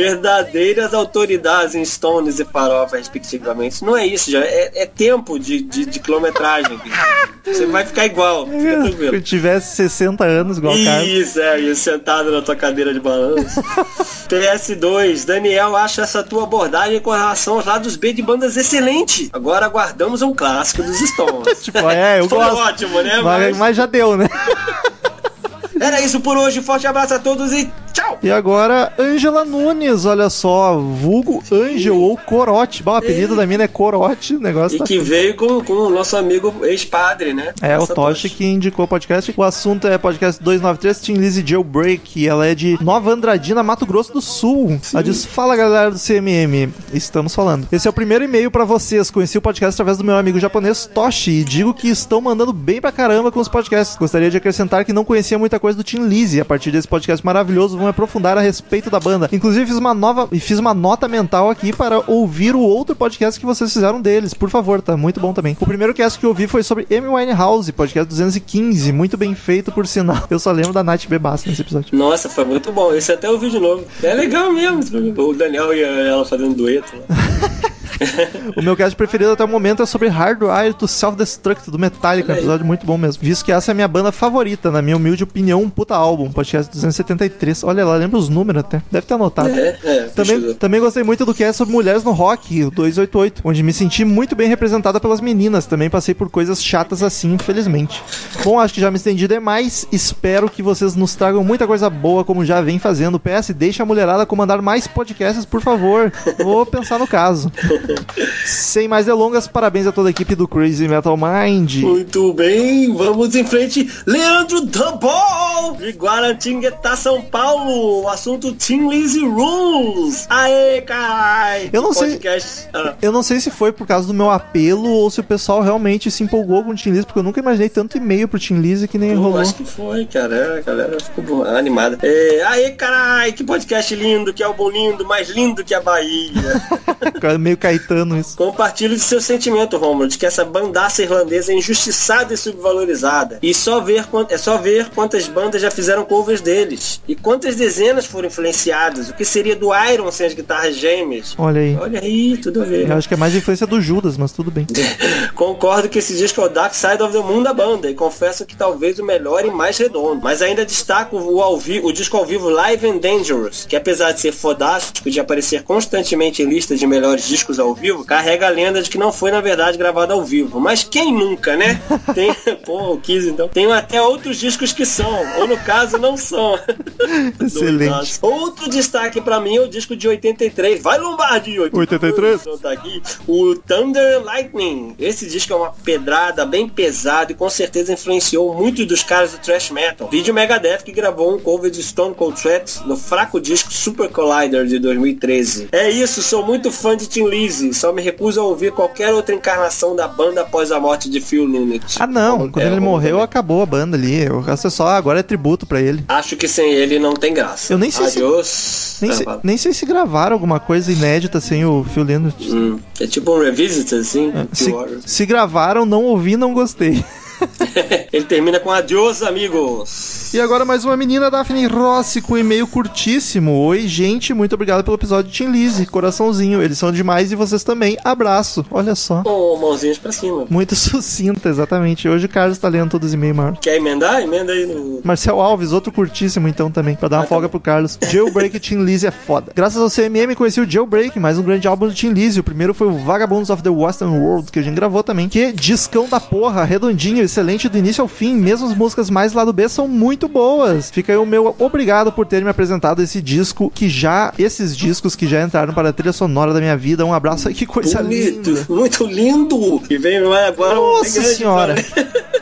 Speaker 4: Verdadeiras autoridades em Stones e Farofa, respectivamente. Não é isso, já. É, é tempo de, de, de quilometragem. bicho. Você vai ficar igual, fica
Speaker 2: Se eu
Speaker 4: tranquilo.
Speaker 2: tivesse 60 anos, igual o Carlos.
Speaker 4: Isso, é, isso, sentado na tua cadeira de balanço. PS2, Daniel acha essa tua abordagem com relação aos lados B de bandas excelente. Agora aguardamos um clássico dos Stones.
Speaker 2: Tipo, é, eu
Speaker 4: Foi
Speaker 2: gosto.
Speaker 4: ótimo, né?
Speaker 2: Mas,
Speaker 4: Mas-
Speaker 2: mas já deu, né?
Speaker 4: Era isso por hoje. Forte abraço a todos e tchau!
Speaker 2: E agora, Ângela Nunes, olha só, vulgo Ângel ou Corote. Bom, o apelido da mina é Corote, o negócio
Speaker 4: E
Speaker 2: tá...
Speaker 4: que veio com, com o nosso amigo ex-padre, né?
Speaker 2: É, o
Speaker 4: Nossa,
Speaker 2: Toshi que indicou o podcast. O assunto é podcast 293, Team Lizzy Jailbreak. E ela é de Nova Andradina, Mato Grosso do Sul. Ela diz, fala galera do CMM, estamos falando. Esse é o primeiro e-mail pra vocês. Conheci o podcast através do meu amigo japonês Toshi. E digo que estão mandando bem pra caramba com os podcasts. Gostaria de acrescentar que não conhecia muita coisa do Team Lizzy. A partir desse podcast maravilhoso, vão aprofundar a respeito da banda. Inclusive, fiz uma nova e fiz uma nota mental aqui para ouvir o outro podcast que vocês fizeram deles. Por favor, tá muito bom também. O primeiro cast que eu ouvi foi sobre M. Winehouse, podcast 215. Muito bem feito, por sinal. Eu só lembro da Nath Bebaça nesse episódio.
Speaker 4: Nossa, foi muito bom. Esse até ouvi de novo. É legal mesmo. O Daniel e ela fazendo dueto. né?
Speaker 2: O meu cast preferido até o momento é sobre Hardwire to Self-Destruct do Metallica, um episódio muito bom mesmo. Visto que essa é a minha banda favorita, na minha humilde opinião, um puta álbum, podcast 273. Olha lá, lembra os números até. Deve ter anotado.
Speaker 4: É, é.
Speaker 2: Também,
Speaker 4: pesquisou.
Speaker 2: também gostei muito do que é sobre mulheres no rock, o 288, onde me senti muito bem representada pelas meninas. Também passei por coisas chatas assim, infelizmente. Bom, acho que já me estendi demais. Espero que vocês nos tragam muita coisa boa, como já vem fazendo. PS, deixa a mulherada comandar mais podcasts, por favor. Vou pensar no caso. Sem mais delongas, parabéns a toda a equipe do Crazy Metal Mind.
Speaker 4: Muito bem, vamos em frente. Leandro Dambol, de Guaratinguetá, São Paulo. O assunto Team Lizzy Rules. Aê, carai.
Speaker 2: Eu não sei-
Speaker 4: Podcast. Ah.
Speaker 2: Eu não sei se foi por causa do meu apelo ou se o pessoal realmente se empolgou com o Team Lizzy, porque eu nunca imaginei tanto e-mail pro Team Lizzy que nem
Speaker 4: Pô,
Speaker 2: rolou.
Speaker 4: Acho que foi, cara. A galera ficou bo- animada. É, aê, carai, que podcast lindo, que álbum lindo, mais lindo que a Bahia.
Speaker 2: Meio Caetano isso.
Speaker 4: Compartilho de seu sentimento, Romulo, de que essa bandaça irlandesa é injustiçada e subvalorizada. E só ver, quan- é só ver quantas bandas já fizeram covers deles. E quantas dezenas foram influenciadas. O que seria do Iron sem as guitarras gêmeas?
Speaker 2: Olha aí.
Speaker 4: Olha aí, tudo a ver.
Speaker 2: Eu acho que é mais influência do Judas, mas tudo bem.
Speaker 4: Concordo que esse disco é o Dark Side of the Moon da banda e confesso que talvez o melhor e mais redondo. Mas ainda destaco o, ao vi- o disco ao vivo Live and Dangerous, que apesar de ser fodástico e de aparecer constantemente em listas de melhores discos ao vivo, carrega a lenda de que não foi na verdade gravado ao vivo. Mas quem nunca, né? Tem, pô, o Kiss então. Tenho até outros discos que são, ou no caso não são.
Speaker 2: Excelente.
Speaker 4: Outro destaque pra mim é o disco de 83. Vai Lombardi, 83. Tá aqui. O Thunder and Lightning. Esse disco é uma pedrada bem pesada e com certeza influenciou muitos dos caras do thrash metal. Vídeo Megadeth que gravou um cover de Stone Cold Threat no fraco disco Super Collider de 2013. É isso, sou muito fã de Tim Lizzy. Só me recuso a ouvir qualquer outra encarnação da banda após a morte de Phil Lynott.
Speaker 2: Ah, não.
Speaker 4: Como-
Speaker 2: Quando
Speaker 4: é,
Speaker 2: ele
Speaker 4: como
Speaker 2: morreu,
Speaker 4: também.
Speaker 2: acabou a banda ali. O resto é só, agora é tributo pra ele.
Speaker 4: Acho que sem ele não tem graça. Ah,
Speaker 2: Eu nem sei se-
Speaker 4: Adiós.
Speaker 2: Nem, se,
Speaker 4: Travado.
Speaker 2: nem sei se gravaram alguma coisa inédita sem o Phil Lynott.
Speaker 4: Hum, é tipo um revisit, assim.
Speaker 2: É, Se,
Speaker 4: Two Warriors.
Speaker 2: se gravaram, não ouvi, não gostei.
Speaker 4: Ele termina com adiós, amigos.
Speaker 2: E agora mais uma menina, Daphne Rossi, com um e-mail curtíssimo. Oi, gente, muito obrigado pelo episódio de Tim Lizzy. Coraçãozinho, eles são demais e vocês também. Abraço. Olha só.
Speaker 4: Com mãozinhas pra cima.
Speaker 2: Muito sucinta, exatamente. Hoje o Carlos tá lendo todos os e-mails, mano.
Speaker 4: Quer emendar? Emenda aí no.
Speaker 2: Marcel Alves, outro curtíssimo então também, pra dar uma
Speaker 4: tá
Speaker 2: folga pro Carlos. Jailbreak Team Lizzy é foda. Graças ao CMM conheci o Jailbreak, mais um grande álbum do Team Lizzy. O primeiro foi o Vagabonds of the Western World, que a gente gravou também. Que discão da porra, redondinho, excelente do início ao fim. Mesmo as músicas mais lado B são muito boas. Fica aí o meu obrigado por ter me apresentado esse disco que já, esses discos que já entraram para a trilha sonora da minha vida. Um abraço aí, que coisa
Speaker 4: Bonito,
Speaker 2: linda.
Speaker 4: muito lindo. E vem agora um
Speaker 2: Nossa
Speaker 4: grande
Speaker 2: senhora!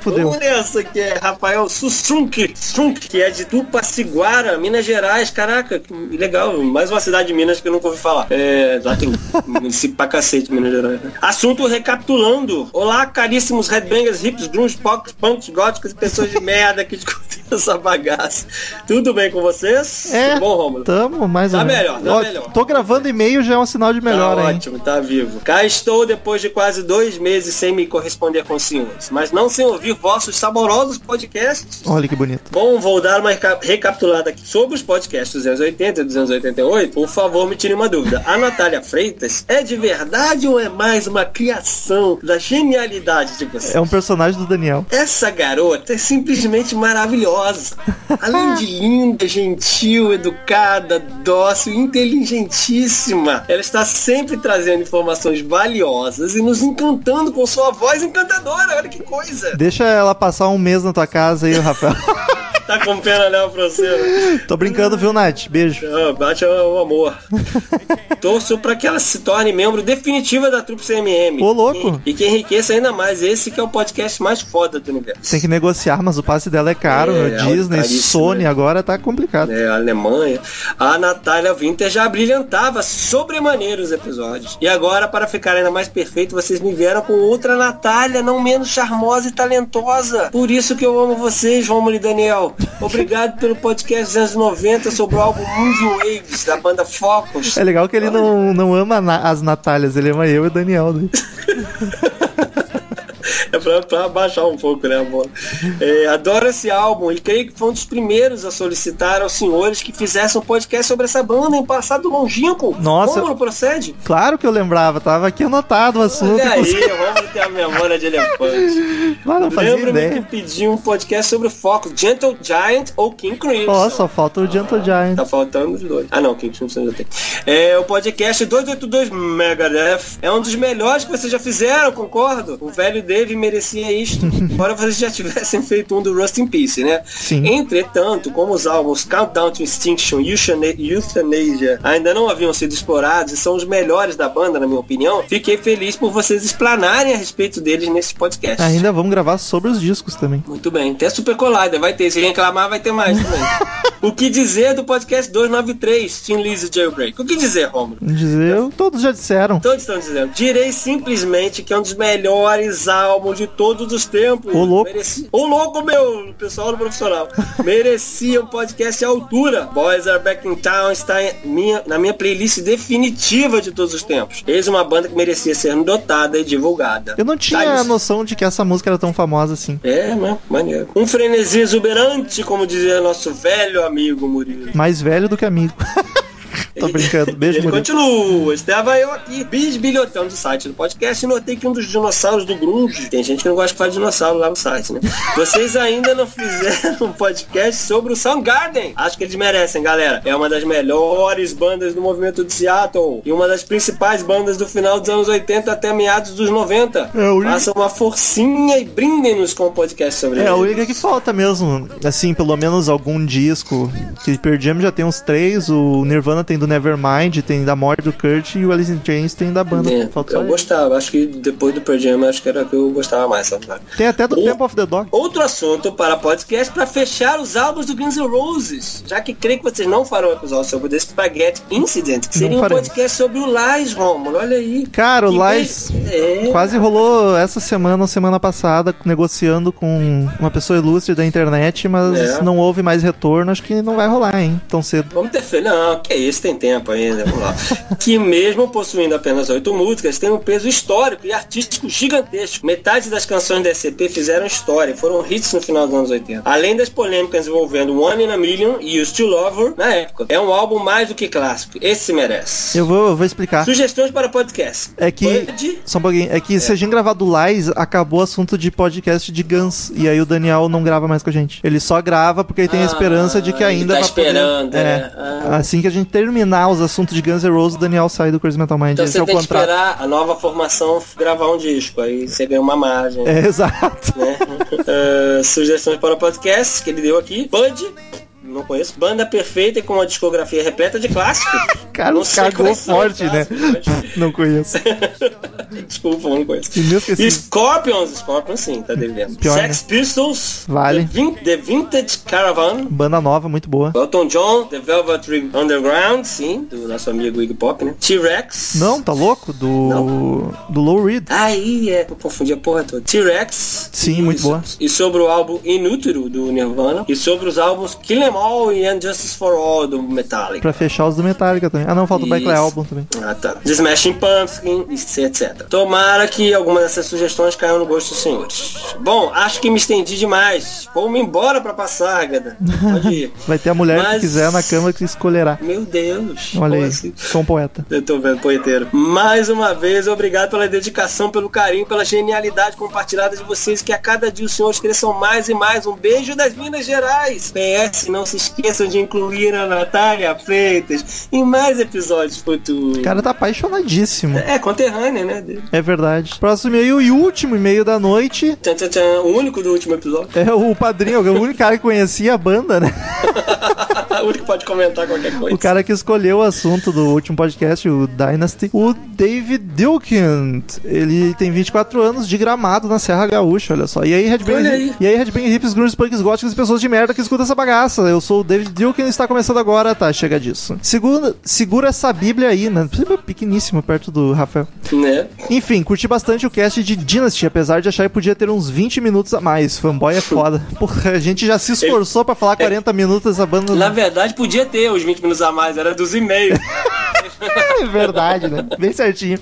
Speaker 2: fudeu.
Speaker 4: Vamos nessa, que é Rafael Sussunk, Sunk, que é de Tupaciguara, Minas Gerais. Caraca, que legal. Mais uma cidade de Minas que eu nunca ouvi falar. É, lá tem município pra cacete, Minas Gerais. né? Assunto recapitulando. Olá, caríssimos headbangers, hips, grunge, pocos, punks, góticos e pessoas de merda que escutam essa bagaça. Tudo bem com vocês?
Speaker 2: É,
Speaker 4: Tudo bom, Romulo?
Speaker 2: tamo mais
Speaker 4: Tá
Speaker 2: ou menos.
Speaker 4: melhor, tá
Speaker 2: Ó,
Speaker 4: melhor.
Speaker 2: Tô gravando e-mail, já é um sinal de melhor,
Speaker 4: tá
Speaker 2: hein?
Speaker 4: ótimo, tá vivo. Cá estou depois de quase dois meses sem me corresponder com os senhores, mas não sem ouvir vossos saborosos podcasts.
Speaker 2: Olha que bonito.
Speaker 4: Bom, vou dar uma reca- recapitulada aqui sobre os podcasts 280 e 288. Por favor, me tire uma dúvida. A Natália Freitas é de verdade ou é mais uma criação da genialidade de vocês?
Speaker 2: É um personagem do Daniel.
Speaker 4: Essa garota é simplesmente maravilhosa. Além de linda, gentil, educada, dócil, inteligentíssima. Ela está sempre trazendo informações valiosas e nos encantando com sua voz encantadora. Olha que coisa.
Speaker 2: Deixa ela passar um mês na tua casa aí, Rafael.
Speaker 4: Tá com pena, né, pra você? né?
Speaker 2: Tô brincando, viu, Nath? Beijo.
Speaker 4: Ah, Bate é o amor. Torço para que ela se torne membro definitiva da Trupe CMM.
Speaker 2: Ô, louco.
Speaker 4: E que enriqueça ainda mais esse que é o podcast mais foda do universo.
Speaker 2: Tem que negociar, mas o passe dela é caro,
Speaker 4: É,
Speaker 2: meu. Disney,
Speaker 4: caríssimo,
Speaker 2: Sony,
Speaker 4: né?
Speaker 2: agora tá complicado.
Speaker 4: né, a Alemanha, a Natália Winter já brilhantava sobremaneira os episódios. E agora, para ficar ainda mais perfeito, vocês me vieram com outra Natália, não menos charmosa e talentosa. Por isso que eu amo vocês, Romulo e Daniel. Obrigado pelo podcast 290 sobre o álbum Movie Waves, da banda Focus.
Speaker 2: É legal que ele não, não ama na- as Natálias, ele ama eu e o Daniel. né?
Speaker 4: É pra, pra baixar um pouco, né, amor? É, adoro esse álbum e creio que foi um dos primeiros a solicitar aos senhores que fizessem um podcast sobre essa banda em passado longínquo.
Speaker 2: Nossa.
Speaker 4: Como procede?
Speaker 2: Claro que eu lembrava, tava aqui anotado o assunto.
Speaker 4: Olha aí,
Speaker 2: inclusive.
Speaker 4: vamos ter a memória de elefante.
Speaker 2: Mas não fazia
Speaker 4: Lembra-me que
Speaker 2: ideia.
Speaker 4: pedi um podcast sobre foco, Gentle Giant ou King Crimson.
Speaker 2: Ó, só falta o Gentle Giant.
Speaker 4: Tá faltando os dois. Ah, não, King Crimson já tem. É, o podcast 282 Megadeth é um dos melhores que vocês já fizeram, concordo? O velho Dave merecia isto. Embora vocês já tivessem feito um do Rust in Peace, né?
Speaker 2: Sim.
Speaker 4: Entretanto, como os álbuns Countdown to Extinction e Euthana- Euthanasia ainda não haviam sido explorados e são os melhores da banda, na minha opinião, fiquei feliz por vocês explanarem a respeito deles nesse podcast.
Speaker 2: Ainda vamos gravar sobre os discos também.
Speaker 4: Muito bem, até Super Collider, vai ter. Se reclamar, vai ter mais também. o que dizer do podcast 293, Tim Lizzy Jailbreak? O que dizer, Romulo?
Speaker 2: Vamos Dizer,
Speaker 4: Tá.
Speaker 2: eu- todos já disseram.
Speaker 4: Todos estão dizendo. Direi simplesmente que é um dos melhores álbuns de todos os tempos.
Speaker 2: Ô, louco.
Speaker 4: Mereci... Ô louco, meu! Pessoal do profissional. Merecia um podcast à altura. Boys Are Back in Town está em minha- na minha playlist definitiva de todos os tempos. Eis uma banda que merecia ser notada e divulgada.
Speaker 2: Eu não tinha
Speaker 4: Tá
Speaker 2: a
Speaker 4: isso.
Speaker 2: noção de que essa música era tão famosa assim.
Speaker 4: É, né? Maneiro. Um frenesi exuberante, como dizia nosso velho amigo Murilo.
Speaker 2: Mais velho do que amigo. Tô brincando. Beijo,
Speaker 4: Ele
Speaker 2: Murilo.
Speaker 4: continua, estava eu aqui bisbilhotando o site do podcast e notei que um dos dinossauros do grunge, tem gente que não gosta que fala dinossauro lá no site, né? Vocês ainda não fizeram um podcast sobre o Soundgarden. Acho que eles merecem, galera. É uma das melhores bandas do movimento de Seattle e uma das principais bandas do final dos anos 80 até meados dos 90.
Speaker 2: É, o-
Speaker 4: Façam uma forcinha e brindem-nos com um podcast sobre
Speaker 2: É, a
Speaker 4: eles.
Speaker 2: única que falta mesmo, assim, pelo menos algum disco. Que Pearl Jam já tem uns três, o Nirvana tem do Nevermind, tem da morte do Kurt e o Alice in Chains tem da banda.
Speaker 4: É,
Speaker 2: Falta só
Speaker 4: eu
Speaker 2: ele.
Speaker 4: gostava, acho que depois do Pearl Jam, acho que era o que eu gostava mais, sabe?
Speaker 2: Tem até do
Speaker 4: O-
Speaker 2: Temple of the Dog.
Speaker 4: Outro assunto para podcast para fechar os álbuns do Guns N' Roses, já que creio que vocês não farão episódio sobre The Spaghetti Incident, que seria um
Speaker 2: faremos.
Speaker 4: podcast sobre o Lais, Romulo, olha aí.
Speaker 2: Cara, o
Speaker 4: Que bem-
Speaker 2: Lies
Speaker 4: É,
Speaker 2: quase rolou essa semana ou semana passada, negociando com uma pessoa ilustre da internet, mas
Speaker 4: É.
Speaker 2: não houve mais retorno. Acho que não vai rolar, hein, tão cedo.
Speaker 4: Vamos ter fé. Não, que isso, tem tempo ainda. Vamos lá. que mesmo possuindo apenas oito músicas, tem um peso histórico e artístico gigantesco. Metade das canções da SCP fizeram história, e foram hits no final dos anos 80. Além das polêmicas envolvendo One in a Million e You Still Love Her, na época. É um álbum mais do que clássico. Esse merece.
Speaker 2: Eu vou, eu vou explicar.
Speaker 4: Sugestões para podcast.
Speaker 2: É que.
Speaker 4: Pode?
Speaker 2: Só um pouquinho. É que se a gente gravar do Lies, acabou o assunto de podcast de Guns. E aí o Daniel não grava mais com a gente. Ele só grava porque ele tem a
Speaker 4: Ah,
Speaker 2: esperança de que
Speaker 4: ele
Speaker 2: ainda.
Speaker 4: tá
Speaker 2: vai poder-
Speaker 4: esperando,
Speaker 2: é.
Speaker 4: né? Ah.
Speaker 2: Assim que a gente terminar os assuntos de Guns N' Roses, o Daniel sai do Crazy Metal Mind.
Speaker 4: Então
Speaker 2: Esse é
Speaker 4: você
Speaker 2: o
Speaker 4: tem que
Speaker 2: contrato.
Speaker 4: esperar a nova formação gravar um disco. Aí você ganha uma margem.
Speaker 2: É, exato.
Speaker 4: né? Ah, sugestões para podcast que ele deu aqui. Bud, não conheço. Banda perfeita e com uma discografia repleta de clássicos.
Speaker 2: Cara,
Speaker 4: Não
Speaker 2: os
Speaker 4: sei
Speaker 2: cagou
Speaker 4: quais são
Speaker 2: forte,
Speaker 4: os
Speaker 2: né?
Speaker 4: casos, mas-
Speaker 2: Não conheço.
Speaker 4: Desculpa, eu não conheço.
Speaker 2: Inesquecível.
Speaker 4: Scorpions, Scorpions sim, tá devendo.
Speaker 2: assim- Pior, né?
Speaker 4: Sex Pistols,
Speaker 2: Vale.
Speaker 4: The, Vin- The Vintage Caravan,
Speaker 2: Banda nova, muito boa.
Speaker 4: Elton John, The Velvet Rig- Underground, sim, do nosso amigo Iggy Pop, né? T-Rex.
Speaker 2: Não, tá louco? Do. Do Low Reed.
Speaker 4: Aí é, eu confundi a porra toda. T-Rex.
Speaker 2: Sim,
Speaker 4: E-
Speaker 2: muito boa.
Speaker 4: E sobre o álbum Inútero do Nirvana. E sobre os álbuns Kill Em All e Injustice for All do Metallica.
Speaker 2: Pra fechar os do Metallica também. Ah, não, falta o Black
Speaker 4: Isso.
Speaker 2: Album também.
Speaker 4: Ah tá. The Smashing Pumpkin, etc. Tomara que alguma dessas sugestões caiam no gosto dos senhores. Bom, acho que me estendi demais. Vamos embora pra passar, Gada. Pode ir.
Speaker 2: Vai ter a mulher que
Speaker 4: Mas-
Speaker 2: quiser na cama que escolherá.
Speaker 4: Meu Deus.
Speaker 2: Olha aí,
Speaker 4: como assim?
Speaker 2: sou um poeta.
Speaker 4: Eu tô vendo, poeteiro. Mais uma vez, obrigado pela dedicação, pelo carinho, pela genialidade compartilhada de vocês, que a cada dia os senhores cresçam mais e mais. Um beijo das Minas Gerais. PS, não se esqueçam de incluir a Natália Freitas em mais episódios futuros.
Speaker 2: O cara tá apaixonadíssimo.
Speaker 4: É, conterrânea, né?
Speaker 2: É verdade. Próximo e-mail e último e-mail da noite
Speaker 4: Tchan, tchan, tchan. O único do último episódio.
Speaker 2: é o padrinho, o único cara que conhecia a banda, né?
Speaker 4: o único que pode comentar qualquer coisa.
Speaker 2: O cara que escolheu o assunto do último podcast, o Dynasty, o David Dilkins. Ele tem 24 anos de gramado na Serra Gaúcha, olha só. E aí, Red
Speaker 4: Olha
Speaker 2: Bang,
Speaker 4: aí.
Speaker 2: e aí, Red Bang Hips, Grunts, Punks, Góticos e pessoas de merda que escutam essa bagaça. Eu sou o David Dilkins e está começando agora, tá? Chega disso. Segura, segura essa Bíblia aí, né? Pequeníssimo, perto do Rafael.
Speaker 4: Né?
Speaker 2: Enfim, curti bastante o cast de Dynasty, apesar de achar que podia ter uns 20 minutos a mais. Fanboy é foda. Porra, a gente já se esforçou pra falar 40 minutos dessa banda.
Speaker 4: Na verdade, podia ter os 20 minutos a mais, era dos e-mails.
Speaker 2: É verdade, né? Bem certinho.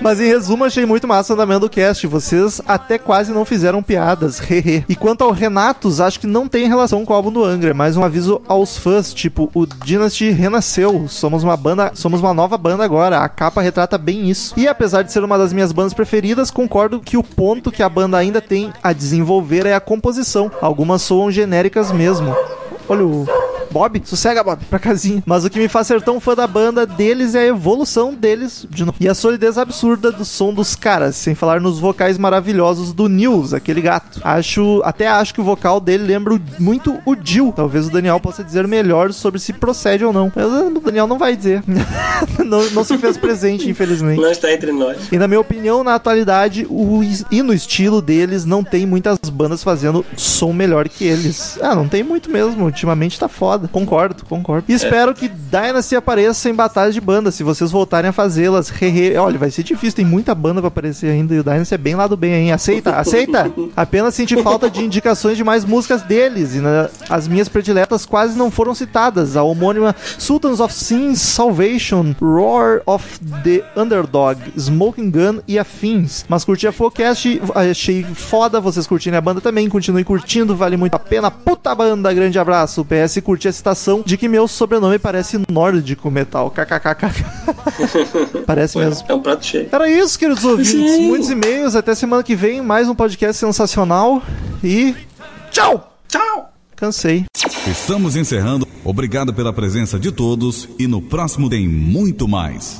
Speaker 2: Mas em resumo, achei muito massa o andamento do cast. Vocês até quase não fizeram piadas. hehe. e quanto ao Renatos, acho que não tem relação com o álbum do Angra. Mais um aviso aos fãs, tipo, o Dynasty renasceu. Somos uma banda, somos uma nova banda agora. A capa retrata bem isso. E apesar de ser uma das minhas bandas preferidas, concordo que o ponto que a banda ainda tem a desenvolver é a composição. Algumas soam genéricas mesmo. Olha o Bob, sossega, Bob, pra casinha. Mas o que me faz ser tão fã da banda deles é a evolução deles de novo. E a solidez absurda do som dos caras, sem falar nos vocais maravilhosos do Nils, aquele gato. Acho, até acho que o vocal dele lembra o- muito o Jill. Talvez o Daniel possa dizer melhor sobre se procede ou não. Mas, ah, o Daniel não vai dizer. não, não se fez presente, infelizmente.
Speaker 4: Não está entre nós.
Speaker 2: E na minha opinião, na atualidade, o is- e no estilo deles, não tem muitas bandas fazendo som melhor que eles. Ah, não tem muito mesmo. Ultimamente tá foda. Concordo, concordo. E espero que Dynasty apareça em batalhas de banda, se vocês voltarem a fazê-las. Hehe. Olha, vai ser difícil, tem muita banda pra aparecer ainda. E o Dynasty é bem lá do bem, hein? Aceita, aceita! Apenas senti falta de indicações de mais músicas deles. E na- as minhas prediletas quase não foram citadas. A homônima Sultans of Sin, Salvation, Roar of the Underdog, Smoking Gun e afins. Mas curti a Focast, achei foda vocês curtirem a banda também. Continue curtindo, vale muito a pena. Puta banda, grande abraço. PS, curti a citação de que meu sobrenome parece nórdico metal. KKKK. parece mesmo.
Speaker 4: É um prato cheio.
Speaker 2: Era isso, queridos ouvintes.
Speaker 4: Sim.
Speaker 2: Muitos e-mails. Até semana que vem. Mais um podcast sensacional. E. Tchau!
Speaker 4: Tchau!
Speaker 2: Cansei.
Speaker 9: Estamos encerrando. Obrigado pela presença de todos e no próximo tem muito mais.